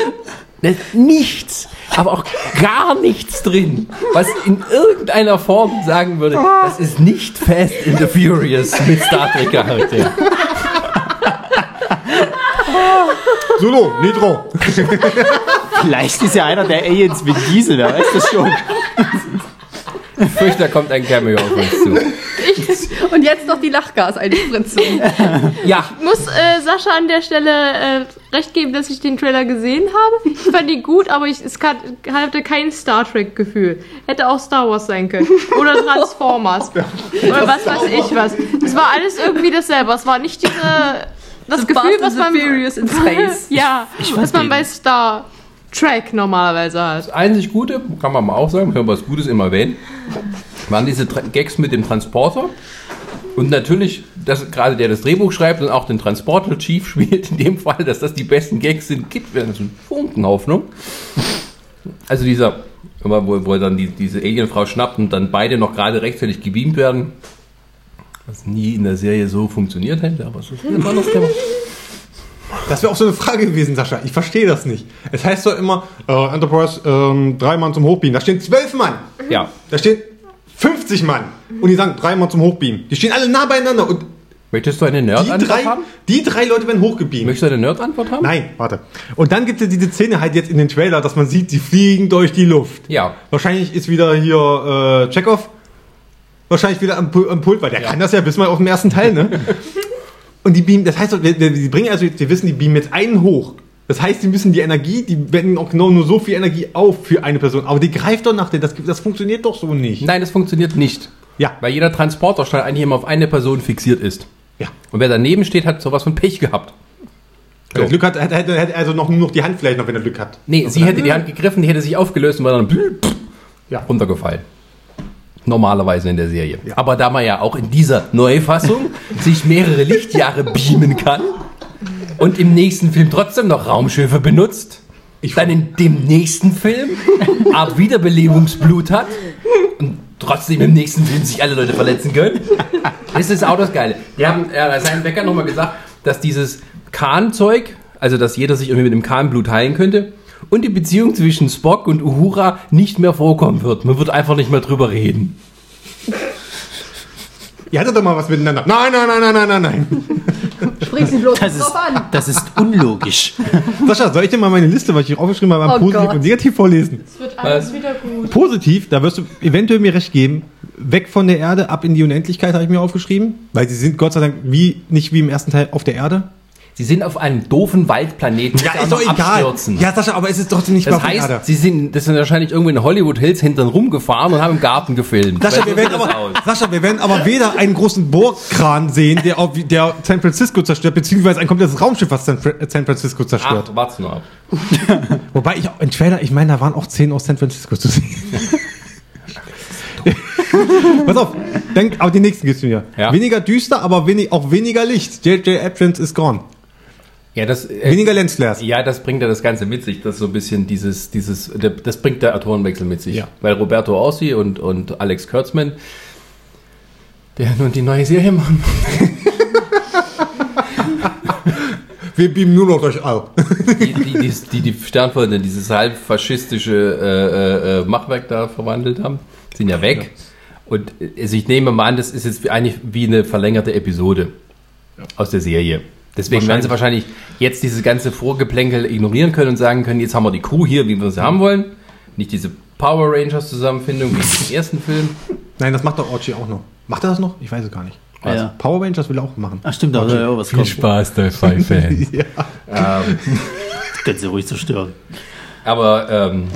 Speaker 5: da ist nichts, aber auch gar nichts drin, was in irgendeiner Form sagen würde, das ist nicht Fast in the Furious mit Star Trek Charakter.
Speaker 3: Solo, Nitro.
Speaker 6: Vielleicht ist ja einer der Aliens mit Diesel, wer weiß das schon.
Speaker 5: Ich fürchte, da kommt ein Cameo auf uns zu.
Speaker 4: Und jetzt noch die Lachgaseinspritzung.
Speaker 5: Ja,
Speaker 7: Muss äh, Sascha an der Stelle äh, recht geben, dass ich den Trailer gesehen habe. Ich fand ihn gut, aber ich es kann, hatte kein Star Trek-Gefühl. Hätte auch Star Wars sein können. Oder Transformers. Oder was weiß ich was. Es war alles irgendwie dasselbe. Es war nicht diese, das
Speaker 4: The
Speaker 7: Gefühl,
Speaker 4: Fast and
Speaker 7: was
Speaker 4: the
Speaker 7: man,
Speaker 4: Furious in Space.
Speaker 7: ja, was man
Speaker 6: nicht.
Speaker 7: bei Star Trek normalerweise hat.
Speaker 5: Das einzig Gute, kann man mal auch sagen, können wir was Gutes immer erwähnen, waren diese Tra- Gags mit dem Transporter. Und natürlich, dass gerade der das Drehbuch schreibt und auch den Transporter Chief spielt, in dem Fall, dass das die besten Gags sind, gibt mir so einen Funken Hoffnung. Also dieser, wo, wo er dann die, diese Alienfrau schnappt und dann beide noch gerade rechtzeitig gebeamt werden. Was nie in der Serie so funktioniert hätte, aber es ist ein anderes Thema.
Speaker 3: Das wäre auch so eine Frage gewesen, Sascha. Ich verstehe das nicht. Es heißt doch immer, äh, Enterprise, ähm, drei Mann zum Hochbeamen. Da stehen zwölf Mann.
Speaker 5: Ja,
Speaker 3: Da stehen 50 Mann. Und die sagen, drei Mann zum Hochbeamen. Die stehen alle nah beieinander. Und
Speaker 5: möchtest du eine
Speaker 3: die
Speaker 5: Nerd-Antwort
Speaker 3: drei,
Speaker 5: haben?
Speaker 3: die drei Leute werden hochgebeamt.
Speaker 5: Möchtest du eine Nerd-Antwort haben?
Speaker 3: Nein, warte. Und dann gibt es diese Szene halt jetzt in den Trailer, dass man sieht, sie fliegen durch die Luft.
Speaker 5: Ja.
Speaker 3: Wahrscheinlich ist wieder hier äh, Chekhov. Wahrscheinlich wieder am, Pul am Pult, weil der kann das ja bis mal auf dem ersten Teil, ne? Und die beamen, das heißt, doch, wir, wir, die bringen also, jetzt- wir wissen, die beamen jetzt einen hoch. Das heißt, die müssen die Energie, die wenden auch genau nur so viel Energie auf für eine Person. Aber die greift doch nach der, das, das funktioniert doch so nicht.
Speaker 5: Nein, das funktioniert nicht.
Speaker 3: Ja.
Speaker 5: Weil jeder Transporterstall eigentlich immer auf eine Person fixiert ist.
Speaker 3: Ja.
Speaker 5: Und wer daneben steht, hat sowas von Pech gehabt.
Speaker 3: Wenn er Glück hat, hat, hat, hat also noch, nur noch die Hand vielleicht noch, wenn er Glück hat.
Speaker 5: Nee, sie hätte die Hand gegriffen, die hätte sich aufgelöst und war dann pff,
Speaker 3: Ja.
Speaker 5: runtergefallen. Normalerweise in der Serie.
Speaker 3: Ja.
Speaker 5: Aber da man ja auch in dieser Neufassung sich mehrere Lichtjahre beamen kann und im nächsten Film trotzdem noch Raumschiffe benutzt, dann in dem nächsten Film Art Wiederbelebungsblut hat und trotzdem im nächsten Film sich alle Leute verletzen können. Das ist auch das Geile. Die haben, ja, da sein Becker nochmal gesagt, dass dieses Kahn-Zeug, also dass jeder sich irgendwie mit dem Kahnblut heilen könnte, und die Beziehung zwischen Spock und Uhura nicht mehr vorkommen wird. Man wird einfach nicht mehr drüber reden.
Speaker 3: Ihr hattet doch mal was miteinander. Nein, nein, nein, nein, nein, nein, nein.
Speaker 4: Bring sie bloß
Speaker 6: Das ist,
Speaker 4: drauf an.
Speaker 6: das ist unlogisch.
Speaker 3: Sascha, soll ich dir mal meine Liste, was ich hier aufgeschrieben habe, an
Speaker 4: Oh
Speaker 3: positiv
Speaker 4: Gott.
Speaker 3: und negativ vorlesen?
Speaker 7: Es wird alles wieder gut.
Speaker 3: Positiv, da wirst du eventuell mir recht geben. Weg von der Erde, ab in die Unendlichkeit, habe ich mir aufgeschrieben. Weil sie sind Gott sei Dank wie, nicht wie im ersten Teil auf der Erde.
Speaker 5: Sie sind auf einem doofen Waldplaneten. die auch noch abstürzen.
Speaker 3: Ja, Sascha, aber es ist trotzdem nicht
Speaker 5: Das
Speaker 3: auf der
Speaker 5: heißt,
Speaker 3: Erde.
Speaker 5: sie sind, das sind wahrscheinlich irgendwo in Hollywood Hills hinten rumgefahren und haben im Garten gefilmt.
Speaker 3: Sascha
Speaker 5: Weil
Speaker 3: wir,
Speaker 5: so
Speaker 3: werden
Speaker 5: sieht das
Speaker 3: aber,
Speaker 5: aus.
Speaker 3: Sascha, wir werden aber weder einen großen Burgkran sehen, der, auf, der San Francisco zerstört, beziehungsweise ein komplettes Raumschiff, was San, Fra- San Francisco
Speaker 5: Ach,
Speaker 3: zerstört.
Speaker 5: warte nur ab.
Speaker 3: Wobei ich auch, in Trailer, ich meine, da waren auch zehn aus San Francisco zu sehen. Pass auf, dann, aber den nächsten gibst du mir.
Speaker 5: Ja.
Speaker 3: Weniger düster, aber wenig, auch weniger Licht. JJ Abrams ist gone.
Speaker 5: Ja, das, äh,
Speaker 3: Weniger Lensflares.
Speaker 5: Ja, das bringt ja das Ganze mit sich, das so ein bisschen dieses, dieses, der- das bringt der Autorenwechsel mit sich.
Speaker 3: Ja.
Speaker 5: Weil Roberto Orsi und, und Alex Kurtzman, der nun die neue Serie machen.
Speaker 3: Wir beamen nur noch durch alle.
Speaker 5: Die, die, die, die, die Sternflotte, dieses halb faschistische äh, äh, äh, Machwerk da verwandelt haben, sind ja weg. Und äh, also ich nehme mal an, das ist jetzt wie- eigentlich wie eine verlängerte Episode aus der Serie. Deswegen werden sie wahrscheinlich jetzt dieses ganze Vorgeplänkel ignorieren können und sagen können, jetzt haben wir die Crew hier, wie wir sie haben wollen. Nicht diese Power Rangers Zusammenfindung wie im ersten Film.
Speaker 3: Nein, das macht doch Orchi auch noch. Macht er das noch? Ich weiß es gar nicht.
Speaker 6: Ja.
Speaker 3: Power Rangers will er auch machen.
Speaker 6: Ach stimmt, da soll ja auch was kommen.
Speaker 5: Spaß, der Fan.
Speaker 6: Können Sie ruhig zerstören.
Speaker 5: Aber ähm,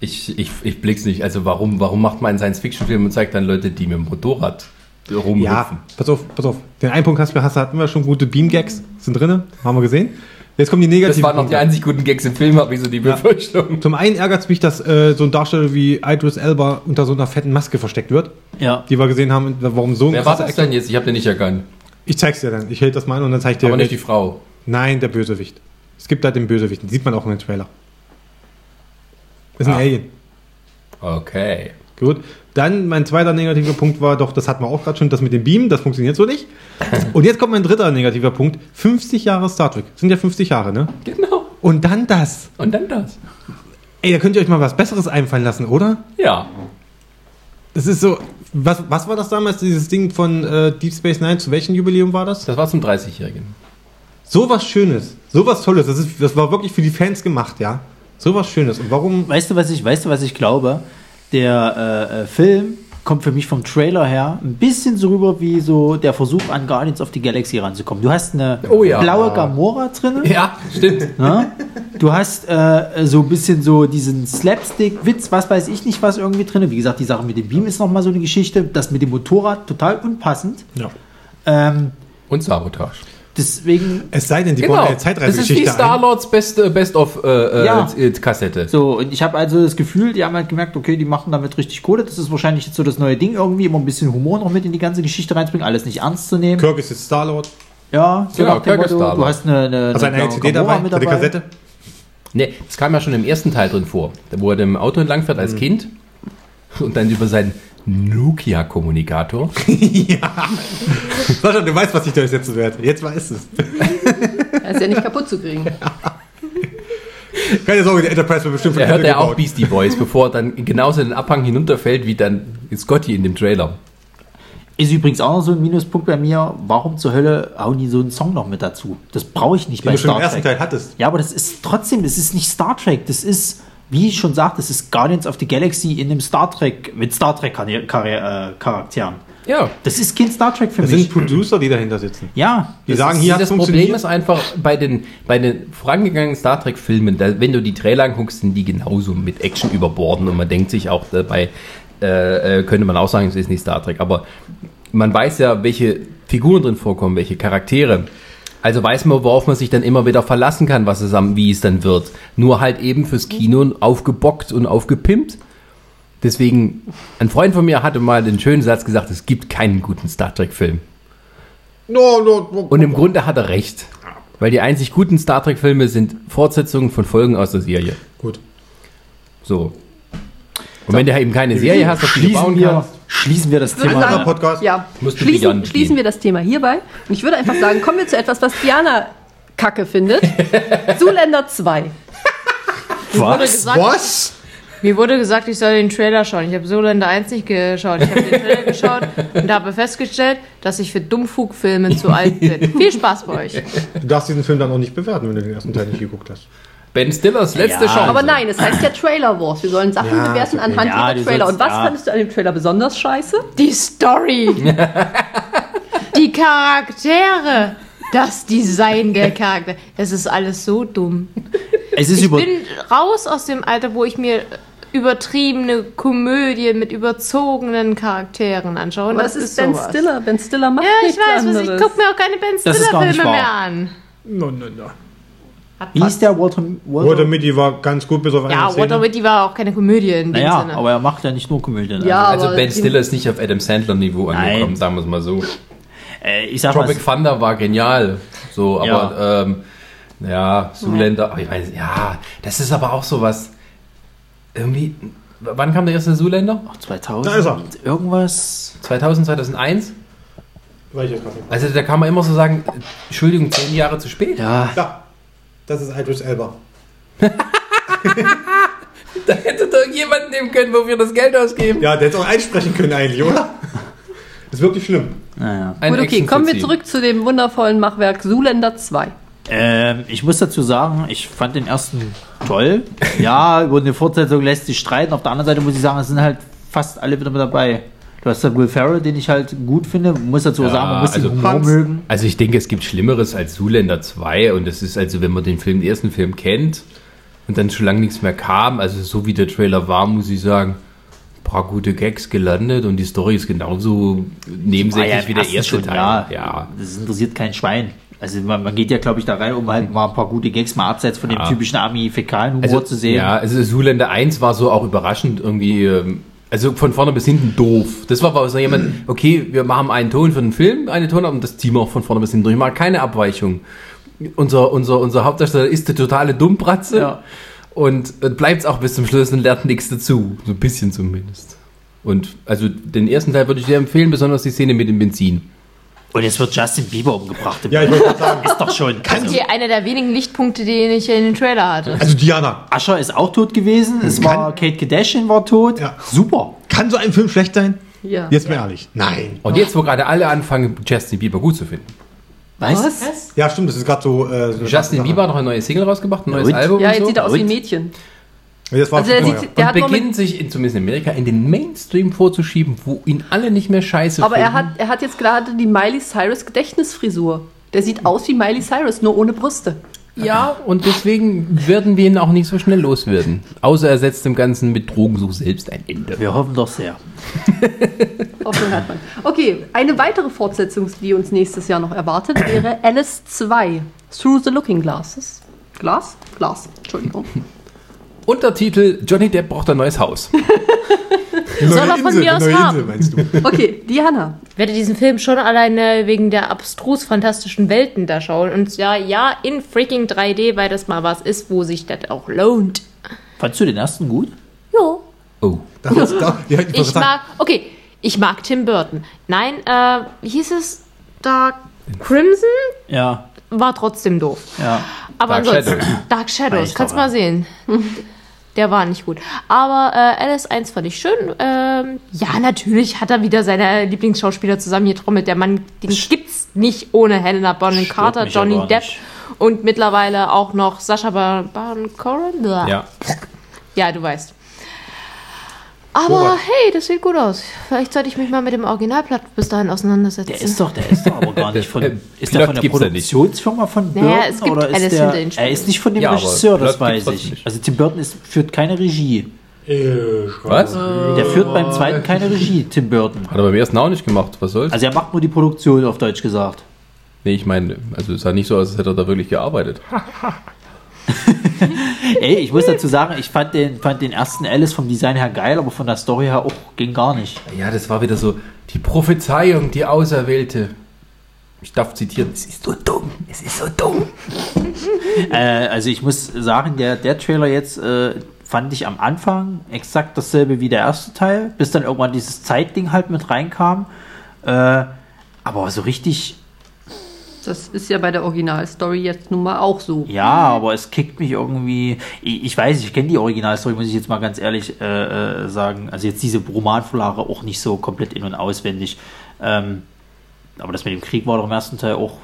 Speaker 5: ich, ich, ich blick's nicht. Also warum, warum macht man einen Science-Fiction-Film und zeigt dann Leute, die mit dem Motorrad rumhüpfen?
Speaker 3: Ja, pass auf, pass auf. Den einen Punkt hast du, hast, hatten wir schon gute Beam-Gags. Sind drinne, haben wir gesehen. Jetzt kommen die negativen
Speaker 5: Das waren noch die
Speaker 3: Punkte.
Speaker 5: einzig guten Gags im Film, habe ich so die Befürchtung.
Speaker 3: Zum einen ärgert es mich, dass äh, so ein Darsteller wie Idris Elba unter so einer fetten Maske versteckt wird,
Speaker 6: Ja.
Speaker 3: die wir gesehen haben, warum so ein
Speaker 5: Wer war das denn jetzt? Ich habe den nicht erkannt.
Speaker 3: Ich zeig's dir dann. Ich hält das mal an und dann zeig ich dir.
Speaker 5: Aber nicht die Frau.
Speaker 3: Nein, der Bösewicht. Es gibt da den Bösewicht, den sieht man auch in den Trailer. Ist ein
Speaker 5: Ah.
Speaker 3: Alien.
Speaker 5: Okay.
Speaker 3: Gut. Dann mein zweiter negativer Punkt war doch, das hatten wir auch gerade schon, das mit dem Beam, das funktioniert so nicht. Und jetzt kommt mein dritter negativer Punkt. 50 Jahre Star Trek. Sind ja 50 Jahre, ne?
Speaker 5: Genau.
Speaker 3: Und dann das.
Speaker 5: Und dann das.
Speaker 3: Ey, da könnt ihr euch mal was Besseres einfallen lassen, oder?
Speaker 5: Ja.
Speaker 3: Das ist so. Was, was war das damals, dieses Ding von äh, Deep Space Nine? Zu welchem Jubiläum war das?
Speaker 5: Das war zum 30-Jährigen.
Speaker 3: Sowas Schönes, sowas Tolles. Das, ist, das war wirklich für die Fans gemacht, ja? Sowas Schönes. Und warum
Speaker 6: Weißt du, was ich, weißt du, was ich glaube? Der äh, äh, Film kommt für mich vom Trailer her ein bisschen so rüber wie so der Versuch an Guardians of the Galaxy ranzukommen. Du hast eine
Speaker 5: Oh ja.
Speaker 6: blaue Gamora drin.
Speaker 5: Ja, stimmt.
Speaker 6: Ne? Du hast äh, so ein bisschen so diesen Slapstick-Witz, was weiß ich nicht, was irgendwie drin. Wie gesagt, die Sache mit dem Beam ist nochmal so eine Geschichte. Das mit dem Motorrad total unpassend.
Speaker 3: Ja.
Speaker 6: Ähm,
Speaker 5: Und Sabotage.
Speaker 6: deswegen,
Speaker 3: Es sei denn, die bauen eine
Speaker 5: Genau. das ist die
Speaker 3: Zeitreisegeschichte ein.
Speaker 5: Star-Lords Best, äh, Best of äh, äh,
Speaker 6: Ja.
Speaker 5: äh, Kassette.
Speaker 6: so, und ich habe also das Gefühl, die haben halt gemerkt, okay, die machen damit richtig Kohle. Das ist wahrscheinlich jetzt so das neue Ding irgendwie, immer ein bisschen Humor noch mit in die ganze Geschichte reinzubringen, alles nicht ernst zu nehmen.
Speaker 3: Kirk ist jetzt Star-Lord.
Speaker 6: Ja, so
Speaker 5: Genau,
Speaker 6: nach dem
Speaker 5: Kirk ist
Speaker 6: Motto,
Speaker 5: da,
Speaker 6: du
Speaker 5: aber-
Speaker 6: hast eine, eine,
Speaker 3: Also
Speaker 6: eine
Speaker 3: eine CD
Speaker 6: Gamora
Speaker 3: dabei,
Speaker 6: mit
Speaker 3: eine Kassette.
Speaker 5: Nee, das Ne, kam ja schon im ersten Teil drin vor, wo er dem Auto entlangfährt als Kind und dann über seinen Nokia-Kommunikator.
Speaker 3: Sascha, du weißt, was ich durchsetzen werde. Jetzt weiß es.
Speaker 4: Er ist ja nicht kaputt zu kriegen.
Speaker 3: Keine Sorge, die Enterprise wird bestimmt von
Speaker 5: Da hört
Speaker 3: Apple
Speaker 5: er
Speaker 1: Genau.
Speaker 5: auch
Speaker 3: gebaut.
Speaker 5: Beastie Boys, bevor er dann genauso den Abhang hinunterfällt, wie dann Scotty in dem Trailer.
Speaker 6: Ist übrigens auch noch so ein Minuspunkt bei mir. Warum zur Hölle hauen die so einen Song noch mit dazu? Das brauche ich nicht
Speaker 3: den
Speaker 6: bei
Speaker 3: du schon im
Speaker 6: Star
Speaker 3: ersten
Speaker 6: Trek.
Speaker 3: Teil hattest.
Speaker 6: Ja, aber das ist trotzdem, das ist nicht Star Trek. Das ist, wie ich schon sagte, das ist Guardians of the Galaxy in einem Star Trek, mit Star Trek Chari- Chari- äh, Charakteren.
Speaker 5: Ja.
Speaker 6: Das ist kein Star Trek für
Speaker 3: Das
Speaker 6: mich.
Speaker 3: sind Producer, die dahinter sitzen.
Speaker 6: Ja,
Speaker 3: Die sagen, hier hat
Speaker 5: das Problem ist einfach bei den, bei den vorangegangenen Star Trek-Filmen, da- wenn du die Trailer anguckst, sind die genauso mit Action überborden und man denkt sich auch dabei, äh, äh, könnte man auch sagen, es ist nicht Star Trek, aber man weiß ja, welche Figuren drin vorkommen, welche Charaktere. Also weiß man, worauf man sich dann immer wieder verlassen kann, was es am, wie es dann wird. Nur halt eben fürs Kino aufgebockt und aufgepimpt. Deswegen, ein Freund von mir hatte mal den schönen Satz gesagt, es gibt keinen guten Star Trek-Film.
Speaker 3: No, no, no.
Speaker 5: Und im Grunde hat er recht. Weil die einzig guten Star Trek-Filme sind Fortsetzungen von Folgen aus der Serie.
Speaker 3: Gut.
Speaker 5: So. Und wenn du eben keine Serie hast, auf die du
Speaker 6: schließen
Speaker 5: bauen
Speaker 6: wir,
Speaker 5: kannst.
Speaker 6: schließen wir das
Speaker 4: Ich würde
Speaker 6: Thema.
Speaker 4: sagen,
Speaker 6: ab.
Speaker 3: Podcast.
Speaker 4: Ja,
Speaker 5: Musst du dich
Speaker 4: schließen,
Speaker 5: angehen.
Speaker 4: schließen wir das Thema hierbei. Und ich würde einfach sagen, kommen wir zu etwas, was Diana kacke findet. Zuländer 2.
Speaker 7: Wurde gesagt,
Speaker 3: Was?
Speaker 7: Mir wurde gesagt, ich soll den Trailer schauen. Ich habe Solander 1 nicht geschaut. Ich habe den Trailer geschaut und habe festgestellt, dass ich für Dummfugfilme zu alt bin. Viel Spaß bei euch.
Speaker 3: Du darfst diesen Film dann auch nicht bewerten, wenn du den ersten Teil nicht geguckt hast.
Speaker 5: Ben Stillers letzte
Speaker 6: Ja,
Speaker 5: Chance.
Speaker 4: Aber nein, es heißt ja Trailer Wars. Wir sollen Sachen
Speaker 3: Ja,
Speaker 4: bewerten
Speaker 3: okay.
Speaker 4: anhand
Speaker 6: Ja,
Speaker 4: ihrer
Speaker 6: du
Speaker 4: Trailer.
Speaker 6: sollst-
Speaker 4: Und was
Speaker 6: ja.
Speaker 4: fandest du an dem Trailer besonders scheiße?
Speaker 7: Die Story. Die Charaktere. Das Design der Charaktere. Es ist alles so dumm.
Speaker 6: Es ist
Speaker 7: Ich
Speaker 6: über.
Speaker 7: bin raus aus dem Alter, wo ich mir übertriebene Komödien mit überzogenen Charakteren anschaue. Und
Speaker 4: Was ist
Speaker 7: das ist
Speaker 4: Ben
Speaker 7: sowas.
Speaker 4: Stiller? Ben Stiller macht
Speaker 7: Ja, ich
Speaker 4: nichts
Speaker 7: weiß, was,
Speaker 4: anderes.
Speaker 7: ich gucke mir auch keine Ben
Speaker 6: Das ist gar nicht
Speaker 7: Stiller-Filme
Speaker 6: wahr.
Speaker 7: mehr an.
Speaker 3: No, no, no.
Speaker 6: Wie ist der Walter? Walter,
Speaker 3: Walter Mitty war ganz gut bis auf eine
Speaker 7: Ja,
Speaker 3: Szene.
Speaker 7: Water Whitty war auch keine Komödie in dem
Speaker 6: ne? naja,
Speaker 7: Sinne.
Speaker 6: aber er macht ja nicht nur ne? Komödien.
Speaker 4: ne? Ja,
Speaker 5: also
Speaker 4: aber
Speaker 5: Ben
Speaker 4: die-
Speaker 5: Stiller ist nicht auf Adam Sandler-Niveau
Speaker 6: Nein.
Speaker 5: angekommen, sagen wir es mal so.
Speaker 6: Also, äh, ich sag mal,
Speaker 5: Tropic Thunder war genial. So,
Speaker 6: Ja.
Speaker 5: aber ähm, ja, Zuländer, ich weiß, ja, das ist aber auch sowas. Irgendwie, w- wann kam der erste Zuländer?
Speaker 6: 2000
Speaker 3: Da ist er.
Speaker 6: irgendwas.
Speaker 5: 2000, 2001?
Speaker 3: Weiß ich jetzt gerade nicht.
Speaker 5: Also da kann man immer so sagen, äh, Entschuldigung, zehn Jahre zu spät.
Speaker 6: Ja,
Speaker 3: Ja, das ist Idris Elba.
Speaker 5: Da hätte doch jemand nehmen können, wo wir das Geld ausgeben.
Speaker 3: Ja, der hätte es auch einsprechen können eigentlich, oder? Ist wirklich schlimm.
Speaker 6: naja.
Speaker 5: Ein
Speaker 4: Gut, okay,
Speaker 5: Action
Speaker 4: kommen wir
Speaker 5: Fuzzi.
Speaker 4: zurück zu dem wundervollen Machwerk Zuländer 2.
Speaker 6: Ähm, ich muss dazu sagen, ich fand den ersten toll. Ja, über eine Fortsetzung lässt sich streiten. Auf der anderen Seite muss ich sagen, es sind halt fast alle wieder mit dabei. Du hast da Will Ferrell, den ich halt gut finde. Muss dazu
Speaker 5: Ja,
Speaker 6: sagen, man muss
Speaker 5: also
Speaker 6: den Humor
Speaker 5: Hans-
Speaker 6: mögen.
Speaker 5: Also ich denke, es gibt Schlimmeres als Zuländer 2 und es ist also, wenn man den Film, den ersten Film kennt und dann schon lange nichts mehr kam, also so wie der Trailer war, muss ich sagen, ein paar gute Gags gelandet und die Story ist genauso nebensächlich
Speaker 6: im
Speaker 5: wie der
Speaker 6: ersten
Speaker 5: erste
Speaker 6: Ah schon,
Speaker 5: Teil.
Speaker 6: Ja,
Speaker 5: ja.
Speaker 6: das interessiert kein Schwein. Also man, man geht ja, glaube ich, da rein, um halt mal ein paar gute Gags mal abseits von dem typischen Ami-fäkalen Humor zu sehen.
Speaker 5: Ja, also Zoolander 1 war so auch überraschend irgendwie, ähm, also von vorne bis hinten doof. Das war aber so jemand, okay, wir machen einen Ton für den Film, eine Tonart und das Team auch von vorne bis hinten durch. Ich mache keine Abweichung. Unser, unser, unser Hauptdarsteller ist der totale Dummbratze
Speaker 6: Ja.
Speaker 5: und äh, bleibt's auch bis zum Schluss und lernt nichts dazu. So ein bisschen zumindest. Und also den ersten Teil würde ich sehr empfehlen, besonders die Szene mit dem Benzin.
Speaker 6: Und jetzt wird Justin Bieber umgebracht.
Speaker 3: Ja, ich wollte gerade sagen.
Speaker 6: ist doch schon.
Speaker 7: Das
Speaker 6: Also,
Speaker 7: ist hier einer der wenigen Lichtpunkte, den ich in den Trailer hatte.
Speaker 3: Also Diana,
Speaker 6: Ascher ist auch tot gewesen. Es war Kate Kardashian war tot.
Speaker 3: Ja.
Speaker 6: Super.
Speaker 3: kann so ein Film schlecht sein?
Speaker 4: Ja.
Speaker 3: Jetzt mal ehrlich. Nein.
Speaker 5: Und jetzt, wo gerade alle anfangen, Justin Bieber gut zu finden.
Speaker 6: Weißt du?
Speaker 4: Was?
Speaker 3: Ja, stimmt, das ist gerade so. Äh, so eine
Speaker 5: Justin
Speaker 3: Sache.
Speaker 5: Bieber hat noch eine neue Single rausgebracht, ein neues
Speaker 6: und?
Speaker 5: Album
Speaker 4: Ja,
Speaker 5: und
Speaker 4: jetzt
Speaker 5: so.
Speaker 4: sieht er aus wie ein Mädchen.
Speaker 3: Das war
Speaker 4: Also der
Speaker 3: schon
Speaker 4: sieht,
Speaker 3: vorher.
Speaker 4: der
Speaker 5: und
Speaker 4: hat nur mit,
Speaker 5: beginnt sich, in, zumindest in Amerika, in den Mainstream vorzuschieben, wo ihn alle nicht mehr scheiße
Speaker 4: aber er
Speaker 5: finden.
Speaker 4: hat, er hat jetzt gerade die Miley Cyrus Gedächtnisfrisur. Der sieht aus wie Miley Cyrus, nur ohne Brüste.
Speaker 5: Ja, und deswegen werden wir ihn auch nicht so schnell loswerden. Außer er setzt dem Ganzen mit Drogensuch selbst ein Ende.
Speaker 6: Wir hoffen doch sehr.
Speaker 4: Hoffnung hat man. Okay, eine weitere Fortsetzung, die uns nächstes Jahr noch erwartet, wäre Alice 2, Through the Looking Glasses. Glas? Glas, Entschuldigung.
Speaker 5: Untertitel: Johnny Depp braucht ein neues Haus.
Speaker 7: Soll er von mir aus
Speaker 3: neue Insel
Speaker 7: haben.
Speaker 3: meinst du?
Speaker 4: Okay, Diana.
Speaker 7: Ich werde diesen Film schon alleine wegen der abstrus fantastischen Welten da schauen. Und ja, ja, in freaking 3D, weil das mal was ist, wo sich das auch lohnt.
Speaker 6: Fandst du den ersten gut?
Speaker 7: Jo.
Speaker 5: Oh.
Speaker 3: Das ist, das, ja, ich
Speaker 7: Ich
Speaker 3: ich
Speaker 7: mag, okay, ich mag Tim Burton. Nein, äh, wie hieß es da? Crimson
Speaker 6: Ja,
Speaker 7: war trotzdem doof.
Speaker 6: ja.
Speaker 7: Aber
Speaker 5: Dark
Speaker 7: ansonsten,
Speaker 5: Shadows.
Speaker 7: Dark
Speaker 6: Ah,
Speaker 7: Shadows,
Speaker 6: ich
Speaker 7: kannst
Speaker 6: glaube,
Speaker 7: mal sehen. Der war nicht gut. Aber äh, Alice 1 fand ich schön. Ähm, ja, natürlich hat er wieder seine Lieblingsschauspieler zusammengetrommelt. Der Mann, den gibt's nicht ohne Helena Bonham
Speaker 6: stört
Speaker 7: Carter,
Speaker 6: mich aber
Speaker 7: Johnny
Speaker 6: nicht.
Speaker 7: Depp und mittlerweile auch noch Sascha Baron Cohen.
Speaker 5: Ja.
Speaker 7: ja, du weißt. Aber hey, das sieht gut aus. Vielleicht sollte ich mich mal mit dem Originalblatt bis dahin auseinandersetzen.
Speaker 6: Der ist doch, der ist doch aber gar nicht von. Ist der
Speaker 5: Äh, Plot
Speaker 6: von der
Speaker 5: gibt's ja nicht.
Speaker 6: Produktionsfirma von Burton?
Speaker 7: Naja, es gibt
Speaker 6: oder ist
Speaker 7: alles
Speaker 6: der,
Speaker 7: hinter den Spielen.
Speaker 6: Er ist nicht von dem
Speaker 5: Ja, aber
Speaker 6: Regisseur, das
Speaker 5: Plot gibt's
Speaker 6: weiß
Speaker 5: trotzdem
Speaker 6: ich.
Speaker 5: nicht.
Speaker 6: Also Tim Burton ist, führt keine Regie.
Speaker 5: Was?
Speaker 4: Also
Speaker 5: Hat
Speaker 6: Der führt beim zweiten keine Regie, Tim Burton.
Speaker 5: er beim ersten auch nicht gemacht. Was soll's?
Speaker 6: Also er macht nur die Produktion, auf Deutsch gesagt.
Speaker 5: nee, ich meine, also es sah nicht so aus, als hätte er da wirklich gearbeitet.
Speaker 6: Ey, ich muss dazu sagen, ich fand den, fand den ersten Alice vom Design her geil, aber von der Story her auch ging gar nicht.
Speaker 5: Ja, das war wieder so die Prophezeiung, die Auserwählte. Ich darf zitieren. Es ist so dumm. Es ist so dumm.
Speaker 6: Äh, also ich muss sagen, der, der Trailer jetzt äh, fand ich am Anfang exakt dasselbe wie der erste Teil, bis dann irgendwann dieses Zeitding halt mit reinkam. Äh, aber so richtig,
Speaker 4: Das ist ja bei der Originalstory jetzt nun mal auch so.
Speaker 6: ja, aber es kickt mich irgendwie. Ich, ich weiß, ich kenne die Originalstory, muss ich jetzt mal ganz ehrlich äh, äh, sagen. Also jetzt diese Romanvorlage auch nicht so komplett in- und auswendig. Ähm, aber das mit dem Krieg war doch im ersten Teil auch,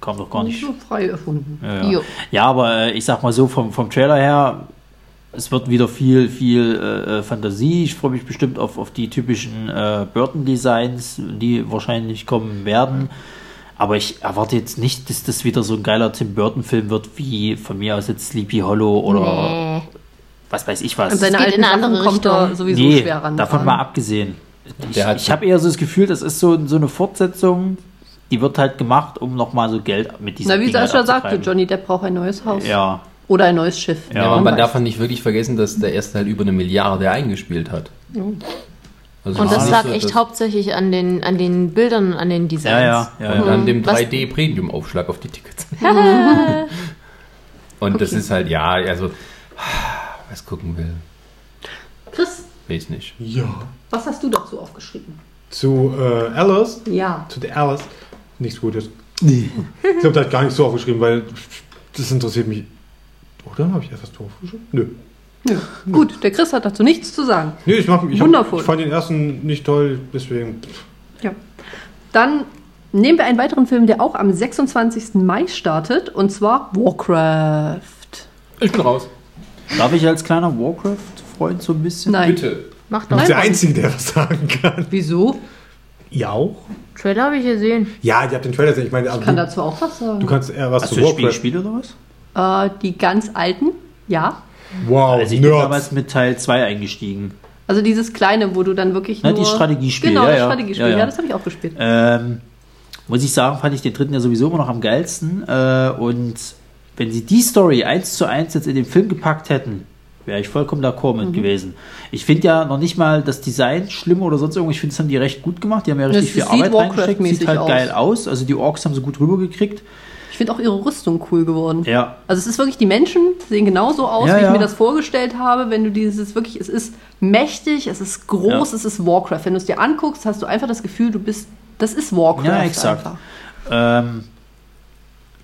Speaker 6: kam doch gar nicht.
Speaker 4: So frei erfunden.
Speaker 6: Ja, ja.
Speaker 4: Jo.
Speaker 6: ja aber äh, ich sag mal so, vom, vom Trailer her, es wird wieder viel, viel äh, Fantasie. Ich freue mich bestimmt auf, auf die typischen äh, Burton-Designs, die wahrscheinlich kommen werden. Aber ich erwarte jetzt nicht, dass das wieder so ein geiler Tim Burton-Film wird, wie von mir aus jetzt Sleepy Hollow oder
Speaker 7: Nee.
Speaker 6: was weiß ich was.
Speaker 4: An seine
Speaker 7: geht
Speaker 4: alten
Speaker 7: in eine
Speaker 4: Sachen
Speaker 7: andere
Speaker 4: kommt er
Speaker 7: Richtung.
Speaker 4: sowieso schwer ran.
Speaker 6: davon mal abgesehen. Ich,
Speaker 5: Der hat-
Speaker 6: ich habe eher so das Gefühl, das ist so, so eine Fortsetzung, die wird halt gemacht, um nochmal so Geld mit diesem
Speaker 4: Na, wie
Speaker 6: Ding halt
Speaker 4: Sascha sagte,
Speaker 6: abzutreiben.
Speaker 4: Johnny Depp braucht ein neues Haus.
Speaker 6: Ja,
Speaker 4: Oder ein neues Schiff.
Speaker 5: Ja, aber
Speaker 4: Wer
Speaker 5: man
Speaker 4: weiß.
Speaker 5: darf nicht wirklich vergessen, dass der erste halt über eine Milliarde eingespielt hat. Also
Speaker 7: Und
Speaker 5: es ist
Speaker 7: das
Speaker 5: nicht
Speaker 7: lag
Speaker 5: so,
Speaker 7: echt
Speaker 5: dass-
Speaker 7: hauptsächlich an den, an den Bildern, und an den
Speaker 6: Ja,
Speaker 7: Designs.
Speaker 6: ja, ja.
Speaker 5: Und
Speaker 6: ja.
Speaker 5: an dem
Speaker 7: Mhm. Was-
Speaker 5: 3D-Premium-Aufschlag auf die Tickets. Und das ist halt, ja, also, was gucken will,
Speaker 4: Chris,
Speaker 5: weiß nicht.
Speaker 3: Ja.
Speaker 4: was hast du dazu aufgeschrieben?
Speaker 3: Zu äh, Alice,
Speaker 4: Ja.
Speaker 3: zu der Alice, nichts Gutes. Ich glaube, da hat gar nichts so aufgeschrieben, weil das interessiert mich. Oder habe ich etwas doof geschrieben? Nö.
Speaker 4: Nö. Gut, der Chris hat dazu nichts zu sagen.
Speaker 3: Nee, ich, mach, ich, hab,
Speaker 4: Wundervoll.
Speaker 3: ich fand den ersten nicht toll, deswegen.
Speaker 4: Ja. Dann nehmen wir einen weiteren Film, der auch am 26. Mai startet, und zwar Warcraft.
Speaker 5: Ich bin raus.
Speaker 6: Darf ich als kleiner Warcraft-Freund so ein bisschen?
Speaker 4: Nein.
Speaker 5: Bitte.
Speaker 7: Mach
Speaker 3: Du
Speaker 7: doch.
Speaker 3: bist der Einzige, der was sagen kann.
Speaker 4: Wieso?
Speaker 3: Ja auch?
Speaker 7: Trailer habe ich gesehen.
Speaker 3: Ja, ich habe den Trailer gesehen. Ich meine, also,
Speaker 4: Ich kann
Speaker 3: du,
Speaker 4: dazu auch was sagen.
Speaker 3: du kannst eher was
Speaker 6: Hast
Speaker 3: zu
Speaker 6: du das Spiel
Speaker 3: Warcraft.
Speaker 6: gespielt oder was?
Speaker 4: Äh, die ganz alten, ja.
Speaker 3: Wow,
Speaker 6: Also ich bin damals
Speaker 3: Nerds.
Speaker 6: mit Teil 2 eingestiegen.
Speaker 4: Also dieses kleine, wo du dann wirklich
Speaker 6: Na,
Speaker 4: nur...
Speaker 6: die Strategiespiele,
Speaker 4: Genau,
Speaker 6: ja,
Speaker 4: das
Speaker 6: ja.
Speaker 4: Strategiespiel.
Speaker 6: Ja,
Speaker 4: Ja,
Speaker 6: ja.
Speaker 4: das habe ich auch gespielt.
Speaker 6: Ähm, muss ich sagen, fand ich den dritten ja sowieso immer noch am geilsten. Äh, und wenn sie die Story eins zu eins jetzt in den Film gepackt hätten, wäre ich vollkommen d'accord mit gewesen. Ich finde ja noch nicht mal das Design schlimm oder sonst irgendwas. Ich finde, es haben die recht gut gemacht. Die haben ja
Speaker 4: Das
Speaker 6: richtig viel
Speaker 4: sieht
Speaker 6: Arbeit reingesteckt.
Speaker 4: Warcraft-mäßig
Speaker 6: Sieht halt
Speaker 4: aus.
Speaker 6: geil aus. Also die Orks haben sie gut rübergekriegt.
Speaker 4: Ich finde auch ihre Rüstung cool geworden.
Speaker 6: Ja,
Speaker 4: Also es ist wirklich, die Menschen sehen genauso aus,
Speaker 6: Ja,
Speaker 4: wie ich
Speaker 6: ja.
Speaker 4: mir das vorgestellt habe, wenn du dieses wirklich, es ist mächtig, es ist groß,
Speaker 6: Ja.
Speaker 4: es ist Warcraft. Wenn du es dir anguckst, hast du einfach das Gefühl, du bist, das ist Warcraft
Speaker 6: Ja, exakt.
Speaker 4: einfach.
Speaker 6: Ähm,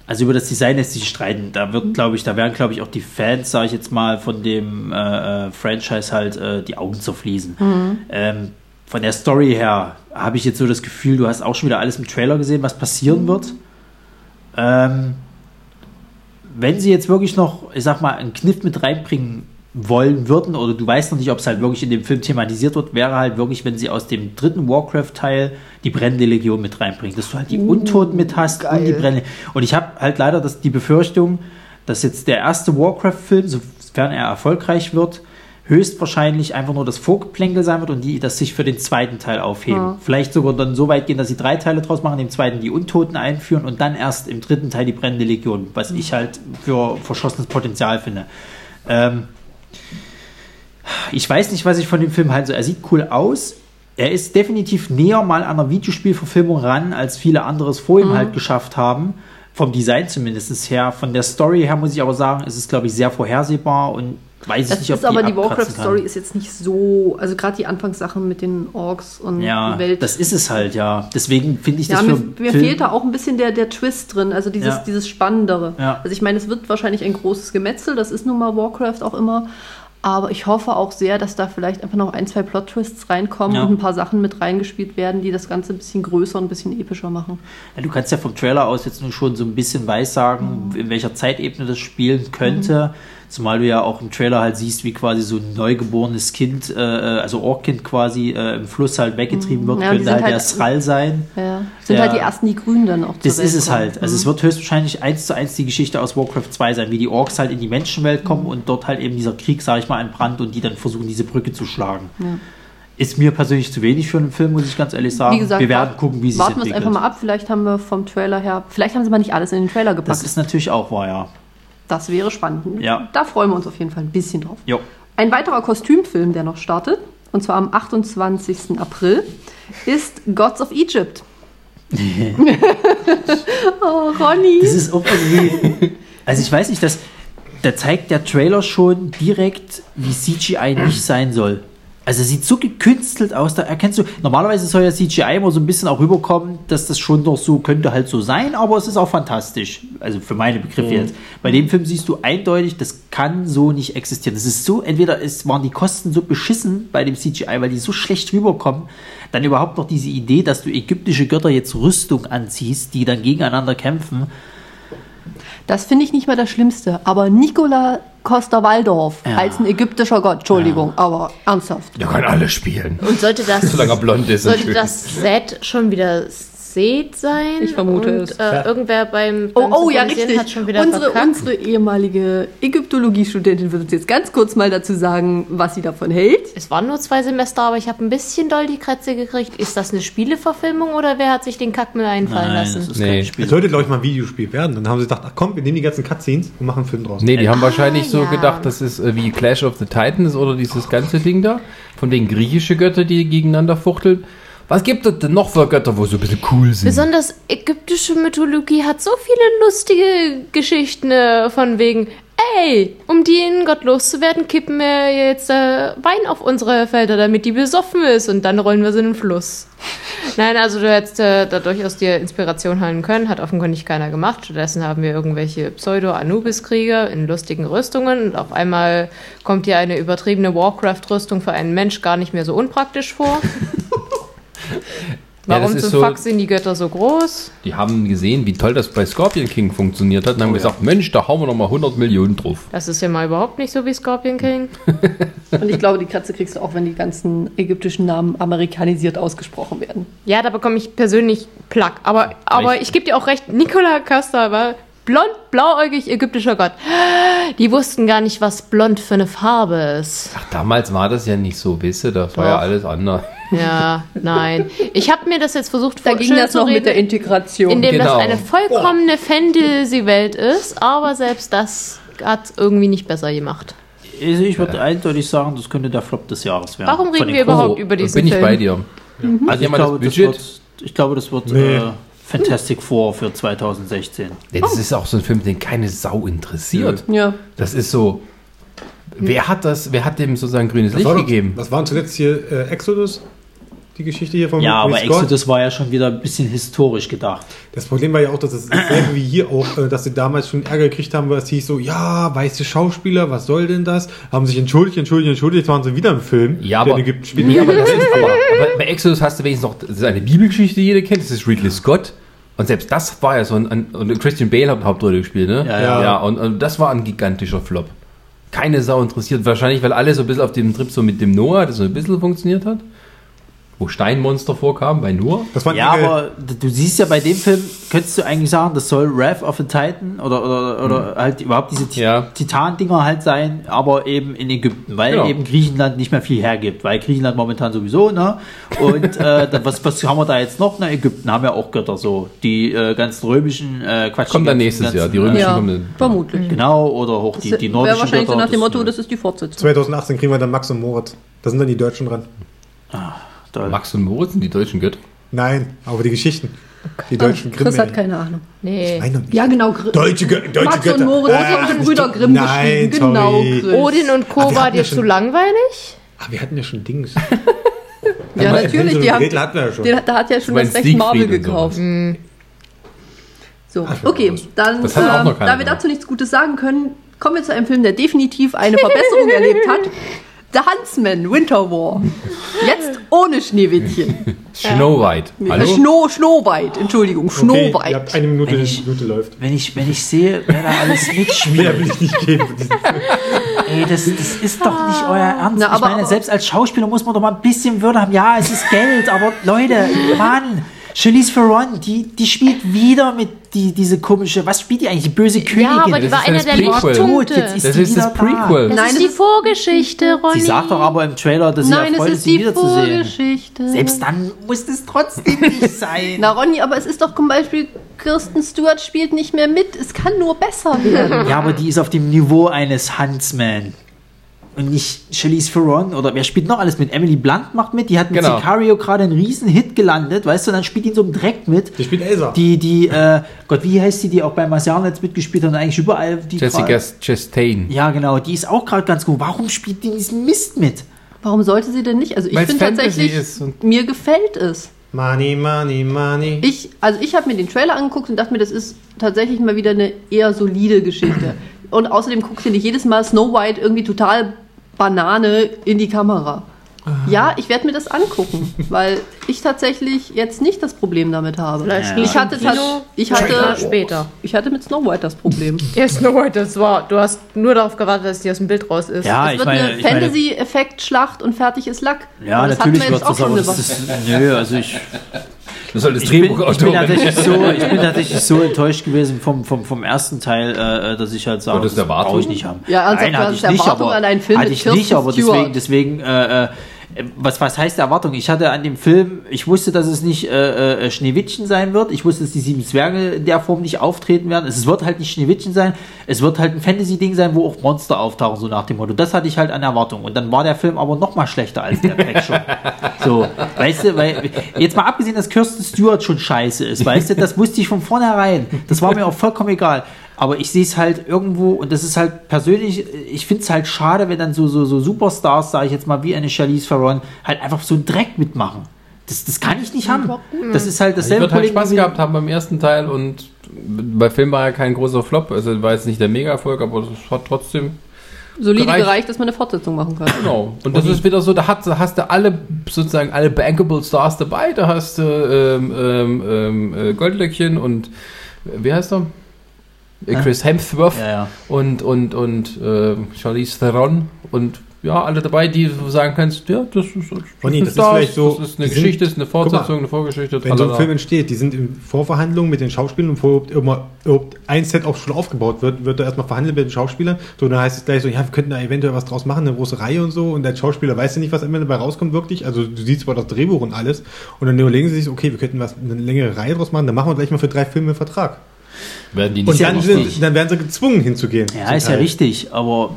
Speaker 6: also über das Design lässt sich streiten. Da wird, glaube ich, da werden, glaube ich, auch die Fans, sage ich jetzt mal, von dem äh, äh, Franchise halt äh, die Augen zerfließen. Ähm, von der Story her habe ich jetzt so das Gefühl, du hast auch schon wieder alles im Trailer gesehen, was passieren wird. Ähm, wenn sie jetzt wirklich noch, ich sag mal, einen Kniff mit reinbringen wollen würden, oder du weißt noch nicht, ob es halt wirklich in dem Film thematisiert wird, wäre halt wirklich, wenn sie aus dem dritten Warcraft-Teil die brennende Legion mit reinbringen, dass du halt die Untoten mit hast und die brennende. Und ich habe halt leider das, die Befürchtung, dass jetzt der erste Warcraft-Film, sofern er erfolgreich wird, höchstwahrscheinlich einfach nur das Vorgeplänkel sein wird und die das sich für den zweiten Teil aufheben.
Speaker 7: Ja.
Speaker 6: Vielleicht sogar dann so weit gehen, dass sie drei Teile draus machen, im zweiten die Untoten einführen und dann erst im dritten Teil die brennende Legion, was ich halt für verschossenes Potenzial finde. Ähm, ich weiß nicht, was ich von dem Film halte. Er sieht cool aus. Er ist definitiv näher mal an einer Videospielverfilmung ran, als viele andere es
Speaker 4: Mhm.
Speaker 6: vor ihm halt geschafft haben. Vom Design zumindest her. Von der Story her muss ich aber sagen, es ist, glaube ich, sehr vorhersehbar und weiß ich
Speaker 4: Das
Speaker 6: nicht, ob
Speaker 4: ist aber die
Speaker 6: abkratzen
Speaker 4: Warcraft-Story
Speaker 6: kann.
Speaker 4: ist jetzt nicht so. Also gerade die Anfangssachen mit den Orks und
Speaker 6: Ja,
Speaker 4: die Welt.
Speaker 6: das ist es halt, ja. Deswegen finde ich
Speaker 4: ja,
Speaker 6: das
Speaker 4: mir,
Speaker 6: für einen
Speaker 4: mir
Speaker 6: Film-
Speaker 4: fehlt da auch ein bisschen der, der Twist drin, also dieses,
Speaker 6: Ja.
Speaker 4: dieses Spannendere.
Speaker 6: Ja.
Speaker 4: Also ich meine, es wird wahrscheinlich ein großes Gemetzel, das ist nun mal Warcraft auch immer. Aber ich hoffe auch sehr, dass da vielleicht einfach noch ein, zwei Plot-Twists reinkommen
Speaker 6: Ja.
Speaker 4: und ein paar Sachen mit reingespielt werden, die das Ganze ein bisschen größer und ein bisschen epischer machen.
Speaker 6: Ja, du kannst ja vom Trailer aus jetzt nun schon so ein bisschen weissagen,
Speaker 4: Mhm.
Speaker 6: in welcher Zeitebene das spielen könnte. Zumal du ja auch im Trailer halt siehst, wie quasi so ein neugeborenes Kind, äh, also Orkkind quasi äh, im Fluss halt weggetrieben wird,
Speaker 4: Ja, die
Speaker 6: könnte
Speaker 4: sind
Speaker 6: halt, der
Speaker 4: halt-
Speaker 6: Thrall sein.
Speaker 4: Ja. Mhm. Sind
Speaker 6: Ja.
Speaker 4: halt die ersten, die Grünen dann auch zur
Speaker 6: Das
Speaker 4: Welt
Speaker 6: ist es
Speaker 4: kommen.
Speaker 6: halt. Also es wird höchstwahrscheinlich eins zu eins die Geschichte aus Warcraft 2 sein, wie die Orks halt in die Menschenwelt kommen
Speaker 4: Mhm.
Speaker 6: und dort halt eben dieser Krieg, sag ich mal, entbrannt und die dann versuchen, diese Brücke zu schlagen. Ist mir persönlich zu wenig für einen Film, muss ich ganz ehrlich sagen.
Speaker 4: Wie gesagt,
Speaker 6: wir werden
Speaker 4: wart-
Speaker 6: gucken, wie sie es
Speaker 4: Warten wir es
Speaker 6: entwickelt.
Speaker 4: einfach mal ab. Vielleicht haben wir vom Trailer her, vielleicht haben sie mal nicht alles in den Trailer gepackt.
Speaker 6: Das ist natürlich auch wahr, ja.
Speaker 4: Das wäre spannend.
Speaker 6: Ja.
Speaker 4: Da freuen wir uns auf jeden Fall ein bisschen drauf.
Speaker 6: Jo.
Speaker 4: Ein weiterer Kostümfilm, der noch startet, und zwar am 28. April, ist Gods of Egypt. oh, Ronny.
Speaker 6: Das ist auch irgendwie. Also ich weiß nicht, das, da zeigt der Trailer schon direkt, wie CGI nicht sein soll. Also sieht so gekünstelt aus, da erkennst du, normalerweise soll ja CGI immer so ein bisschen auch rüberkommen, dass das schon noch so, könnte halt so sein, aber es ist auch fantastisch. Also für meine Begriffe jetzt. Bei dem Film siehst du eindeutig, das kann so nicht existieren. Das ist so, entweder es waren die Kosten so beschissen bei dem CGI, weil die so schlecht rüberkommen, dann überhaupt noch diese Idee, dass du ägyptische Götter jetzt Rüstung anziehst, die dann gegeneinander kämpfen.
Speaker 4: Das finde ich nicht mal das Schlimmste, aber Nicola Costa-Waldorf
Speaker 6: Ja.
Speaker 4: als ein ägyptischer Gott, Entschuldigung, aber ernsthaft.
Speaker 5: Da kann alles spielen.
Speaker 7: Und sollte das,
Speaker 5: Solange er blond ist.
Speaker 7: sollte
Speaker 5: natürlich.
Speaker 7: das Set schon wieder Set sein?
Speaker 4: Ich vermute
Speaker 7: und,
Speaker 4: es.
Speaker 7: Äh, irgendwer beim,
Speaker 4: Oh,
Speaker 7: beim
Speaker 4: oh ja,
Speaker 7: Synchronisieren
Speaker 4: richtig.
Speaker 7: hat schon wieder
Speaker 4: unsere,
Speaker 7: verkackt.
Speaker 4: unsere ehemalige Ägyptologiestudentin wird uns jetzt ganz kurz mal dazu sagen, was sie davon hält.
Speaker 7: Es waren nur zwei Semester, aber ich habe ein bisschen doll die Krätze gekriegt. Ist das eine Spieleverfilmung oder wer hat sich den Kackmüll einfallen lassen?
Speaker 6: das ist
Speaker 5: Nee.
Speaker 6: kein
Speaker 3: Es
Speaker 1: Also,
Speaker 6: Spiel.
Speaker 3: sollte, glaube ich, mal ein Videospiel werden. Dann haben sie gedacht, ach komm, wir nehmen die ganzen Cutscenes und machen einen Film draus.
Speaker 5: Nee, die haben wahrscheinlich so
Speaker 7: Ah, ja.
Speaker 5: gedacht, das ist äh, wie Clash of the Titans oder dieses ganze Ding da, von den griechische Götter, die gegeneinander fuchteln. Was gibt es denn noch für Götter, wo so ein bisschen cool sind?
Speaker 7: Besonders ägyptische Mythologie hat so viele lustige Geschichten äh, von wegen, ey, um den Gott loszuwerden, kippen wir jetzt äh, Wein auf unsere Felder, damit die besoffen ist und dann rollen wir sie in den Fluss. Nein, also du hättest äh, da durchaus dir Inspiration holen können, hat offenkundig keiner gemacht. Stattdessen haben wir irgendwelche Pseudo-Anubis-Krieger in lustigen Rüstungen und auf einmal kommt dir eine übertriebene Warcraft-Rüstung für einen Mensch gar nicht mehr so unpraktisch vor.
Speaker 5: Ja, das
Speaker 7: Warum
Speaker 5: ist
Speaker 7: zum
Speaker 5: so-
Speaker 7: Fuck sind die Götter so groß?
Speaker 5: Die haben gesehen, wie toll das bei Scorpion King funktioniert hat und haben gesagt, Mensch, da hauen wir nochmal 100 Millionen drauf.
Speaker 7: Das ist ja mal überhaupt nicht so wie Scorpion King.
Speaker 4: Und ich glaube, die Kratze kriegst du auch, wenn die ganzen ägyptischen Namen amerikanisiert ausgesprochen werden.
Speaker 7: Ja, da bekomme ich persönlich Plack. Aber, aber ich gebe dir auch recht, Nicola Costa war blond, blauäugig, ägyptischer Gott. Die wussten gar nicht, was blond für eine Farbe ist.
Speaker 5: Ach, damals war das ja nicht so, wisst ihr, das war ja
Speaker 7: Doch.
Speaker 5: alles anders.
Speaker 7: Ja, nein. Ich habe mir das jetzt versucht
Speaker 4: Da ging
Speaker 7: Oh, schön
Speaker 4: das
Speaker 7: zu
Speaker 4: noch mit
Speaker 7: reden,
Speaker 4: der Integration.
Speaker 7: indem
Speaker 5: Genau.
Speaker 7: das eine vollkommene Fantasy-Welt ist. Aber selbst das hat irgendwie nicht besser gemacht.
Speaker 6: Also ich würde eindeutig sagen, das könnte der Flop des Jahres werden.
Speaker 7: Warum
Speaker 6: Von
Speaker 7: reden
Speaker 6: den
Speaker 7: wir
Speaker 6: Kurven.
Speaker 7: überhaupt über diesen
Speaker 5: Also, bin ich
Speaker 7: Film?
Speaker 5: bei dir.
Speaker 6: Also ich
Speaker 5: jemand das
Speaker 6: glaube, das
Speaker 5: Budget?
Speaker 6: wird, ich glaube, das wird äh, Fantastic Four für 2016.
Speaker 5: Nee, Das ist auch so ein Film, den keine Sau interessiert.
Speaker 4: ja.
Speaker 5: Das ist so, wer hat das, wer hat dem sozusagen grünes
Speaker 3: Was
Speaker 5: Licht
Speaker 3: war doch-
Speaker 5: gegeben?
Speaker 3: Was waren zuletzt hier äh, Exodus? Die Geschichte hier von
Speaker 6: Ja, aber
Speaker 3: Ridley Scott?
Speaker 6: Exodus war ja schon wieder ein bisschen historisch gedacht.
Speaker 3: Das Problem war ja auch, dass es dasselbe wie hier auch, äh, dass sie damals schon Ärger gekriegt haben, weil es hieß so, ja, weiße Schauspieler, was soll denn das? Haben sich entschuldigt, entschuldigt, entschuldigt, jetzt waren sie wieder im Film.
Speaker 5: Ja,
Speaker 3: der
Speaker 5: aber-
Speaker 3: in Ägypten spielt.
Speaker 5: Nee, aber, das, aber, aber bei Exodus hast du wenigstens noch das ist eine Bibelgeschichte, die jeder kennt. Das ist Ridley Scott. Und selbst das war ja so ein, ein und Christian Bale hat eine Hauptrolle gespielt, ne?
Speaker 6: Ja, ja.
Speaker 5: ja und, und das war ein gigantischer Flop. keine Sau interessiert. Wahrscheinlich, weil alle so ein bisschen auf dem Trip so mit dem Noah, das so ein bisschen funktioniert hat. Wo Steinmonster vorkamen bei Noah.
Speaker 3: Das waren
Speaker 6: Ja,
Speaker 3: Engel.
Speaker 6: aber d- du siehst ja bei dem Film, könntest du eigentlich sagen, das soll Wrath of the Titan oder, oder, oder halt überhaupt diese Ti-
Speaker 5: Hm. Ja.
Speaker 6: Titan-Dinger halt sein, aber eben in Ägypten, weil
Speaker 5: Genau.
Speaker 6: eben Griechenland nicht mehr viel hergibt, weil Griechenland momentan sowieso, ne? Und äh, dann, was, was haben wir da jetzt noch? Na, Ägypten haben ja auch Götter so. Die äh, ganzen römischen, äh, Quatsch.
Speaker 5: Kommt
Speaker 6: die ganzen-
Speaker 5: dann nächstes Jahr, die
Speaker 6: ganzen,
Speaker 5: römischen
Speaker 6: äh,
Speaker 4: Ja,
Speaker 5: kommen dann.
Speaker 4: vermutlich.
Speaker 6: Genau, oder auch die,
Speaker 4: Das
Speaker 6: die
Speaker 4: wär
Speaker 6: nordischen äh,
Speaker 4: wahrscheinlich so
Speaker 6: Götter,
Speaker 4: nach dem Motto,
Speaker 6: das,
Speaker 4: das ist die Fortsetzung.
Speaker 3: 2018 kriegen wir dann Max und Moritz. Da sind dann die Deutschen dran.
Speaker 6: toll.
Speaker 5: Max und Moritz sind die deutschen Götter.
Speaker 3: Nein, aber die Geschichten. Die deutschen Grimm.
Speaker 4: Chris hat keine Ahnung.
Speaker 7: Nee.
Speaker 3: Nein, noch nicht.
Speaker 4: Ja, genau. Gr
Speaker 3: Deutsche Gö- deutsche
Speaker 4: Max
Speaker 3: Götter.
Speaker 4: und Moritz
Speaker 3: Ach,
Speaker 4: haben
Speaker 1: Äh,
Speaker 4: die
Speaker 3: nicht
Speaker 4: Brüder
Speaker 3: die-
Speaker 4: Grimm
Speaker 3: Nein,
Speaker 4: geschrieben. Genau,
Speaker 3: sorry.
Speaker 4: Chris.
Speaker 7: Odin und
Speaker 3: Ah,
Speaker 7: Co.
Speaker 3: wir
Speaker 7: war
Speaker 3: hatten ja
Speaker 7: dir zu
Speaker 3: schon-
Speaker 7: langweilig?
Speaker 3: Ah, wir hatten ja schon Dings.
Speaker 4: Ja, natürlich. Die haben,
Speaker 3: Gretel hatten wir ja schon.
Speaker 4: den, da hat ja schon
Speaker 5: Du
Speaker 4: das
Speaker 5: meinst
Speaker 4: Recht
Speaker 5: Siegfried
Speaker 4: Marvel
Speaker 5: und sowas.
Speaker 4: gekauft. Hm. So, okay, dann,
Speaker 5: Das hat auch
Speaker 4: ähm,
Speaker 5: noch keiner
Speaker 4: da wir
Speaker 5: gemacht.
Speaker 4: dazu nichts Gutes sagen können, kommen wir zu einem Film, der definitiv eine Verbesserung erlebt hat. The Huntsman, Winter War. Jetzt ohne Schneewittchen.
Speaker 5: Snow White.
Speaker 4: Äh, Schno, Schnowweit, Entschuldigung,
Speaker 3: Okay,
Speaker 4: Schnowweit.
Speaker 3: ihr habt eine Minute,
Speaker 6: Wenn
Speaker 3: die
Speaker 6: ich-
Speaker 3: Minute läuft.
Speaker 6: Wenn ich, wenn ich sehe, wer da alles mitspielt.
Speaker 3: Mehr will ich nicht geben.
Speaker 6: Ey, das, das ist doch nicht euer Ernst.
Speaker 4: Na,
Speaker 6: ich
Speaker 4: aber-
Speaker 6: meine,
Speaker 4: aber-
Speaker 6: selbst als Schauspieler muss man doch mal ein bisschen Würde haben. Ja, es ist Geld, aber Leute, Mann, Charlize Theron, die, die spielt wieder mit die, diese komische, was spielt die eigentlich? Die böse Königin.
Speaker 7: Ja, aber die
Speaker 5: das
Speaker 7: war
Speaker 5: ist
Speaker 7: einer
Speaker 5: das
Speaker 7: der
Speaker 5: Prequel.
Speaker 6: Gut, jetzt
Speaker 7: Letzten.
Speaker 6: ist
Speaker 5: Das
Speaker 6: die
Speaker 5: ist
Speaker 6: wieder
Speaker 5: das Prequel.
Speaker 7: Das
Speaker 4: Nein,
Speaker 7: ist
Speaker 4: das
Speaker 7: die
Speaker 4: ist-
Speaker 7: Vorgeschichte, Ronny.
Speaker 6: Sie sagt doch aber im Trailer, dass sie
Speaker 4: Nein,
Speaker 6: ja
Speaker 4: es
Speaker 6: freut,
Speaker 4: ist
Speaker 6: sie
Speaker 4: die
Speaker 6: wiederzusehen.
Speaker 4: Vorgeschichte.
Speaker 6: Selbst dann muss es trotzdem nicht sein.
Speaker 4: Na Ronny, aber es ist doch zum Beispiel, Kirsten Stewart spielt nicht mehr mit. Es kann nur besser werden.
Speaker 6: Ja, aber die ist auf dem Niveau eines Huntsman. Und nicht Charlize Theron oder wer spielt noch alles mit? Emily Blunt macht mit, die hat mit
Speaker 5: Genau.
Speaker 6: Sicario gerade einen riesen Hit gelandet, weißt du, und dann spielt die in so einem Dreck mit.
Speaker 3: Die spielt Elsa.
Speaker 6: Die, die, äh, Gott, wie heißt die, die auch bei Marciano jetzt mitgespielt hat und eigentlich überall die
Speaker 5: Jessica
Speaker 6: grad-
Speaker 5: Chastain.
Speaker 6: Ja, genau, die ist auch gerade ganz gut. Warum spielt die diesen Mist mit?
Speaker 4: Warum sollte sie denn nicht? Also ich
Speaker 5: Weil's
Speaker 4: finde
Speaker 5: Fantasy
Speaker 4: tatsächlich,
Speaker 5: ist und-
Speaker 4: mir gefällt es.
Speaker 3: Money, money, money.
Speaker 4: Ich, also ich habe mir den Trailer angeguckt und dachte mir, das ist tatsächlich mal wieder eine eher solide Geschichte. Und außerdem guckt sie nicht jedes Mal Snow White irgendwie total Banane in die Kamera. Ja, ich werde mir das angucken, weil ich tatsächlich jetzt nicht das Problem damit habe.
Speaker 7: Vielleicht
Speaker 4: Ich
Speaker 7: nicht
Speaker 4: hatte,
Speaker 7: im Kino,
Speaker 4: tats- ich,
Speaker 7: sondern
Speaker 4: hatte,
Speaker 7: später.
Speaker 4: ich hatte mit Snow White das Problem.
Speaker 7: Ja, Snow White, das war. Du hast nur darauf gewartet, dass die aus dem Bild raus ist.
Speaker 6: Ja,
Speaker 4: es
Speaker 6: Ah, ich
Speaker 4: wird
Speaker 6: meine,
Speaker 4: eine
Speaker 6: ich meine-
Speaker 4: Fantasy-Effekt-Schlacht und fertig ist Lack.
Speaker 6: Ja,
Speaker 4: Aber das hatten
Speaker 6: natürlich
Speaker 4: wir
Speaker 6: wird
Speaker 4: jetzt auch
Speaker 6: das
Speaker 4: schon
Speaker 6: aber.
Speaker 4: eine
Speaker 6: Das
Speaker 4: Woche.
Speaker 6: ist, nö, also ich,
Speaker 5: Du solltest
Speaker 6: Ich bin, ich, bin tatsächlich so, ich bin tatsächlich so enttäuscht gewesen vom, vom, vom ersten Teil, äh, äh, dass ich halt sage,
Speaker 5: Würdest du
Speaker 6: das
Speaker 5: Erwartungen?
Speaker 6: brauche ich nicht haben.
Speaker 4: Ja, also ernsthaft, du
Speaker 6: hatte
Speaker 4: hast
Speaker 6: ich nicht,
Speaker 4: Erwartungen
Speaker 6: aber,
Speaker 4: an einen Film
Speaker 6: hatte
Speaker 4: mit
Speaker 6: ich nicht,
Speaker 4: Kirsten
Speaker 6: aber deswegen,
Speaker 4: Stewart.
Speaker 6: deswegen äh, äh, was, was heißt Erwartung? Ich hatte an dem Film, ich wusste, dass es nicht äh, äh, Schneewittchen sein wird. Ich wusste, dass die sieben Zwerge in der Form nicht auftreten werden. Es wird halt nicht Schneewittchen sein. Es wird halt ein Fantasy-Ding sein, wo auch Monster auftauchen, so nach dem Motto. Das hatte ich halt an Erwartung. Und dann war der Film aber noch mal schlechter als der Pack schon. So, weißt du, weil, jetzt mal abgesehen, dass Kirsten Stewart schon scheiße ist, weißt du, das wusste ich von vornherein. Das war mir auch vollkommen egal. Aber ich sehe es halt irgendwo, und das ist halt persönlich, ich finde es halt schade, wenn dann so, so, so Superstars, sage ich jetzt mal, wie eine Charlize Theron, halt einfach so einen Dreck mitmachen. Das, das kann ich nicht haben. Das ist halt
Speaker 5: Ich
Speaker 6: dasselbe
Speaker 5: wird halt Spaß
Speaker 6: wie-
Speaker 5: gehabt haben beim ersten Teil und bei Film war ja kein großer Flop, also war jetzt nicht der Mega-Erfolg, aber das hat trotzdem.
Speaker 4: Solide
Speaker 5: Gereicht.
Speaker 4: gereicht. dass man eine Fortsetzung machen kann.
Speaker 5: Genau. Und das ist wieder so, da hast, hast du alle sozusagen alle bankable Stars dabei, da hast du ähm, ähm, ähm, äh, Goldlöckchen und äh, wie heißt er? Äh, Chris Hemsworth
Speaker 6: Ja, ja.
Speaker 5: und und und äh, Charlize Theron und ja, alle dabei, die so sagen kannst, ja, das ist, das
Speaker 3: Ronny, das ist vielleicht so-
Speaker 5: das ist eine
Speaker 3: die sind-
Speaker 5: Geschichte, ist eine
Speaker 3: guck mal,
Speaker 5: Fortsetzung, eine Vorgeschichte. Also,
Speaker 3: Wenn so ein
Speaker 5: tralala.
Speaker 3: Film entsteht, die sind in Vorverhandlungen mit den Schauspielern und bevor überhaupt immer überhaupt ein Set auch schon aufgebaut wird, wird da erstmal verhandelt mit den Schauspielern. So, dann heißt es gleich so, ja, wir könnten da eventuell was draus machen, eine große Reihe und so. Und der Schauspieler weiß ja nicht, was am Ende dabei rauskommt wirklich. Also du siehst zwar das Drehbuch und alles. Und dann überlegen sie sich, okay, wir könnten was eine längere Reihe draus machen, dann machen wir gleich mal für drei Filme einen Vertrag.
Speaker 5: werden die
Speaker 3: Und
Speaker 5: nicht
Speaker 3: dann,
Speaker 5: gemacht haben.
Speaker 3: sind, dann werden sie gezwungen hinzugehen.
Speaker 6: Ja,
Speaker 3: Zum
Speaker 6: ist ja
Speaker 3: Teil.
Speaker 6: richtig, aber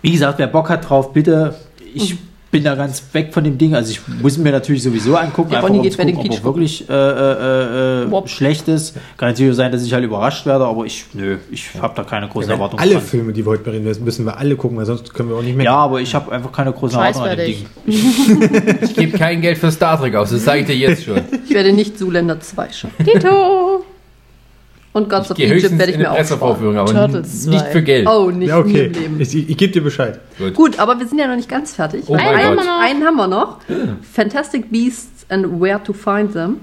Speaker 6: wie gesagt, wer Bock hat drauf, bitte. Ich bin da ganz weg von dem Ding. Also ich muss ihn mir natürlich sowieso angucken,
Speaker 4: Ja,
Speaker 6: einfach
Speaker 4: Bonnie
Speaker 6: um
Speaker 4: geht
Speaker 6: zu
Speaker 4: bei den
Speaker 6: gucken, ob er
Speaker 4: Kitsch
Speaker 6: wirklich äh, äh, äh,
Speaker 4: Wop.
Speaker 6: schlecht ist. Kann natürlich sein, dass ich halt überrascht werde, aber ich, nö, ich habe da keine
Speaker 3: Wir
Speaker 6: großen
Speaker 3: werden
Speaker 6: Erwartungen.
Speaker 3: alle
Speaker 6: dran.
Speaker 3: Filme, die wir heute bereden, müssen, müssen wir alle gucken, weil sonst können wir auch nicht mehr.
Speaker 6: ja, aber ich habe einfach keine großen Erwartungen an dem
Speaker 7: Scheißwertig.
Speaker 6: Ding.
Speaker 5: Ich gebe kein Geld für Star Trek aus, das sage ich dir jetzt schon.
Speaker 4: Ich werde nicht Zuländer 2 schauen.
Speaker 7: Tito!
Speaker 4: Und Gods of
Speaker 5: Gehe
Speaker 4: Egypt
Speaker 5: höchstens
Speaker 4: werde ich
Speaker 5: in eine
Speaker 4: mir aufsparen.
Speaker 5: Pressevorführung, aber
Speaker 7: Turtles
Speaker 5: nicht
Speaker 7: 2.
Speaker 5: für Geld.
Speaker 4: Oh, nicht
Speaker 3: ja okay.
Speaker 4: nie im Leben.
Speaker 3: Ich, ich, ich gebe dir Bescheid.
Speaker 4: Gut, aber wir sind ja noch nicht ganz fertig.
Speaker 5: Oh mein
Speaker 4: einen,
Speaker 5: Gott.
Speaker 4: einen haben wir noch. Fantastic Beasts and Where to Find Them.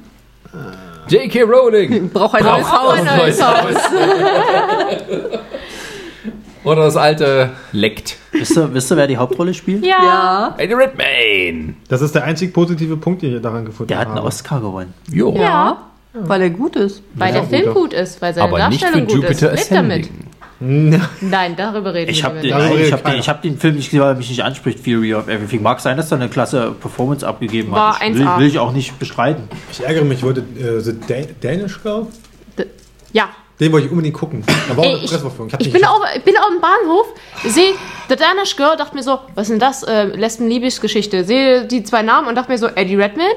Speaker 5: J.K. Rowling!
Speaker 4: Braucht ein neues
Speaker 5: Braucht
Speaker 4: Haus.
Speaker 5: ein neues Haus. Oder das alte leckt.
Speaker 6: Wisst ihr, wisst ihr, wer die Hauptrolle spielt?
Speaker 7: Ja.
Speaker 4: Ja.
Speaker 5: Eddie Redmayne.
Speaker 3: Das ist der einzig positive Punkt, den ich daran gefunden
Speaker 6: Der hat einen
Speaker 3: habe.
Speaker 6: Oscar gewonnen.
Speaker 5: Jo.
Speaker 4: ja. Weil er gut ist.
Speaker 7: Weil
Speaker 3: Ja,
Speaker 7: der Film
Speaker 3: guter.
Speaker 7: gut ist, weil seine
Speaker 5: Aber nicht für
Speaker 7: Darstellung gut
Speaker 5: Jupiter
Speaker 7: ist. Red damit.
Speaker 5: Ascending.
Speaker 7: Nein, darüber reden
Speaker 6: Ich
Speaker 7: wir
Speaker 6: habe
Speaker 7: damit.
Speaker 6: den,
Speaker 3: Darüber
Speaker 6: nein, ich
Speaker 3: redet
Speaker 6: hab den,
Speaker 3: keiner.
Speaker 6: ich hab den Film nicht gesehen, weil er mich nicht anspricht, Theory of Everything. Mag sein, dass er eine klasse Performance abgegeben
Speaker 7: War
Speaker 6: hat. Ich will,
Speaker 7: 1A.
Speaker 6: will ich auch nicht bestreiten.
Speaker 3: Ich ärgere mich, ich wollte äh, The Dan- Danish Girl,
Speaker 7: D- Ja.
Speaker 1: Oh,
Speaker 3: den wollte ich unbedingt gucken. Da war auch
Speaker 7: Ey,
Speaker 3: eine
Speaker 7: ich,
Speaker 3: Pressevorführung. hab
Speaker 7: ich,
Speaker 3: nicht
Speaker 7: bin
Speaker 3: geschafft.
Speaker 7: auf, ich bin auf dem Bahnhof, sehe The Danish Girl, dachte mir so, was ist denn das? Äh, Lesben-Liebesgeschichte. Sehe die zwei Namen und dachte mir so, Eddie Redmayne?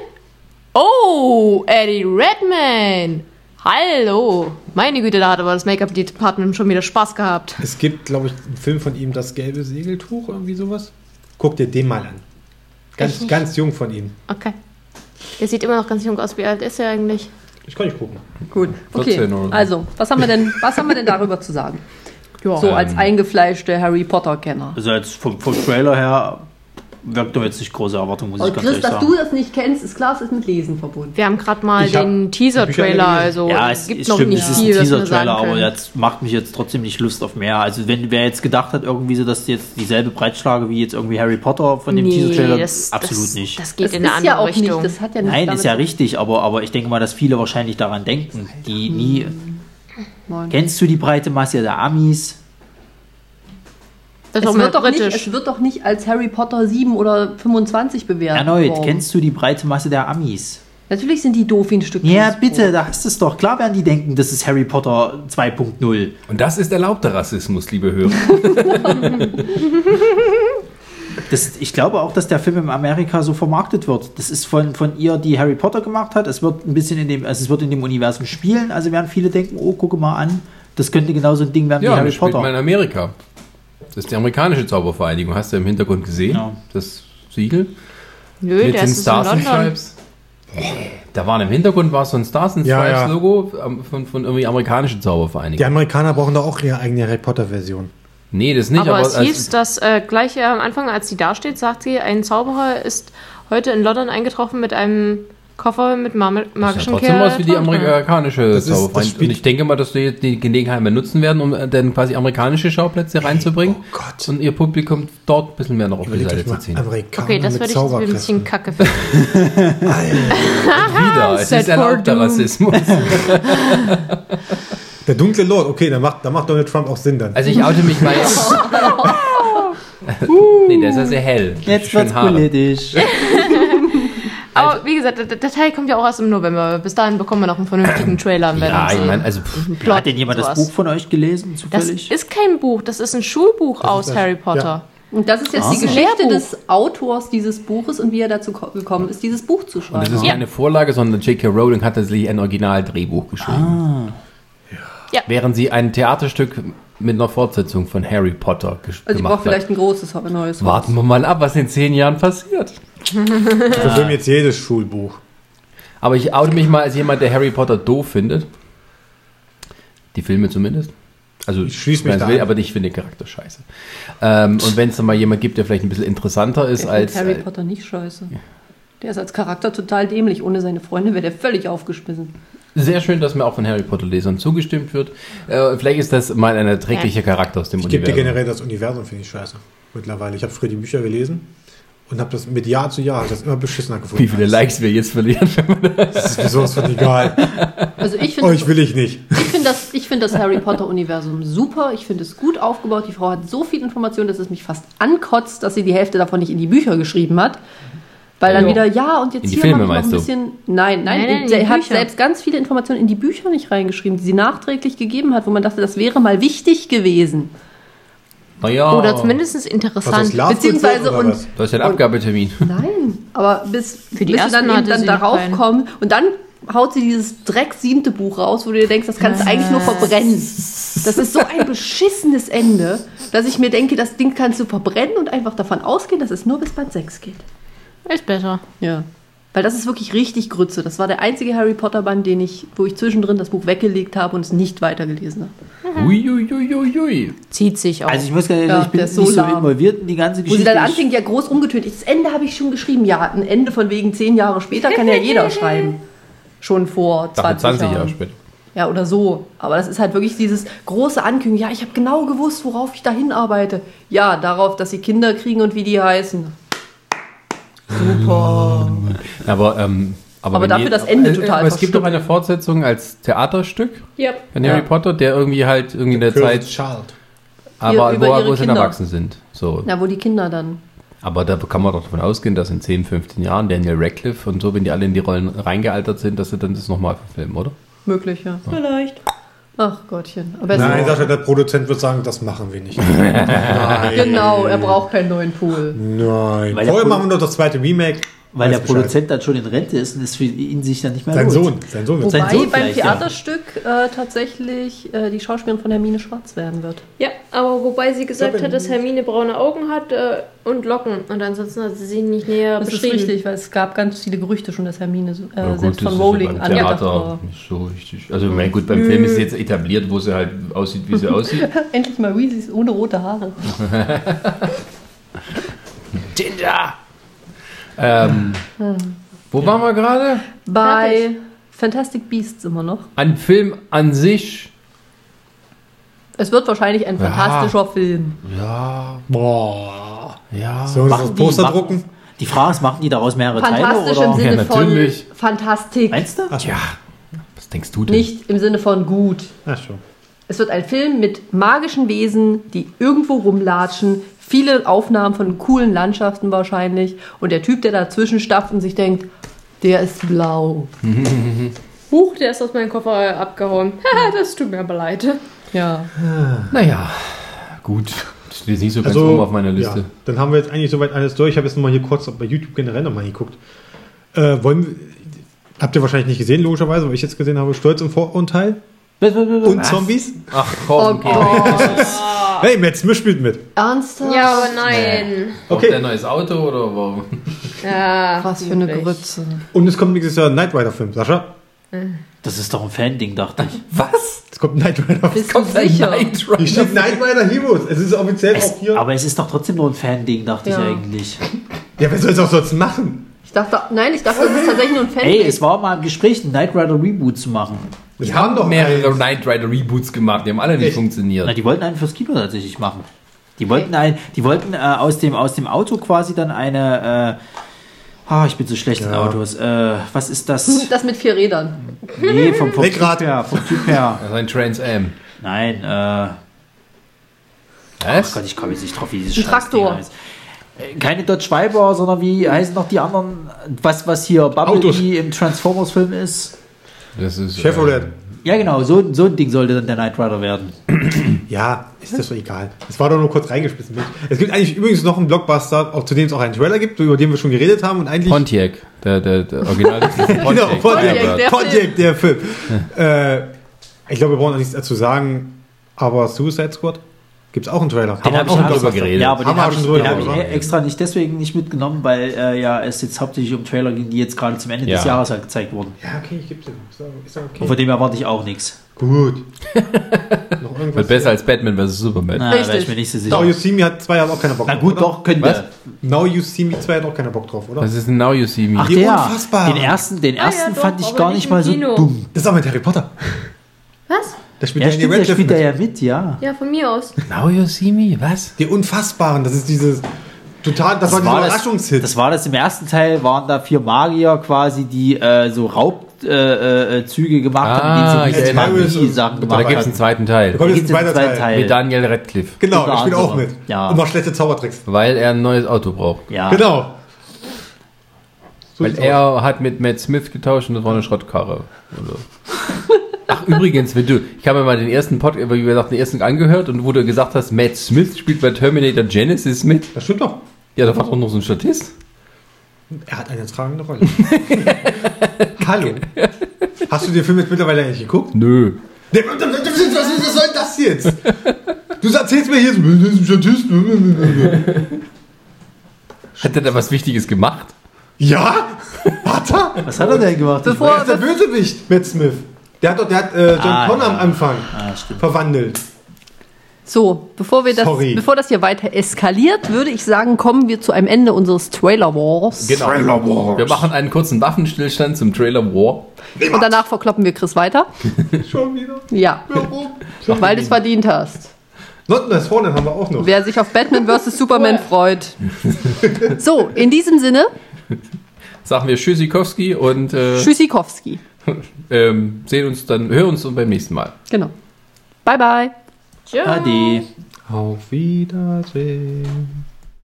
Speaker 7: Oh, Eddie Redmayne! Hallo! Meine Güte, da hat aber das Make-up-Department schon wieder Spaß gehabt.
Speaker 3: Es gibt, glaube ich, einen Film von ihm, das gelbe Segeltuch, irgendwie sowas. Guck dir den mal an. Ganz, ganz jung von ihm.
Speaker 7: Okay. Der sieht immer noch ganz jung aus. Wie alt ist er eigentlich?
Speaker 3: Ich kann nicht gucken.
Speaker 4: Gut.
Speaker 5: 14
Speaker 4: Okay.
Speaker 5: oder so.
Speaker 4: Also, was haben wir denn, was haben wir denn darüber zu sagen?
Speaker 7: Ja.
Speaker 4: So als eingefleischte Harry Potter-Kenner.
Speaker 6: Also jetzt vom, vom Trailer her wirkt doch jetzt nicht große Erwartung, muss ich
Speaker 4: Und
Speaker 6: ganz
Speaker 4: Oh, Chris,
Speaker 6: ehrlich
Speaker 4: dass
Speaker 6: sagen.
Speaker 4: du das nicht kennst, ist klar, es ist mit Lesen verbunden.
Speaker 7: Wir haben gerade mal
Speaker 3: Ich hab
Speaker 7: den
Speaker 3: die Bücher alle
Speaker 7: Teaser-Trailer,
Speaker 3: gelesen.
Speaker 7: also
Speaker 6: ja, es
Speaker 7: gibt
Speaker 6: ist
Speaker 7: noch
Speaker 6: stimmt,
Speaker 7: nicht
Speaker 6: es ist ein
Speaker 7: viel, was wir sagen
Speaker 6: Teaser-Trailer, aber
Speaker 7: können.
Speaker 6: das macht mich jetzt trotzdem nicht Lust auf mehr. Also wenn wer jetzt gedacht hat, irgendwie so, dass jetzt dieselbe Breitschlage wie jetzt irgendwie Harry Potter von dem Teaser-Trailer, absolut
Speaker 7: das,
Speaker 6: nicht.
Speaker 7: Das geht
Speaker 4: das
Speaker 7: in eine
Speaker 4: ist
Speaker 7: andere
Speaker 4: ja auch
Speaker 7: Richtung.
Speaker 4: nicht, das hat ja nichts
Speaker 6: Nein, ist
Speaker 4: damit
Speaker 6: ja
Speaker 4: zu-
Speaker 6: richtig, aber, aber ich denke mal, dass viele wahrscheinlich daran denken, die nie... Kennst du die breite Masse der Amis?
Speaker 7: das
Speaker 4: Es
Speaker 7: ist
Speaker 4: wird,
Speaker 7: doch
Speaker 4: doch nicht,
Speaker 7: britisch.
Speaker 4: es wird doch nicht als Harry Potter 7 oder 25 bewertet.
Speaker 6: Erneut,
Speaker 4: worden.
Speaker 6: kennst du die breite Masse der Amis?
Speaker 4: Natürlich sind die doof wie ein Stück
Speaker 6: Ja,
Speaker 4: Toastbrot.
Speaker 6: bitte, da hast du es doch. Klar werden die denken, das ist Harry Potter 2.0.
Speaker 5: Und das ist erlaubter Rassismus, liebe Hörer.
Speaker 6: Das, ich glaube auch, dass der Film in Amerika so vermarktet wird. Das ist von, von ihr, die Harry Potter gemacht hat. Es wird ein bisschen in dem, also es wird in dem Universum spielen. Also werden viele denken, oh, gucke mal an, das könnte genau so ein Ding werden
Speaker 5: Ja,
Speaker 6: wie
Speaker 5: Harry
Speaker 6: Harry
Speaker 5: das spielt man in
Speaker 6: Potter.
Speaker 5: Amerika. Das ist die amerikanische Zaubervereinigung. Hast du im Hintergrund gesehen?
Speaker 6: Ja.
Speaker 5: Das Siegel
Speaker 7: Nö,
Speaker 5: mit
Speaker 7: der
Speaker 5: den
Speaker 7: ist in
Speaker 5: Stars and
Speaker 7: London.
Speaker 5: Stripes. Da waren im Hintergrund war so ein Stars and
Speaker 3: Ja,
Speaker 5: Stripes
Speaker 3: ja.
Speaker 5: Logo ähm, von, von irgendwie amerikanischen Zaubervereinigung.
Speaker 3: Die Amerikaner brauchen da auch ihre eigene Harry Potter-Version.
Speaker 5: Nee, das nicht,
Speaker 7: aber,
Speaker 5: aber,
Speaker 7: es
Speaker 5: als-
Speaker 7: hieß, dass äh, gleich äh, am Anfang, als sie dasteht, sagt sie, ein Zauberer ist heute in London eingetroffen mit einem Koffer mit ma
Speaker 5: das sieht ja
Speaker 7: magischen
Speaker 5: trotzdem aus wie die
Speaker 7: Kerl- ne?
Speaker 5: amerikanische
Speaker 3: Das ist- das
Speaker 5: Zaubervereinigung. Und
Speaker 3: spielt-
Speaker 5: ich denke mal, dass die jetzt die Gelegenheit mehr nutzen werden, um äh, dann quasi amerikanische Schauplätze reinzubringen
Speaker 3: Oh Gott.
Speaker 5: und ihr Publikum dort ein bisschen mehr noch auf die
Speaker 3: Überleg
Speaker 5: Seite
Speaker 3: euch
Speaker 5: zu
Speaker 3: mal,
Speaker 5: ziehen.
Speaker 3: Amerikaner
Speaker 7: Okay, das
Speaker 3: mit
Speaker 7: würde ich jetzt
Speaker 3: Zauberkräften.
Speaker 7: ein bisschen kacke finden.
Speaker 3: Ah,
Speaker 5: Wieder, es
Speaker 7: Set
Speaker 5: ist erlaubter
Speaker 7: for doom.
Speaker 5: Rassismus.
Speaker 3: Der dunkle Lord, okay, dann macht, dann macht Donald Trump auch Sinn dann.
Speaker 5: Also ich oute mich mal jetzt. nee, der ist ja sehr hell.
Speaker 6: Jetzt
Speaker 5: Schön
Speaker 6: wird's
Speaker 5: Haare.
Speaker 6: politisch. Also
Speaker 7: Aber wie gesagt, der, der Teil kommt ja auch erst im November. Bis dahin bekommen wir noch einen
Speaker 6: Ähm,
Speaker 7: vernünftigen Trailer. und werden
Speaker 5: Ja,
Speaker 7: uns
Speaker 5: ich
Speaker 7: sehen.
Speaker 5: meine, also pff,
Speaker 7: Plot
Speaker 6: Hat denn jemand das
Speaker 7: sowas.
Speaker 6: Buch von euch gelesen,
Speaker 7: Das
Speaker 6: zufällig?
Speaker 7: ist kein Buch, das ist ein Schulbuch aus Harry Potter.
Speaker 4: Und das ist jetzt die
Speaker 7: Das ist ein
Speaker 4: Geschichte
Speaker 7: Lehrbuch.
Speaker 4: des Autors dieses Buches und wie er dazu ko- gekommen ist, dieses Buch zu
Speaker 5: das ist
Speaker 4: schreiben. Also
Speaker 5: keine Vorlage, sondern J.K. Rowling hat tatsächlich ein Originaldrehbuch geschrieben.
Speaker 7: Ja.
Speaker 5: Während sie ein Theaterstück mit einer Fortsetzung von Harry Potter
Speaker 4: Also
Speaker 5: gesch-
Speaker 4: ich brauche
Speaker 5: gemacht hat.
Speaker 4: vielleicht ein großes ein neues.
Speaker 5: Warten wir mal ab, was in zehn Jahren passiert.
Speaker 3: Ich verfilme jetzt jedes Schulbuch.
Speaker 5: Aber ich oute mich mal als jemand, der Harry Potter doof findet. Die Filme zumindest. Also ich
Speaker 3: schließe mich da
Speaker 5: will,
Speaker 3: an.
Speaker 5: aber ich finde den Charakter scheiße. Ähm, und wenn es dann mal jemand gibt, der vielleicht ein bisschen interessanter ist
Speaker 4: Ich
Speaker 5: als äh,
Speaker 4: finde Harry
Speaker 5: als-
Speaker 4: Potter nicht scheiße. Der ist als Charakter total dämlich. Ohne seine Freunde wäre der völlig aufgeschmissen.
Speaker 5: Sehr schön, dass mir auch von Harry Potter-Lesern zugestimmt wird. Äh, vielleicht ist das mal ein erträglicher Charakter aus dem
Speaker 3: Ich gebe dir
Speaker 5: Universum.
Speaker 3: generell das Universum, finde ich scheiße. Mittlerweile. Ich habe früher die Bücher gelesen und habe das mit Jahr zu Jahr hab ich das immer beschissener gefunden.
Speaker 5: Wie viele Likes wir jetzt verlieren.
Speaker 3: Das ist mir sowas von egal.
Speaker 4: Also ich
Speaker 6: Oh,
Speaker 4: finde
Speaker 3: Euch will ich nicht.
Speaker 4: Ich finde das, ich find das Harry Potter-Universum super. Ich finde es gut aufgebaut. Die Frau hat so viel Information, dass es mich fast ankotzt, dass sie die Hälfte davon nicht in die Bücher geschrieben hat. Weil dann
Speaker 5: Ja.
Speaker 4: wieder, ja, und jetzt
Speaker 5: In die
Speaker 4: hier
Speaker 5: Filme
Speaker 4: mach ich
Speaker 5: meinst
Speaker 4: noch
Speaker 5: du?
Speaker 4: ein bisschen. Nein, nein,
Speaker 7: Nein, nein, in
Speaker 4: sie
Speaker 7: die
Speaker 4: hat
Speaker 7: Bücher.
Speaker 4: selbst ganz viele Informationen in die Bücher nicht reingeschrieben, die sie nachträglich gegeben hat, wo man dachte, das wäre mal wichtig gewesen.
Speaker 6: Oh.
Speaker 5: Naja,
Speaker 7: Oder zumindest
Speaker 3: Was ist
Speaker 7: interessant.
Speaker 3: Love
Speaker 4: Beziehungsweise
Speaker 3: oder
Speaker 4: und-
Speaker 3: was?
Speaker 5: da ist ja ein Abgabetermin.
Speaker 4: Nein, aber bis, Für
Speaker 7: die
Speaker 4: bis sie
Speaker 7: ersten
Speaker 4: dann eben
Speaker 7: hatte
Speaker 4: dann
Speaker 7: sie
Speaker 4: darauf
Speaker 7: keinen.
Speaker 4: kommen und dann haut sie dieses dreck siebte Buch raus, wo du dir denkst, das kannst du eigentlich nur verbrennen. Das ist so ein beschissenes Ende, dass ich mir denke, das Ding kannst du verbrennen und einfach davon ausgehen, dass es nur bis Band 6 geht.
Speaker 7: Ist besser.
Speaker 4: Ja. Weil das ist wirklich richtig Grütze. Das war der einzige Harry Potter Band, den ich, wo ich zwischendrin das Buch weggelegt habe und es nicht weitergelesen habe.
Speaker 5: Uiuiuiui.
Speaker 7: Zieht sich auch.
Speaker 6: Also ich muss ganz ehrlich
Speaker 4: Ja,
Speaker 6: sagen, ich bin
Speaker 4: der
Speaker 6: nicht
Speaker 4: ist
Speaker 6: so
Speaker 4: so lahm.
Speaker 6: involviert in die ganze
Speaker 4: Wo
Speaker 6: Geschichte.
Speaker 4: sie dann
Speaker 6: Ich-
Speaker 4: anfängt, ja groß umgetönt. Das Ende habe ich schon geschrieben. Ja, ein Ende von wegen zehn Jahre später kann ja jeder schreiben. Schon vor
Speaker 5: Dachte
Speaker 4: 20,
Speaker 5: 20
Speaker 4: Jahren.
Speaker 5: Jahre später.
Speaker 4: Ja, oder so. Aber das ist halt wirklich dieses große Ankündigen. Ja, ich habe genau gewusst, worauf ich da hinarbeite. Ja, darauf, dass sie Kinder kriegen und wie die heißen. Super.
Speaker 5: Aber, ähm,
Speaker 4: Aber
Speaker 5: wenn
Speaker 4: dafür
Speaker 5: je-
Speaker 4: das Ende total
Speaker 5: Äh, aber Es gibt
Speaker 4: verstückelt.
Speaker 5: doch eine Fortsetzung als Theaterstück
Speaker 7: Ja.
Speaker 5: von Harry
Speaker 4: Ja.
Speaker 5: Potter, der irgendwie halt irgendwie in der Zeit,
Speaker 1: Child.
Speaker 5: aber
Speaker 4: über
Speaker 5: wo,
Speaker 4: ihre
Speaker 5: wo sie dann
Speaker 4: Kinder.
Speaker 5: erwachsen sind. So.
Speaker 4: Na, wo die Kinder dann.
Speaker 5: Aber da kann man doch davon ausgehen, dass in 10, 15 Jahren Daniel Radcliffe und so, wenn die alle in die Rollen reingealtert sind, dass sie dann das nochmal verfilmen, oder?
Speaker 4: Möglich, ja.
Speaker 7: Vielleicht.
Speaker 4: Ach Gottchen. Aber es
Speaker 1: Nein, Sascha, der Produzent wird sagen, das machen wir nicht. Nein.
Speaker 4: Genau, er braucht keinen neuen Pool.
Speaker 1: Nein.
Speaker 6: Weil der
Speaker 1: Vorher
Speaker 6: Pro-
Speaker 1: machen wir noch das zweite Remake.
Speaker 6: Weil
Speaker 1: Weiß
Speaker 6: der
Speaker 1: Bescheid.
Speaker 6: Produzent dann schon in Rente ist und es für ihn sich dann nicht mehr
Speaker 1: Sein
Speaker 6: lohnt.
Speaker 1: Sohn. Sein Sohn wird
Speaker 6: Sein
Speaker 4: Wobei
Speaker 6: Sohn
Speaker 4: beim
Speaker 6: vielleicht, ja.
Speaker 4: Theaterstück äh, tatsächlich äh, die Schauspielerin von Hermine Schwarz werden wird.
Speaker 7: Ja, aber wobei sie gesagt hat, dass Hermine braune Augen hat äh, und Locken. Und ansonsten hat sie sie nicht näher
Speaker 4: Das ist
Speaker 7: beschrieben.
Speaker 4: richtig, weil es gab ganz viele Gerüchte schon, dass Hermine so- äh,
Speaker 5: Ja,
Speaker 4: selbst
Speaker 5: das
Speaker 4: von
Speaker 5: ist ja
Speaker 4: Rowling
Speaker 5: beim
Speaker 4: angedacht
Speaker 5: Theater
Speaker 4: war.
Speaker 5: nicht so richtig. Also, mein gut, beim Film ist sie jetzt etabliert, wo sie halt aussieht, wie sie aussieht.
Speaker 4: Endlich mal Weasleys ohne rote Haare.
Speaker 5: Ginger! Ähm, wo waren wir gerade?
Speaker 4: Bei Fantastic Beasts immer noch.
Speaker 5: Ein Film an sich.
Speaker 4: Es wird wahrscheinlich ein fantastischer Film.
Speaker 5: Ja,
Speaker 1: Boah.
Speaker 5: ja.
Speaker 1: Sollen wir
Speaker 6: Machen
Speaker 1: das
Speaker 6: die-
Speaker 1: Poster
Speaker 6: machen-
Speaker 1: drucken?
Speaker 6: Die Frage ist, machen die daraus mehrere Teile
Speaker 4: Fantastisch im
Speaker 6: oder?
Speaker 4: Sinne
Speaker 5: Ja,
Speaker 4: von
Speaker 5: natürlich.
Speaker 4: Fantastik,
Speaker 6: Meinst du?
Speaker 5: Tja, was denkst du denn?
Speaker 4: nicht im Sinne von gut.
Speaker 1: Ach schon.
Speaker 4: Es wird ein Film mit magischen Wesen, die irgendwo rumlatschen, viele Aufnahmen von coolen Landschaften wahrscheinlich und der Typ, der dazwischen stapft und sich denkt, der ist blau.
Speaker 7: Huch, der ist aus meinem Koffer äh, abgehauen. Haha, das tut mir aber leid.
Speaker 4: Ja.
Speaker 5: Naja, gut. Das steht nicht so ganz
Speaker 1: Also,
Speaker 5: oben auf meiner Liste.
Speaker 1: Ja, dann haben wir jetzt eigentlich soweit alles durch. Ich habe jetzt nochmal hier kurz bei YouTube generell nochmal geguckt. Äh, wollen wir, habt ihr wahrscheinlich nicht gesehen, logischerweise, weil ich jetzt gesehen habe, Stolz und Vorurteil und Zombies.
Speaker 5: Ach komm, geh weg.
Speaker 1: Hey, Matt Smith spielt mit.
Speaker 4: Ernsthaft?
Speaker 7: Ja, aber nein.
Speaker 5: Braucht
Speaker 1: Okay.
Speaker 5: der ein neues Auto oder warum?
Speaker 7: Ja,
Speaker 4: Was für eine
Speaker 7: hoffentlich.
Speaker 4: Grütze.
Speaker 1: Und es kommt nächstes Jahr ein Knight Rider Film, Sascha.
Speaker 6: Das ist doch ein Fan-Ding, dachte ich.
Speaker 5: Was?
Speaker 1: Es kommt ein Knight Rider Film.
Speaker 4: Bist du sicher?
Speaker 1: Hier steht Knight Rider Heroes. Es ist offiziell
Speaker 6: Es,
Speaker 1: auch hier.
Speaker 6: aber es ist doch trotzdem nur ein Fan-Ding, dachte
Speaker 4: Ja.
Speaker 6: ich eigentlich.
Speaker 1: ja, wer soll es auch sonst machen?
Speaker 4: Ich dachte, nein, ich dachte, das ist tatsächlich nur ein Fan.
Speaker 6: Ey, es war mal im Gespräch, einen Knight Rider Reboot zu machen.
Speaker 1: Es
Speaker 5: Die haben doch mehrere
Speaker 1: keins.
Speaker 5: Knight Rider Reboots gemacht, die haben alle nicht
Speaker 1: Echt?
Speaker 6: Na,
Speaker 5: funktioniert.
Speaker 6: die wollten einen fürs Kino tatsächlich machen. Die wollten ein, die wollten äh, aus dem aus dem Auto quasi dann eine. Äh, ah, ich bin so schlecht in Autos. Äh, was ist das?
Speaker 4: das mit vier Rädern.
Speaker 6: Nee, vom, vom Typ
Speaker 1: Lenkrad.
Speaker 6: her. Vom typ her.
Speaker 5: Das ist ein Trans Am.
Speaker 6: Nein. Äh, oh
Speaker 5: Was?
Speaker 6: Gott, ich komme jetzt nicht drauf, wie dieses
Speaker 4: Ein
Speaker 6: scheiß
Speaker 4: Traktor.
Speaker 6: Ding heißt. Äh, Keine Dodge Viper, sondern wie heißen noch die anderen? Was was hier
Speaker 1: Autos.
Speaker 6: Bumblebee im Transformers-Film ist?
Speaker 5: Das ist. äh,
Speaker 1: Chevrolet.
Speaker 6: Ja, genau. So, so ein Ding sollte dann der Knight Rider werden.
Speaker 1: Ja, ist das so egal. Es war doch nur kurz reingeschmissen. Mensch. Es gibt eigentlich übrigens noch einen Blockbuster, auch zu dem es auch einen Trailer gibt, über den wir schon geredet haben und eigentlich.
Speaker 5: Pontiac. Der, der, der Original ist Pontiac.
Speaker 1: Genau,
Speaker 4: Pontiac,
Speaker 1: Pontiac,
Speaker 4: der
Speaker 1: Pontiac, der Film. Äh, ich glaube, wir brauchen auch nichts dazu sagen, aber Suicide Squad gibt es auch einen Trailer.
Speaker 5: Den
Speaker 1: wir
Speaker 5: habe
Speaker 1: auch
Speaker 5: ich
Speaker 1: einen
Speaker 5: auch drüber
Speaker 1: Blockbuster.
Speaker 5: geredet.
Speaker 6: Ja, aber
Speaker 1: Haben
Speaker 6: den
Speaker 1: wir
Speaker 6: habe
Speaker 1: schon
Speaker 6: ich,
Speaker 1: drüber
Speaker 6: den hab ich
Speaker 1: gesprochen.
Speaker 6: extra nicht deswegen nicht mitgenommen, weil äh, ja es jetzt hauptsächlich um Trailer ging, die jetzt gerade zum Ende
Speaker 5: Ja.
Speaker 6: des Jahres halt gezeigt wurden.
Speaker 1: Ja, okay, ich gebe dir. Ist doch- Ist doch
Speaker 6: Und von
Speaker 1: okay.
Speaker 6: dem erwarte ich auch nichts. Ah,
Speaker 1: Gut. noch irgendwas?
Speaker 5: Wird besser als Batman vs. Superman.
Speaker 6: Na, da bin
Speaker 4: Richtig.
Speaker 6: ich mir nicht so
Speaker 1: Now
Speaker 6: sicher.
Speaker 1: You See Me hat zwei Jahre auch keiner Bock
Speaker 6: Na
Speaker 1: drauf.
Speaker 6: gut,
Speaker 1: oder?
Speaker 6: doch, können
Speaker 5: Was?
Speaker 6: wir.
Speaker 1: Now You See Me 2 hat auch keiner Bock drauf, oder?
Speaker 5: Das ist ein Now You See Me.
Speaker 6: Ach
Speaker 1: Die
Speaker 6: der,
Speaker 1: Unfassbaren.
Speaker 6: den ersten, den
Speaker 7: Ah, ja,
Speaker 6: ersten
Speaker 7: doch,
Speaker 6: fand ich
Speaker 7: aber
Speaker 6: gar
Speaker 7: nicht
Speaker 6: nicht
Speaker 7: im
Speaker 6: mal so
Speaker 7: Kino.
Speaker 6: dumm.
Speaker 1: Das ist auch mit Harry Potter.
Speaker 7: Was?
Speaker 1: Da spielt
Speaker 6: Ja,
Speaker 1: Daniel
Speaker 6: stimmt, der
Speaker 1: Radcliffe
Speaker 6: spielt da
Speaker 1: mit.
Speaker 6: ja mit, ja.
Speaker 7: Ja, von mir aus.
Speaker 5: Now You See Me? Was?
Speaker 1: Die Unfassbaren, das ist dieses total, das, war dieser Überraschungshit.
Speaker 6: das war das im ersten Teil, waren da vier Magier quasi, die äh, so Raubzüge äh, äh, Züge gemacht
Speaker 5: Ah,
Speaker 6: haben, die
Speaker 5: ich
Speaker 6: so
Speaker 5: erinnere
Speaker 1: mich.
Speaker 6: Sachen
Speaker 5: Da
Speaker 6: gemacht
Speaker 5: gibt es einen
Speaker 6: haben.
Speaker 5: zweiten Teil.
Speaker 1: Da kommt
Speaker 6: gibt's
Speaker 1: jetzt ein zweiter Teil.
Speaker 5: Mit Daniel Radcliffe.
Speaker 1: Genau,
Speaker 6: Unter
Speaker 1: ich spiele auch mit.
Speaker 6: anderem, ja.
Speaker 1: Und macht schlechte Zaubertricks.
Speaker 5: Weil er ein neues Auto braucht.
Speaker 6: Ja.
Speaker 1: Genau. So
Speaker 5: Weil
Speaker 1: sieht's
Speaker 5: er
Speaker 1: aus.
Speaker 5: hat mit Matt Smith getauscht und das war eine Schrottkarre. Oder? Ach, übrigens, wenn du, ich habe mir mal den ersten Podcast, wie gesagt, den ersten angehört und wo du gesagt hast, Matt Smith spielt bei Terminator Genesis mit.
Speaker 1: Das stimmt doch.
Speaker 5: Ja, da war doch noch so ein Statist.
Speaker 1: Er hat eine tragende Rolle. Hallo. Hast du den Film jetzt mittlerweile eigentlich geguckt?
Speaker 5: Nö.
Speaker 1: Nee, Was was soll das jetzt? Du erzählst mir hier so, das ist ein Statist.
Speaker 5: Hat er da was Wichtiges gemacht?
Speaker 1: Ja? Hat er?
Speaker 6: Was hat er denn gemacht? Ich
Speaker 1: Wer ist der Bösewicht, Matt Smith? Der hat doch, der hat äh, John
Speaker 6: Ah,
Speaker 1: Connor
Speaker 6: ja.
Speaker 1: am Anfang
Speaker 6: Ah, stimmt.
Speaker 1: verwandelt.
Speaker 4: So, bevor wir das,
Speaker 1: Sorry.
Speaker 4: bevor das hier weiter eskaliert, würde ich sagen, kommen wir zu einem Ende unseres Trailer Wars.
Speaker 5: Genau. Wir machen einen kurzen Waffenstillstand zum Trailer War.
Speaker 4: Und danach verkloppen wir Chris weiter.
Speaker 1: Schon wieder.
Speaker 4: Ja, weil du es verdient hast.
Speaker 1: Not das vorne haben wir auch noch.
Speaker 4: Wer sich auf Batman vs. Superman freut. So, in diesem Sinne,
Speaker 5: Sagen wir Tschüssikowski und äh,
Speaker 4: Tschüssikowski.
Speaker 5: ähm, sehen uns dann, hören uns dann beim nächsten Mal.
Speaker 4: Genau. Bye, bye.
Speaker 6: Ah,
Speaker 7: Tschüss.
Speaker 6: Adi.
Speaker 1: Auf Wiedersehen.